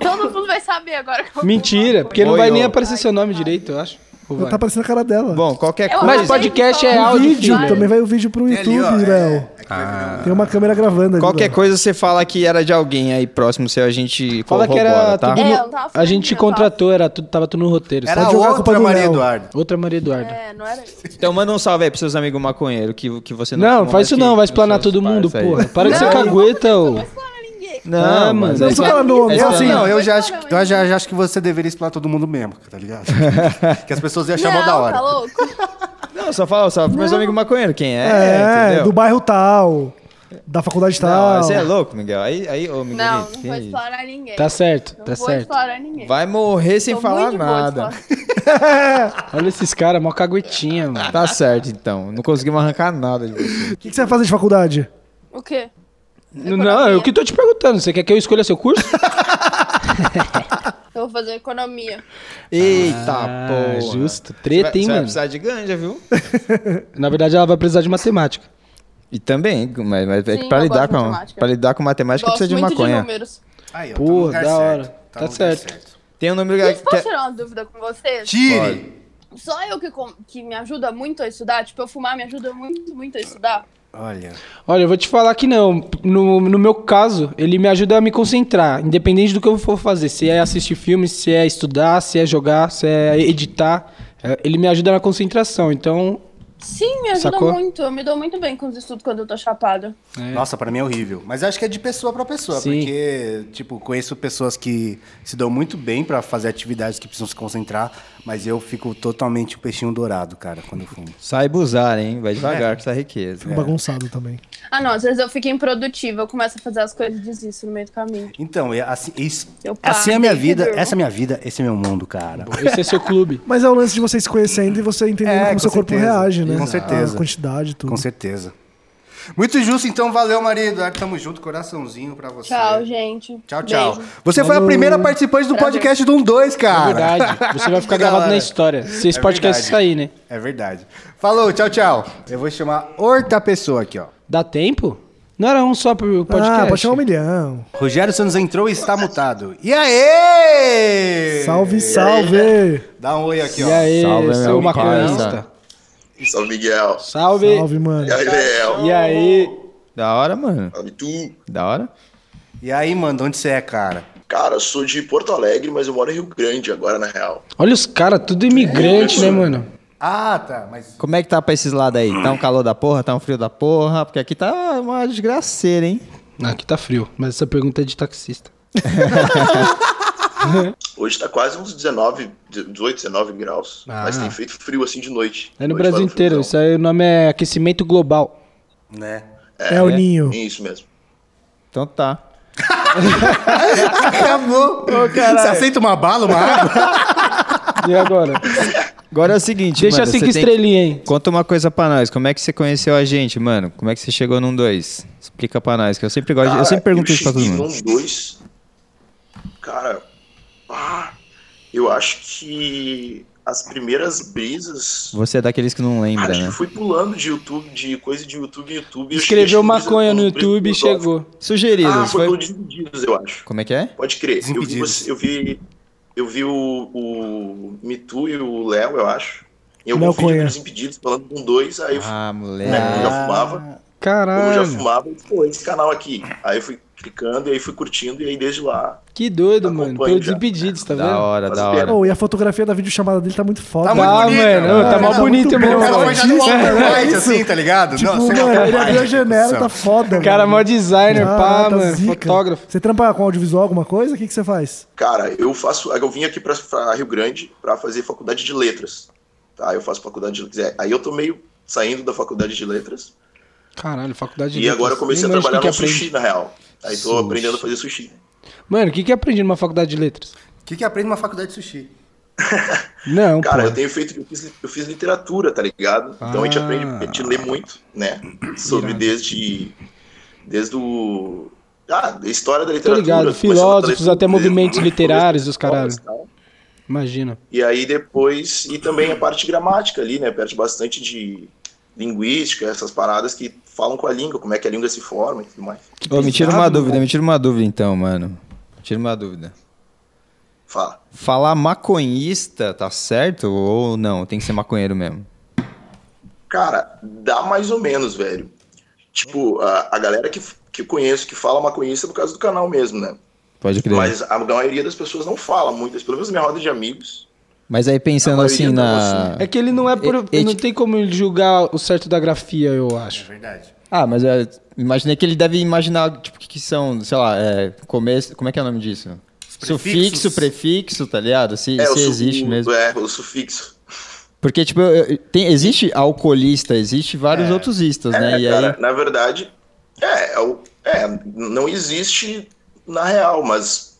[SPEAKER 7] Todo mundo vai saber agora. que eu vou
[SPEAKER 4] Mentira,
[SPEAKER 7] falar.
[SPEAKER 4] porque não
[SPEAKER 2] Oi,
[SPEAKER 4] vai
[SPEAKER 2] ô.
[SPEAKER 4] nem aparecer seu nome direito, eu acho. Ou
[SPEAKER 3] Já
[SPEAKER 4] vai?
[SPEAKER 3] tá aparecendo a cara dela.
[SPEAKER 2] Bom, qualquer
[SPEAKER 7] Eu
[SPEAKER 2] coisa.
[SPEAKER 7] achei
[SPEAKER 4] Mas podcast
[SPEAKER 7] que só-
[SPEAKER 4] é
[SPEAKER 3] o
[SPEAKER 4] áudio,
[SPEAKER 3] vídeo,
[SPEAKER 4] filho.
[SPEAKER 3] também vai o vídeo pro
[SPEAKER 1] Tem ali,
[SPEAKER 3] YouTube,
[SPEAKER 1] ó, é,
[SPEAKER 3] Léo.
[SPEAKER 1] é que vai virar
[SPEAKER 3] Tem uma câmera gravando ali. né?
[SPEAKER 2] Qualquer
[SPEAKER 3] Léo.
[SPEAKER 2] coisa você fala que era de alguém aí próximo seu, a gente
[SPEAKER 4] Fala que era
[SPEAKER 2] corrobora, tá?
[SPEAKER 4] tudo
[SPEAKER 7] É,
[SPEAKER 4] no-
[SPEAKER 7] eu tava
[SPEAKER 4] A gente
[SPEAKER 7] falando, eu
[SPEAKER 4] contratou, era tudo, tava tudo no roteiro.
[SPEAKER 1] um- Era
[SPEAKER 4] sabe?
[SPEAKER 3] Pode jogar a culpa
[SPEAKER 1] outra
[SPEAKER 3] do
[SPEAKER 1] Maria
[SPEAKER 3] Léo.
[SPEAKER 1] Eduarda.
[SPEAKER 4] Outra Maria Eduarda.
[SPEAKER 7] É, não era isso.
[SPEAKER 2] Então manda um salve aí pros seus amigos maconheiros que, que você não
[SPEAKER 4] Não,
[SPEAKER 2] fuma,
[SPEAKER 4] faz
[SPEAKER 2] mas
[SPEAKER 4] isso
[SPEAKER 2] que-
[SPEAKER 4] não, vai
[SPEAKER 2] que
[SPEAKER 4] explanar
[SPEAKER 2] seus
[SPEAKER 4] todo mundo,
[SPEAKER 2] parça aí.
[SPEAKER 4] porra. Para de ser
[SPEAKER 7] Não,
[SPEAKER 4] cagueta,
[SPEAKER 7] Não
[SPEAKER 4] ô.
[SPEAKER 7] vou explanar ninguém.
[SPEAKER 2] Não,
[SPEAKER 4] Ah, mano.
[SPEAKER 2] mas é
[SPEAKER 3] Não precisa falar
[SPEAKER 2] explanar-
[SPEAKER 3] nome,
[SPEAKER 2] é
[SPEAKER 3] é assim.
[SPEAKER 2] explanar-
[SPEAKER 1] Não, eu
[SPEAKER 7] Vai
[SPEAKER 1] já,
[SPEAKER 7] falar,
[SPEAKER 1] acho,
[SPEAKER 7] vai
[SPEAKER 1] eu já, já acho que você deveria explorar todo mundo mesmo, tá ligado? que as pessoas iam achar mó da
[SPEAKER 7] Não, tá
[SPEAKER 1] hora.
[SPEAKER 7] louco?
[SPEAKER 2] Não, só fala, só pros meus amigos maconheiros, quem é,
[SPEAKER 3] É,
[SPEAKER 2] entendeu?
[SPEAKER 3] do bairro tal, da faculdade tal.
[SPEAKER 2] Não, você é louco, Miguel. Aí, aí ô, Miguelito,
[SPEAKER 7] Não, não
[SPEAKER 2] que
[SPEAKER 7] vou
[SPEAKER 2] isso?
[SPEAKER 7] explorar ninguém.
[SPEAKER 4] Tá certo,
[SPEAKER 7] Não
[SPEAKER 4] tá
[SPEAKER 7] vou
[SPEAKER 4] certo.
[SPEAKER 7] explorar ninguém.
[SPEAKER 2] Vai morrer sem
[SPEAKER 7] Tô
[SPEAKER 2] falar
[SPEAKER 7] muito boa de
[SPEAKER 2] nada.
[SPEAKER 7] falar.
[SPEAKER 4] Olha esses caras, mó caguetinha, mano.
[SPEAKER 2] Tá certo, então. Não conseguimos arrancar nada de você.
[SPEAKER 3] O que, que você vai fazer de faculdade?
[SPEAKER 7] O quê?
[SPEAKER 4] Não, eu que tô te perguntando. Você quer que eu escolha seu curso?
[SPEAKER 7] Eu vou fazer economia.
[SPEAKER 2] Eita, porra.
[SPEAKER 4] justo.
[SPEAKER 2] Você vai-
[SPEAKER 4] Treta, hein,
[SPEAKER 2] você vai
[SPEAKER 4] mano.
[SPEAKER 2] precisar de ganja, viu?
[SPEAKER 4] Na verdade, ela vai precisar de matemática.
[SPEAKER 2] E também, mas, mas é que
[SPEAKER 7] Sim,
[SPEAKER 2] pra,
[SPEAKER 7] eu
[SPEAKER 2] lidar
[SPEAKER 7] gosto de
[SPEAKER 2] com,
[SPEAKER 7] matemática.
[SPEAKER 2] pra lidar com matemática
[SPEAKER 7] Gosto
[SPEAKER 2] precisa de
[SPEAKER 7] muito de
[SPEAKER 2] maconha.
[SPEAKER 7] números.
[SPEAKER 1] Aí, ó, tá no
[SPEAKER 4] Porra,
[SPEAKER 1] lugar
[SPEAKER 4] da
[SPEAKER 1] certo,
[SPEAKER 4] hora. Tá
[SPEAKER 1] no lugar
[SPEAKER 4] certo.
[SPEAKER 2] Tem um número
[SPEAKER 7] Gente,
[SPEAKER 2] que,
[SPEAKER 7] posso
[SPEAKER 2] que-
[SPEAKER 7] tirar uma dúvida com vocês?
[SPEAKER 1] Tire!
[SPEAKER 7] Só eu que, com- que me ajuda muito a estudar? Tipo, eu fumar me ajuda muito, muito a estudar?
[SPEAKER 1] Olha.
[SPEAKER 4] Olha, eu vou te falar que não. No, no meu caso, ele me ajuda a me concentrar, independente do que eu for fazer. Se é assistir filmes, se é estudar, se é jogar, se é editar. é, Ele me ajuda na concentração. Então,
[SPEAKER 7] Sim, me ajuda
[SPEAKER 4] Sacou?
[SPEAKER 7] muito. Eu me dou muito bem com os estudos quando eu tô chapada.
[SPEAKER 1] Nossa, pra mim é horrível. Mas acho que é de pessoa pra pessoa,
[SPEAKER 4] Sim.
[SPEAKER 1] porque, tipo, conheço pessoas que se dão muito bem pra fazer atividades que precisam se concentrar, mas eu fico totalmente o peixinho dourado, cara, quando eu fumo.
[SPEAKER 2] Saiba usar, hein? Vai devagar com essa riqueza.
[SPEAKER 3] Fico bagunçado também.
[SPEAKER 7] Ah, não, às vezes eu fico improdutiva, eu começo a fazer as coisas e desisto no meio do caminho.
[SPEAKER 1] Então, é assim, isso-
[SPEAKER 7] Eu paro,
[SPEAKER 1] assim é a minha
[SPEAKER 7] deito e
[SPEAKER 1] vida,
[SPEAKER 7] durmo.
[SPEAKER 1] essa é a minha vida, esse é meu mundo, cara.
[SPEAKER 4] esse é seu clube.
[SPEAKER 3] Mas é o lance de você se conhecendo e você entendendo
[SPEAKER 1] É,
[SPEAKER 3] como
[SPEAKER 1] com
[SPEAKER 3] seu corpo
[SPEAKER 1] certeza.
[SPEAKER 3] reage, né?
[SPEAKER 1] Com certeza.
[SPEAKER 3] A quantidade e tudo.
[SPEAKER 1] Com certeza. Muito justo, então. Valeu, Maria Eduardo. Tamo junto. Coraçãozinho pra você.
[SPEAKER 7] Tchau, gente.
[SPEAKER 1] Tchau, tchau.
[SPEAKER 7] Beijo.
[SPEAKER 5] Você foi a primeira participante do
[SPEAKER 7] Prazer.
[SPEAKER 5] podcast do 1-2, cara.
[SPEAKER 4] É Verdade. Você vai ficar
[SPEAKER 1] Que da
[SPEAKER 4] gravado
[SPEAKER 1] hora.
[SPEAKER 4] na história. Se esse
[SPEAKER 1] É
[SPEAKER 4] podcast
[SPEAKER 1] verdade.
[SPEAKER 4] sair, né?
[SPEAKER 1] É verdade. Falou, tchau, tchau. Eu vou chamar outra pessoa aqui, ó.
[SPEAKER 4] Dá tempo? Não era um só pro podcast?
[SPEAKER 3] Ah, pode chamar um milhão.
[SPEAKER 1] Rogério Santos entrou e está mutado. E aê!
[SPEAKER 3] Salve, salve!
[SPEAKER 1] Dá um oi aqui, ó.
[SPEAKER 4] E aí,
[SPEAKER 2] Salve,
[SPEAKER 4] seu
[SPEAKER 2] meu
[SPEAKER 4] maconhista.
[SPEAKER 8] Salve, Miguel.
[SPEAKER 4] Salve.
[SPEAKER 3] Salve, mano.
[SPEAKER 8] E aí, Léo.
[SPEAKER 4] E aí?
[SPEAKER 2] Da hora, mano.
[SPEAKER 8] Salve, tu.
[SPEAKER 2] Da hora.
[SPEAKER 1] E aí, mano, onde você é, cara?
[SPEAKER 8] Cara, eu sou de Porto Alegre, mas eu moro em Rio Grande agora, na real.
[SPEAKER 4] Olha os caras, tudo imigrante, né, mano?
[SPEAKER 1] Ah, tá, mas.
[SPEAKER 2] Como é que tá pra esses lados aí? Tá um calor da porra? Tá um frio da porra? Porque aqui tá uma desgraceira, hein?
[SPEAKER 4] Ah, Aqui tá frio, mas essa pergunta é de taxista.
[SPEAKER 8] Hoje tá quase uns 19, 18, 19 graus.
[SPEAKER 4] Ah.
[SPEAKER 8] Mas tem feito frio assim de noite.
[SPEAKER 4] É no
[SPEAKER 8] Hoje
[SPEAKER 4] Brasil
[SPEAKER 8] tava um
[SPEAKER 4] inteiro, isso
[SPEAKER 8] friozão.
[SPEAKER 4] aí o nome é aquecimento global.
[SPEAKER 1] Né?
[SPEAKER 3] É o Ninho.
[SPEAKER 8] É Isso mesmo.
[SPEAKER 2] Então tá.
[SPEAKER 1] Acabou! você aceita uma bala, uma
[SPEAKER 4] Tá
[SPEAKER 1] água?
[SPEAKER 4] E agora?
[SPEAKER 2] Agora é o seguinte,
[SPEAKER 4] Deixa
[SPEAKER 2] mano,
[SPEAKER 4] cinco
[SPEAKER 2] você tem que-
[SPEAKER 4] estrelinhas, hein?
[SPEAKER 2] Conta uma coisa pra nós, como é que você conheceu a gente, mano? Como é que você chegou num 2? Explica pra nós, que eu sempre gosto, de- eu sempre pergunto isso pra todo
[SPEAKER 8] cheguei
[SPEAKER 2] mundo.
[SPEAKER 8] num um, dois. Cara, ah, eu acho que as primeiras brisas.
[SPEAKER 2] Você é daqueles que não
[SPEAKER 8] Cara,
[SPEAKER 2] lembra,
[SPEAKER 8] acho que
[SPEAKER 2] né?
[SPEAKER 8] eu fui pulando de YouTube, de coisa de YouTube em YouTube. eu cheguei-
[SPEAKER 4] Escreveu maconha no YouTube e
[SPEAKER 8] Brisas dos
[SPEAKER 4] chegou.
[SPEAKER 2] Sugeridos,
[SPEAKER 8] Ah, foi
[SPEAKER 2] foi...
[SPEAKER 8] pelo Desimpedidos, eu acho.
[SPEAKER 2] Como é que é?
[SPEAKER 8] Pode crer. Eu vi,
[SPEAKER 1] Desimpedidos.
[SPEAKER 8] você- eu vi, eu vi o, o Mitu e o Léo, eu acho. Em algum
[SPEAKER 3] Léo
[SPEAKER 8] vídeo
[SPEAKER 3] Cunha.
[SPEAKER 8] dos impedidos, falando com dois, aí eu fui,
[SPEAKER 2] Ah,
[SPEAKER 8] né, como eu
[SPEAKER 2] moleque.
[SPEAKER 8] já fumava, como eu já
[SPEAKER 4] Caralho,
[SPEAKER 8] fumava, e pô, esse canal aqui. Aí eu fui clicando, e aí fui curtindo, e aí desde lá.
[SPEAKER 4] que doido,
[SPEAKER 8] Acompanho
[SPEAKER 4] mano. Pelo
[SPEAKER 8] já.
[SPEAKER 4] desimpedidos, tá
[SPEAKER 2] Da
[SPEAKER 4] vendo?
[SPEAKER 2] hora,
[SPEAKER 8] Mas
[SPEAKER 2] da
[SPEAKER 8] espera.
[SPEAKER 2] hora.
[SPEAKER 3] Oh, e a fotografia da videochamada dele tá muito foda.
[SPEAKER 1] Tá
[SPEAKER 4] Tá,
[SPEAKER 1] Muito bonito,
[SPEAKER 4] mano.
[SPEAKER 1] né?
[SPEAKER 4] Tá mal
[SPEAKER 3] Tá
[SPEAKER 4] bonito
[SPEAKER 3] muito bom,
[SPEAKER 4] mesmo.
[SPEAKER 1] O cara foi já no Walter White, assim, tá ligado?
[SPEAKER 3] Tipo,
[SPEAKER 1] sem
[SPEAKER 3] mano,
[SPEAKER 1] Walter
[SPEAKER 3] ele
[SPEAKER 1] White,
[SPEAKER 3] abriu a janela, tá
[SPEAKER 1] produção.
[SPEAKER 3] foda.
[SPEAKER 4] O cara é
[SPEAKER 3] mano.
[SPEAKER 4] mó designer, pá,
[SPEAKER 3] Caraca,
[SPEAKER 4] mano.
[SPEAKER 3] Ah, tá zica.
[SPEAKER 4] Fotógrafo.
[SPEAKER 3] Você trampa com audiovisual alguma coisa? O que, que você faz?
[SPEAKER 8] Cara, eu faço. Eu vim aqui pra, pra Rio Grande pra fazer faculdade de letras. Tá? Eu faço faculdade de letras. Aí eu tô meio saindo da faculdade de letras.
[SPEAKER 4] Caralho, faculdade de
[SPEAKER 8] e agora eu
[SPEAKER 4] letras.
[SPEAKER 8] comecei a
[SPEAKER 4] Nem manjo o
[SPEAKER 8] trabalhar
[SPEAKER 4] que
[SPEAKER 8] no
[SPEAKER 4] que aprende.
[SPEAKER 8] sushi, na real. Aí tô aprendendo a fazer sushi.
[SPEAKER 4] Mano, o que que aprendi numa faculdade de letras?
[SPEAKER 1] O que, que aprende numa faculdade de sushi?
[SPEAKER 4] Não,
[SPEAKER 8] Cara, eu
[SPEAKER 4] pô.
[SPEAKER 8] tenho feito, eu fiz, eu fiz literatura, tá ligado? Então a gente
[SPEAKER 4] Ah.
[SPEAKER 8] aprende, a gente lê muito, né? Sobre desde, desde o... Ah, a história da
[SPEAKER 4] Tô
[SPEAKER 8] literatura.
[SPEAKER 4] ligado,
[SPEAKER 8] começando
[SPEAKER 4] filósofos,
[SPEAKER 8] pela-
[SPEAKER 4] até movimentos
[SPEAKER 8] pela-
[SPEAKER 4] literários, os
[SPEAKER 8] pela-
[SPEAKER 4] caralho. Imagina.
[SPEAKER 8] E aí depois, e também a parte gramática ali, né? Perde bastante de linguística, essas paradas que falam com a língua, como é que a língua se forma e tudo mais.
[SPEAKER 2] Ô, me tira uma dúvida, me tira uma dúvida então, mano. Me tira uma dúvida.
[SPEAKER 8] Fala.
[SPEAKER 2] Falar maconhista tá certo ou não? Tem que ser maconheiro mesmo.
[SPEAKER 8] Cara, dá mais ou menos, velho. Tipo, a, a galera que, que eu conheço, que fala maconhista, é por causa do canal mesmo, né?
[SPEAKER 2] Pode crer. Mas,
[SPEAKER 8] Mas a maioria das pessoas não fala muito, pelo menos minha roda de amigos.
[SPEAKER 2] aí pensando
[SPEAKER 8] A
[SPEAKER 2] assim
[SPEAKER 8] maioria
[SPEAKER 2] na.
[SPEAKER 8] não,
[SPEAKER 4] É que ele não é por.
[SPEAKER 2] E- e-
[SPEAKER 4] Não tem como ele julgar o certo da grafia, eu acho.
[SPEAKER 1] É Verdade.
[SPEAKER 2] Ah, mas eu imaginei que ele deve imaginar, tipo, que, que são, sei lá, é, começo. Como é que é o nome disso?
[SPEAKER 1] prefixos.
[SPEAKER 2] Sufixo, prefixo, tá ligado? Se,
[SPEAKER 8] É,
[SPEAKER 2] se
[SPEAKER 8] o su-
[SPEAKER 2] existe
[SPEAKER 8] o-
[SPEAKER 2] mesmo.
[SPEAKER 8] É, o sufixo.
[SPEAKER 2] Porque, tipo, eu- eu- tem, existe alcoolista, existe vários outros istas, né?
[SPEAKER 8] É,
[SPEAKER 2] E
[SPEAKER 8] cara,
[SPEAKER 2] aí.
[SPEAKER 8] na verdade, é, é, o- é, não existe na real, mas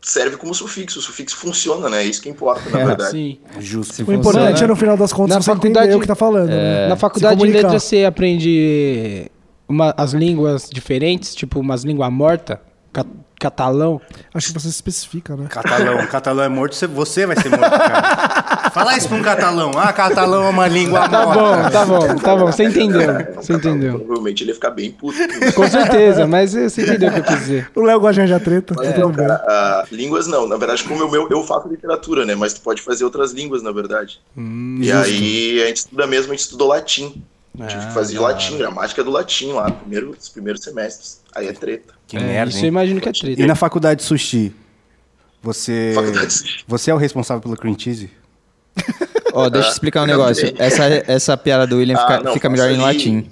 [SPEAKER 8] serve como sufixo. O sufixo funciona, né? É isso que importa, na verdade.
[SPEAKER 4] Sim.
[SPEAKER 1] Justo.
[SPEAKER 2] se
[SPEAKER 3] O importante é,
[SPEAKER 2] funciona-
[SPEAKER 3] no final das contas,
[SPEAKER 4] Na
[SPEAKER 3] você
[SPEAKER 4] faculdade-
[SPEAKER 3] entender o que tá falando. né?
[SPEAKER 4] Na
[SPEAKER 3] Se
[SPEAKER 4] faculdade de
[SPEAKER 3] comunicar.
[SPEAKER 4] letras você aprende uma- as línguas diferentes, tipo umas línguas mortas, ca- catalão.
[SPEAKER 3] Acho que você se especifica, né?
[SPEAKER 1] Catalão, catalão é morto, você- você vai ser morto, cara. Fala isso pra um catalão. Ah, catalão é uma língua
[SPEAKER 4] Tá
[SPEAKER 1] morta.
[SPEAKER 4] bom, tá bom, tá bom. Você entendeu, você entendeu.
[SPEAKER 8] É, Provavelmente ele ia ficar bem puto.
[SPEAKER 4] Com certeza, mas você entendeu o que eu quis dizer.
[SPEAKER 3] O Léo gosta de arranjar treta. tá tudo bem.
[SPEAKER 8] Ah, línguas não, na verdade, como o meu, eu faço literatura, né? Mas tu pode fazer outras línguas, na verdade. e aí a gente estuda mesmo, a gente estudou latim.
[SPEAKER 3] Ah,
[SPEAKER 8] Tive que fazer latim, gramática do latim lá, primeiro, os primeiros semestres. Aí é treta.
[SPEAKER 1] Que
[SPEAKER 4] É,
[SPEAKER 1] merda,
[SPEAKER 4] isso
[SPEAKER 1] hein?
[SPEAKER 4] eu imagino que é treta.
[SPEAKER 1] E na faculdade de sushi, você.
[SPEAKER 8] Faculdade.
[SPEAKER 1] Você é o responsável pelo cream cheese?
[SPEAKER 2] Ó, deixa eu explicar um
[SPEAKER 8] Eu
[SPEAKER 2] negócio.
[SPEAKER 8] também.
[SPEAKER 2] Essa, essa piada do William
[SPEAKER 8] Ah,
[SPEAKER 2] fica,
[SPEAKER 8] não,
[SPEAKER 2] fica
[SPEAKER 8] faça
[SPEAKER 2] melhor em
[SPEAKER 8] aí.
[SPEAKER 2] latim.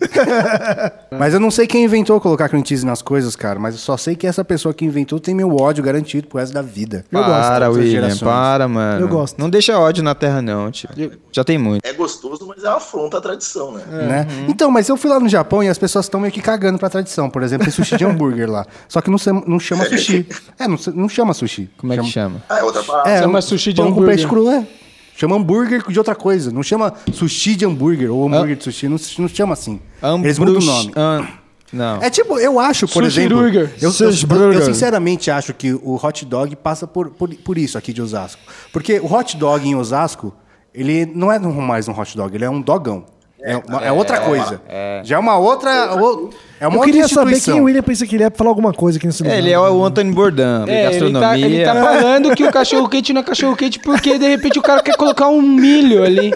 [SPEAKER 1] Mas eu não sei quem inventou colocar cream cheese nas coisas, cara. Mas eu só sei que essa pessoa que inventou tem meu ódio garantido pro resto da vida.
[SPEAKER 2] para,
[SPEAKER 1] dessas
[SPEAKER 2] William,
[SPEAKER 1] gerações.
[SPEAKER 2] para, mano.
[SPEAKER 3] Eu gosto.
[SPEAKER 2] Não deixa ódio na terra, não, tio. Já tem muito.
[SPEAKER 8] É gostoso, mas é uma afronta à tradição, né?
[SPEAKER 1] Né?
[SPEAKER 2] Uhum.
[SPEAKER 1] Então, mas eu fui lá no Japão e as pessoas estão meio que cagando pra tradição. Por exemplo, tem sushi de hambúrguer lá. Só que não, chama- não chama sushi. É, não, se- não chama sushi.
[SPEAKER 2] Como é que chama?
[SPEAKER 8] Ah, é outra parada.
[SPEAKER 1] É,
[SPEAKER 4] Chama
[SPEAKER 1] um
[SPEAKER 4] sushi de
[SPEAKER 1] pão com
[SPEAKER 4] hambúrguer.
[SPEAKER 1] peixe cru, é. Chama hambúrguer de outra coisa. Não chama sushi de hambúrguer ou hambúrguer de sushi. Não, não chama assim. Eles mudam o
[SPEAKER 2] Ah. Ambrush-
[SPEAKER 1] nome.
[SPEAKER 2] an- não.
[SPEAKER 1] É tipo, eu acho, por
[SPEAKER 4] Sushi
[SPEAKER 1] exemplo.
[SPEAKER 4] burger.
[SPEAKER 1] Eu, eu-
[SPEAKER 4] Sushi
[SPEAKER 1] eu-
[SPEAKER 4] burger.
[SPEAKER 1] eu sinceramente acho que o hot dog passa por, por, por isso aqui de Osasco. Porque o hot dog em Osasco, ele não é um- mais um hot dog, ele é um dogão. É, uma- é outra coisa. Já é uma outra. o- É uma
[SPEAKER 3] Eu
[SPEAKER 1] outra
[SPEAKER 3] queria saber
[SPEAKER 1] instituição.
[SPEAKER 3] quem o William pensa que ele é pra falar alguma coisa aqui nesse lugar.
[SPEAKER 2] É, ele é o Anthony Bourdain, de
[SPEAKER 4] É, ele tá,
[SPEAKER 2] gastronomia.
[SPEAKER 4] ele tá falando que o cachorro quente não é cachorro quente porque de repente o cara quer colocar um milho ali.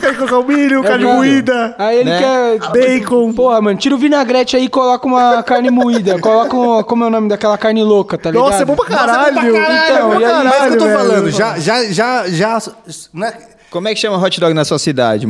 [SPEAKER 3] Quer colocar o milho,
[SPEAKER 4] É
[SPEAKER 3] Um carne
[SPEAKER 4] o milho.
[SPEAKER 3] moída.
[SPEAKER 4] Aí ele
[SPEAKER 2] Né?
[SPEAKER 4] quer
[SPEAKER 3] Bacon.
[SPEAKER 4] Porra, mano, tira o vinagrete aí e coloca uma carne moída. Coloca um, como é o nome daquela carne louca, tá ligado?
[SPEAKER 3] Nossa, é bom pra caralho.
[SPEAKER 4] Então,
[SPEAKER 3] é bom
[SPEAKER 4] e aí-
[SPEAKER 3] pra
[SPEAKER 1] Mas é o que eu tô
[SPEAKER 3] velho.
[SPEAKER 1] falando. Já, já, já, já. né?
[SPEAKER 2] Como é que chama hot dog na sua cidade, mano?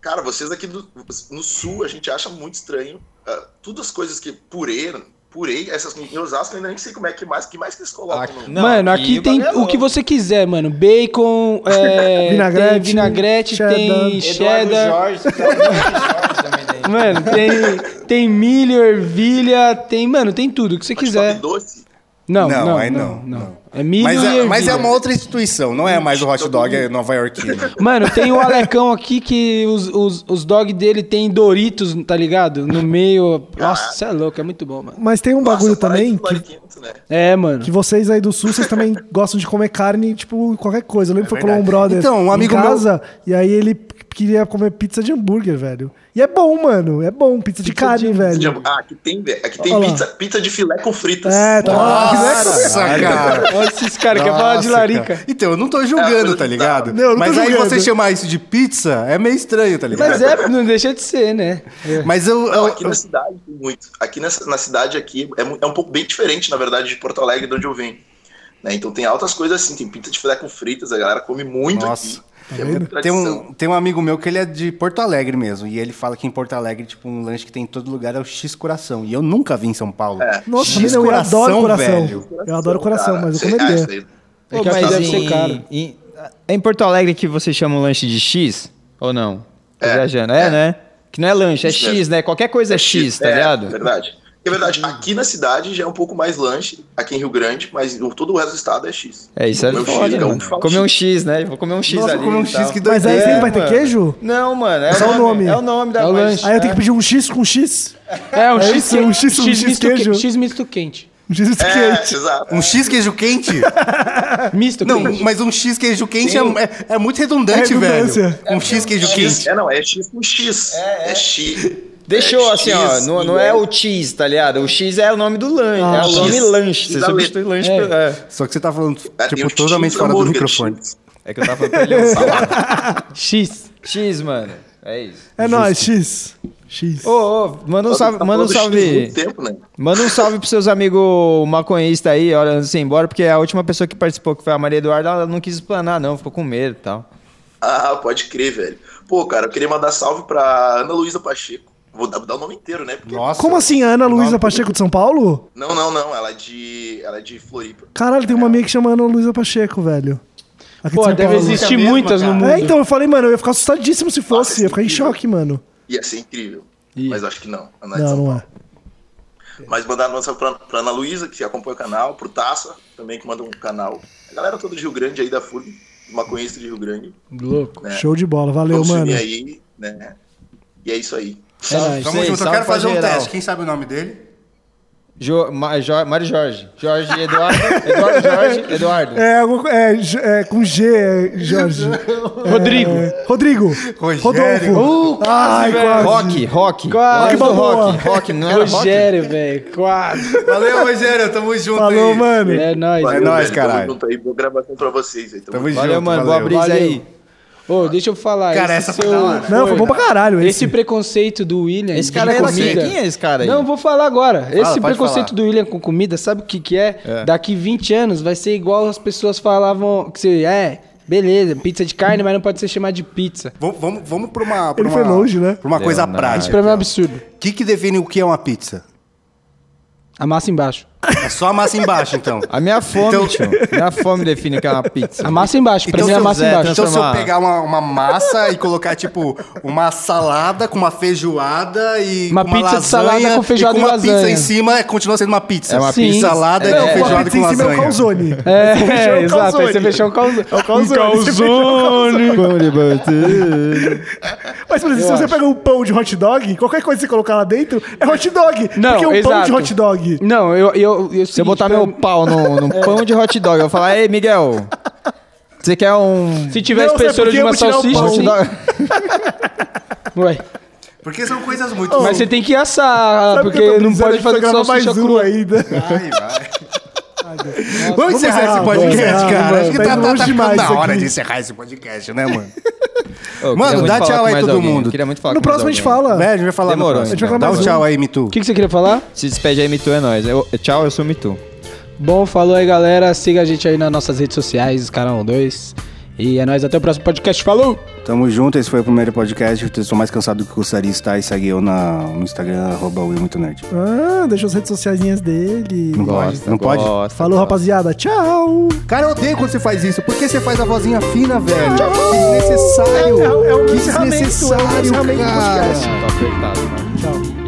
[SPEAKER 8] Cara, vocês aqui do- no sul, a gente acha muito estranho. ah, todas as coisas que purê, purê, essas em Osasco, eu ainda nem sei como é que mais, que mais que eles colocam.
[SPEAKER 2] Ah,
[SPEAKER 8] no-
[SPEAKER 2] não,
[SPEAKER 4] mano, aqui
[SPEAKER 2] o
[SPEAKER 4] tem
[SPEAKER 2] bagulho é
[SPEAKER 4] o que
[SPEAKER 2] louco.
[SPEAKER 4] você quiser, mano. Bacon, é,
[SPEAKER 3] Vinagrete,
[SPEAKER 4] tem vinagrete, tem
[SPEAKER 2] Eduardo
[SPEAKER 4] cheddar.
[SPEAKER 2] Jorge, você tá falando Jorge também né? daí.
[SPEAKER 4] Mano, tem, tem milho, ervilha, tem, mano, tem tudo o que você
[SPEAKER 8] Mas top
[SPEAKER 4] quiser.
[SPEAKER 8] doce.
[SPEAKER 4] Não, não,
[SPEAKER 1] Não,
[SPEAKER 4] não,
[SPEAKER 1] aí
[SPEAKER 4] não,
[SPEAKER 1] não,
[SPEAKER 4] É milho
[SPEAKER 1] Mas é,
[SPEAKER 4] e ervilha.
[SPEAKER 1] mas é uma outra instituição, não é mais o hot dog é nova iorquino.
[SPEAKER 4] Mano, tem o Alecão aqui que os, os, os dog dele tem Doritos, tá ligado? No meio. Nossa, você é louco, é muito bom, mano.
[SPEAKER 3] Mas tem um
[SPEAKER 8] Nossa,
[SPEAKER 3] bagulho
[SPEAKER 8] para
[SPEAKER 3] também
[SPEAKER 8] de falar
[SPEAKER 3] que,
[SPEAKER 8] quinto, né?
[SPEAKER 4] É, mano.
[SPEAKER 3] que vocês aí do sul, vocês também gostam de comer carne, tipo, qualquer coisa. Eu lembro que foi comer um
[SPEAKER 1] verdade.
[SPEAKER 3] brother
[SPEAKER 1] Então, um amigo
[SPEAKER 3] em
[SPEAKER 1] meu-
[SPEAKER 3] casa e aí ele queria comer pizza de hambúrguer, velho. E é bom, mano. É bom, pizza de carne, velho.
[SPEAKER 8] Ah, aqui tem, velho. aqui tem
[SPEAKER 3] Olha lá.
[SPEAKER 8] pizza, pizza de filé com fritas.
[SPEAKER 3] É, tá
[SPEAKER 1] Nossa, cara.
[SPEAKER 4] Olha esses caras, quer falar de
[SPEAKER 1] Nossa,
[SPEAKER 4] larica.
[SPEAKER 1] cara. Então, eu não tô
[SPEAKER 8] É,
[SPEAKER 1] julgando,
[SPEAKER 8] mas
[SPEAKER 1] tá
[SPEAKER 8] não
[SPEAKER 1] ligado?
[SPEAKER 8] dá.
[SPEAKER 3] Não, eu não tô
[SPEAKER 1] Mas aí
[SPEAKER 3] julgando.
[SPEAKER 1] você chamar isso de pizza é meio estranho, tá ligado?
[SPEAKER 4] Mas é, não deixa de ser, né? É.
[SPEAKER 1] Mas eu.
[SPEAKER 8] Não,
[SPEAKER 1] eu-
[SPEAKER 8] aqui na cidade tem muito. Aqui nessa- na, cidade aqui é, mu- é um pouco bem diferente, na verdade, de Porto Alegre, de onde eu venho. Né? Então tem altas coisas assim, tem pizza de filé com fritas, a galera come muito
[SPEAKER 1] Nossa.
[SPEAKER 8] aqui. É muita
[SPEAKER 1] Tem
[SPEAKER 8] tradição.
[SPEAKER 1] um, tem um amigo meu que ele é de Porto Alegre mesmo. E ele fala que em Porto Alegre, tipo, um lanche que tem em todo lugar é o X Coração. E eu nunca vi em São Paulo.
[SPEAKER 8] É.
[SPEAKER 3] Nossa, menino, eu adoro coração. Eu adoro coração,
[SPEAKER 8] Cara,
[SPEAKER 3] mas eu
[SPEAKER 8] sei- ah,
[SPEAKER 3] comeria.
[SPEAKER 8] isso aí-
[SPEAKER 4] É que aqui
[SPEAKER 2] mas
[SPEAKER 4] deve
[SPEAKER 2] em,
[SPEAKER 4] ser caro.
[SPEAKER 2] Em, é em Porto Alegre que você chama o lanche de X? Ou não? Tô
[SPEAKER 8] É.
[SPEAKER 2] viajando. É,
[SPEAKER 8] É.
[SPEAKER 2] né? Que não é lanche, é
[SPEAKER 8] Isso
[SPEAKER 2] X, né? Qualquer coisa é X, tá
[SPEAKER 8] é, É
[SPEAKER 2] ligado?
[SPEAKER 8] verdade. É verdade, aqui na cidade já é um pouco mais lanche, aqui em Rio Grande, mas o- todo o resto do estado é X.
[SPEAKER 2] É, isso é
[SPEAKER 8] Comer um X,
[SPEAKER 2] foda,
[SPEAKER 8] cada um
[SPEAKER 2] mano.
[SPEAKER 8] fala
[SPEAKER 2] Comer um
[SPEAKER 8] X.
[SPEAKER 2] X, né? Vou comer um X
[SPEAKER 1] Nossa,
[SPEAKER 2] ali.
[SPEAKER 1] como um
[SPEAKER 2] e
[SPEAKER 8] tá
[SPEAKER 2] tal.
[SPEAKER 1] X que doideira.
[SPEAKER 3] Mas aí sempre
[SPEAKER 2] É,
[SPEAKER 3] vai ter
[SPEAKER 2] mano.
[SPEAKER 3] queijo?
[SPEAKER 2] Não, mano. É
[SPEAKER 3] Só o nome.
[SPEAKER 2] É o nome da
[SPEAKER 4] É o
[SPEAKER 2] mas-
[SPEAKER 4] lanche.
[SPEAKER 3] Aí eu tenho
[SPEAKER 2] é.
[SPEAKER 3] que pedir um X com X?
[SPEAKER 4] É, um
[SPEAKER 3] É
[SPEAKER 4] X,
[SPEAKER 3] isso, um X- um X
[SPEAKER 4] misto
[SPEAKER 3] queijo.
[SPEAKER 4] que- X misto quente.
[SPEAKER 3] Um X
[SPEAKER 8] É,
[SPEAKER 3] quente.
[SPEAKER 8] exato.
[SPEAKER 1] Um X queijo quente?
[SPEAKER 4] Misto
[SPEAKER 1] Não,
[SPEAKER 4] quente.
[SPEAKER 1] mas um X queijo quente é, é- é muito redundante,
[SPEAKER 3] É
[SPEAKER 1] velho.
[SPEAKER 3] redundância.
[SPEAKER 1] Um X queijo quente.
[SPEAKER 8] É, não, é X com X. É, X.
[SPEAKER 2] Deixou
[SPEAKER 8] É
[SPEAKER 2] assim,
[SPEAKER 8] X,
[SPEAKER 2] ó. Não, não é o X, tá ligado? O X é o nome do lanche. é o
[SPEAKER 8] X.
[SPEAKER 2] nome lanche.
[SPEAKER 8] X
[SPEAKER 2] Você
[SPEAKER 8] da
[SPEAKER 2] substitui lanche
[SPEAKER 4] É.
[SPEAKER 2] por. É.
[SPEAKER 1] Só que você tá falando,
[SPEAKER 8] Ah, tem
[SPEAKER 1] tipo,
[SPEAKER 8] o X
[SPEAKER 1] totalmente fora do
[SPEAKER 8] hambúrguer,
[SPEAKER 1] microfone.
[SPEAKER 8] X.
[SPEAKER 2] é que eu tava falando pra ele falar.
[SPEAKER 4] X.
[SPEAKER 2] X, mano. É isso.
[SPEAKER 3] É nóis, X. X.
[SPEAKER 2] Ô, ô, manda um
[SPEAKER 8] Tá
[SPEAKER 2] salve. Manda um
[SPEAKER 8] falando X
[SPEAKER 2] salve.
[SPEAKER 8] muito tempo, né?
[SPEAKER 2] Manda um salve pros seus amigos maconhistas aí, olha, antes de ir embora, porque a última pessoa que participou, que foi a Maria Eduarda, ela não quis explanar, não, ficou com medo e tal.
[SPEAKER 8] Ah, pode crer, velho. Pô, cara, eu queria mandar salve pra Ana Luísa Pacheco. Vou dar, dar o nome inteiro, né? Porque...
[SPEAKER 1] Nossa.
[SPEAKER 3] Como assim, a Ana Luísa Pacheco de São Paulo?
[SPEAKER 8] Não, não, não. Ela é de, ela é de Floripa.
[SPEAKER 3] Caralho, tem uma amiga que chama Ana Luísa Pacheco, velho. Aqui de
[SPEAKER 4] Pô,
[SPEAKER 3] São
[SPEAKER 4] deve
[SPEAKER 3] Paulo.
[SPEAKER 4] existir
[SPEAKER 1] Mesma,
[SPEAKER 4] muitas no
[SPEAKER 1] cara.
[SPEAKER 4] mundo.
[SPEAKER 3] É, então, eu falei, mano, eu ia ficar assustadíssimo se fosse.
[SPEAKER 8] Nossa,
[SPEAKER 3] Eu ia ficar em choque, mano.
[SPEAKER 8] Ia ser incrível. Mas acho que não. Ana é de
[SPEAKER 3] Não,
[SPEAKER 8] São
[SPEAKER 3] não é.
[SPEAKER 8] Mas mandar um salve pra, pra Ana Luísa, que acompanha o canal, pro Taça, também que manda um canal. A galera toda de Rio Grande aí da FURB, maconhista de Rio Grande.
[SPEAKER 4] Louco.
[SPEAKER 8] Né?
[SPEAKER 3] Show de bola, valeu,
[SPEAKER 8] Vamos se
[SPEAKER 3] mano.
[SPEAKER 8] unir aí, né? E é isso aí.
[SPEAKER 4] É nóis.
[SPEAKER 1] Tamo
[SPEAKER 2] Sei,
[SPEAKER 1] junto, eu
[SPEAKER 2] salve
[SPEAKER 1] quero
[SPEAKER 2] pra
[SPEAKER 1] fazer um
[SPEAKER 2] geral.
[SPEAKER 1] teste. Quem sabe o nome dele?
[SPEAKER 2] Jo, Ma, jo, Mário Jorge. Jorge e Eduardo. Eduardo Jorge, Eduardo.
[SPEAKER 3] É, alguma co- é, J- é, com G, é, Jorge.
[SPEAKER 4] Rodrigo.
[SPEAKER 3] É, Rodrigo.
[SPEAKER 1] Rogério.
[SPEAKER 3] Rodolfo. Ai, quase.
[SPEAKER 2] Rock, rock.
[SPEAKER 4] Quase.
[SPEAKER 2] Rock, do
[SPEAKER 3] Balboa.
[SPEAKER 2] rock, rock, não era
[SPEAKER 1] é.
[SPEAKER 2] rock?
[SPEAKER 4] Rogério, velho. Quase.
[SPEAKER 1] Valeu, Rogério. Tamo junto
[SPEAKER 3] Falou,
[SPEAKER 1] aí.
[SPEAKER 3] mano.
[SPEAKER 4] É nóis.
[SPEAKER 8] Valeu,
[SPEAKER 1] nóis,
[SPEAKER 8] velho.
[SPEAKER 1] caralho.
[SPEAKER 8] Tamo junto aí, boa gravação pra vocês. Aí. Tamo
[SPEAKER 1] Tamo junto.
[SPEAKER 2] Valeu, mano, boa
[SPEAKER 1] valeu.
[SPEAKER 2] brisa aí.
[SPEAKER 4] Valeu. Ô, deixa eu falar.
[SPEAKER 1] Cara,
[SPEAKER 4] esse
[SPEAKER 1] essa foi da hora.
[SPEAKER 3] Não, foi bom pra caralho
[SPEAKER 4] Esse,
[SPEAKER 3] esse.
[SPEAKER 4] preconceito do William.
[SPEAKER 2] Esse
[SPEAKER 4] de
[SPEAKER 2] cara é daqui?
[SPEAKER 4] comida-
[SPEAKER 2] Quem é esse cara aí?
[SPEAKER 4] Não, vou falar agora. Esse
[SPEAKER 1] pode
[SPEAKER 4] preconceito
[SPEAKER 1] falar.
[SPEAKER 4] do William com comida, sabe o que que é? Daqui 20 anos vai ser igual as pessoas falavam que você é, beleza, pizza de carne, mas não pode ser chamada de pizza.
[SPEAKER 1] Vamos, vamos, vamos pra uma. pra
[SPEAKER 3] Ele
[SPEAKER 1] uma-
[SPEAKER 3] foi longe, né?
[SPEAKER 1] Pra uma coisa
[SPEAKER 2] Leonardo.
[SPEAKER 1] prática.
[SPEAKER 4] Isso pra mim é um absurdo.
[SPEAKER 1] O que, que define o que é uma pizza?
[SPEAKER 4] A massa embaixo.
[SPEAKER 1] É só a massa embaixo, então.
[SPEAKER 2] A minha fome,
[SPEAKER 1] Então-
[SPEAKER 2] tio. Minha fome define o que é uma pizza.
[SPEAKER 4] A massa embaixo, pra
[SPEAKER 1] Então,
[SPEAKER 4] mim é
[SPEAKER 1] se
[SPEAKER 4] a
[SPEAKER 1] eu-
[SPEAKER 4] massa
[SPEAKER 2] Zé,
[SPEAKER 4] embaixo.
[SPEAKER 1] Então, se eu
[SPEAKER 2] transformar-
[SPEAKER 1] pegar uma, uma massa e colocar, tipo, uma salada com uma feijoada e
[SPEAKER 4] Uma
[SPEAKER 1] com
[SPEAKER 4] pizza de salada
[SPEAKER 1] lasanha
[SPEAKER 4] com feijoada
[SPEAKER 1] e com
[SPEAKER 4] e
[SPEAKER 1] uma pizza
[SPEAKER 4] lasanha.
[SPEAKER 1] em cima, é- continua sendo uma pizza.
[SPEAKER 2] É uma
[SPEAKER 1] Sim.
[SPEAKER 4] pizza.
[SPEAKER 1] Salada
[SPEAKER 2] É,
[SPEAKER 1] com
[SPEAKER 2] é.
[SPEAKER 3] Pô, a
[SPEAKER 1] feijoada
[SPEAKER 3] pizza
[SPEAKER 1] com
[SPEAKER 3] em cima é o
[SPEAKER 1] lasanha.
[SPEAKER 3] calzone.
[SPEAKER 4] É, exato. Aí você fechou o
[SPEAKER 3] É
[SPEAKER 4] calzone.
[SPEAKER 2] É
[SPEAKER 3] um Mas, por exemplo, se você pega um pão de hot dog, qualquer coisa que você colocar lá dentro é hot dog.
[SPEAKER 4] Não,
[SPEAKER 3] porque é um pão de
[SPEAKER 4] exato.
[SPEAKER 3] hot dog.
[SPEAKER 4] Não, Então, eu. eu, eu
[SPEAKER 2] Se eu botar meu pau num,
[SPEAKER 4] É.
[SPEAKER 2] num pão de hot dog, eu vou falar, ei, Miguel, você quer um.
[SPEAKER 4] Se tiver
[SPEAKER 3] Não, sabe por
[SPEAKER 4] espessura
[SPEAKER 3] quê?
[SPEAKER 4] de
[SPEAKER 3] Eu
[SPEAKER 4] uma
[SPEAKER 3] vou tirar o
[SPEAKER 4] salsicha.
[SPEAKER 3] pão.
[SPEAKER 4] sim.
[SPEAKER 2] hot dog?
[SPEAKER 4] Ué.
[SPEAKER 1] Porque são coisas muito...
[SPEAKER 4] Mas você tem que assar,
[SPEAKER 3] Sabe o que eu
[SPEAKER 4] porque não
[SPEAKER 3] tô precisando? A
[SPEAKER 4] pode
[SPEAKER 3] gente
[SPEAKER 4] fazer
[SPEAKER 3] precisa
[SPEAKER 4] com
[SPEAKER 3] gravar
[SPEAKER 4] salsicha
[SPEAKER 3] mais um
[SPEAKER 4] crua. Ah,
[SPEAKER 3] ainda.
[SPEAKER 1] Vai, vai. Vamos encerrar
[SPEAKER 3] encerrar,
[SPEAKER 1] esse podcast,
[SPEAKER 3] vamos.
[SPEAKER 1] cara.
[SPEAKER 3] Ah,
[SPEAKER 1] Acho que tá, tá,
[SPEAKER 3] tá indo
[SPEAKER 1] tá
[SPEAKER 3] longe
[SPEAKER 1] ficando
[SPEAKER 3] demais
[SPEAKER 1] na
[SPEAKER 3] isso
[SPEAKER 1] hora
[SPEAKER 3] aqui.
[SPEAKER 1] de encerrar esse podcast, né, mano?
[SPEAKER 2] Eu queria
[SPEAKER 1] Mano,
[SPEAKER 2] muito
[SPEAKER 1] dá
[SPEAKER 2] falar
[SPEAKER 1] tchau
[SPEAKER 2] com
[SPEAKER 1] aí
[SPEAKER 2] mais
[SPEAKER 1] todo
[SPEAKER 2] alguém.
[SPEAKER 1] mundo.
[SPEAKER 2] Queria muito falar
[SPEAKER 3] No
[SPEAKER 2] com mais
[SPEAKER 3] próximo a gente
[SPEAKER 2] alguém.
[SPEAKER 3] fala.
[SPEAKER 1] Velho, É, a gente vai falar no
[SPEAKER 2] Demorou,
[SPEAKER 1] próximo.
[SPEAKER 2] então.
[SPEAKER 1] Dá um
[SPEAKER 3] Demorou.
[SPEAKER 1] tchau aí, Mitu.
[SPEAKER 4] O que, que você queria falar?
[SPEAKER 2] Se despede aí, Mitu, é nóis. Eu- tchau, eu sou o Mitu.
[SPEAKER 4] Bom, falou aí, galera. Siga a gente aí nas nossas redes sociais, canal 2. E é nóis, até o próximo podcast. Falou!
[SPEAKER 1] Tamo junto, esse foi o primeiro podcast. Eu estou mais cansado do que o Sari está e segue eu na- no Instagram, arroba Will Muito Nerd.
[SPEAKER 3] Ah, deixa as redes sociaisinhas dele.
[SPEAKER 1] Não pode, não pode?
[SPEAKER 2] gosta,
[SPEAKER 3] Falou,
[SPEAKER 2] gosta.
[SPEAKER 3] rapaziada. Tchau.
[SPEAKER 1] Cara, eu odeio quando você faz isso. Por que você faz a vozinha fina, velho? Que desnecessário.
[SPEAKER 3] É um- é um
[SPEAKER 1] que
[SPEAKER 3] encerramento, é um
[SPEAKER 1] desnecessário,
[SPEAKER 3] encerramento do
[SPEAKER 1] cara.
[SPEAKER 3] podcast.
[SPEAKER 2] Tá apertado, mano.
[SPEAKER 3] Tchau.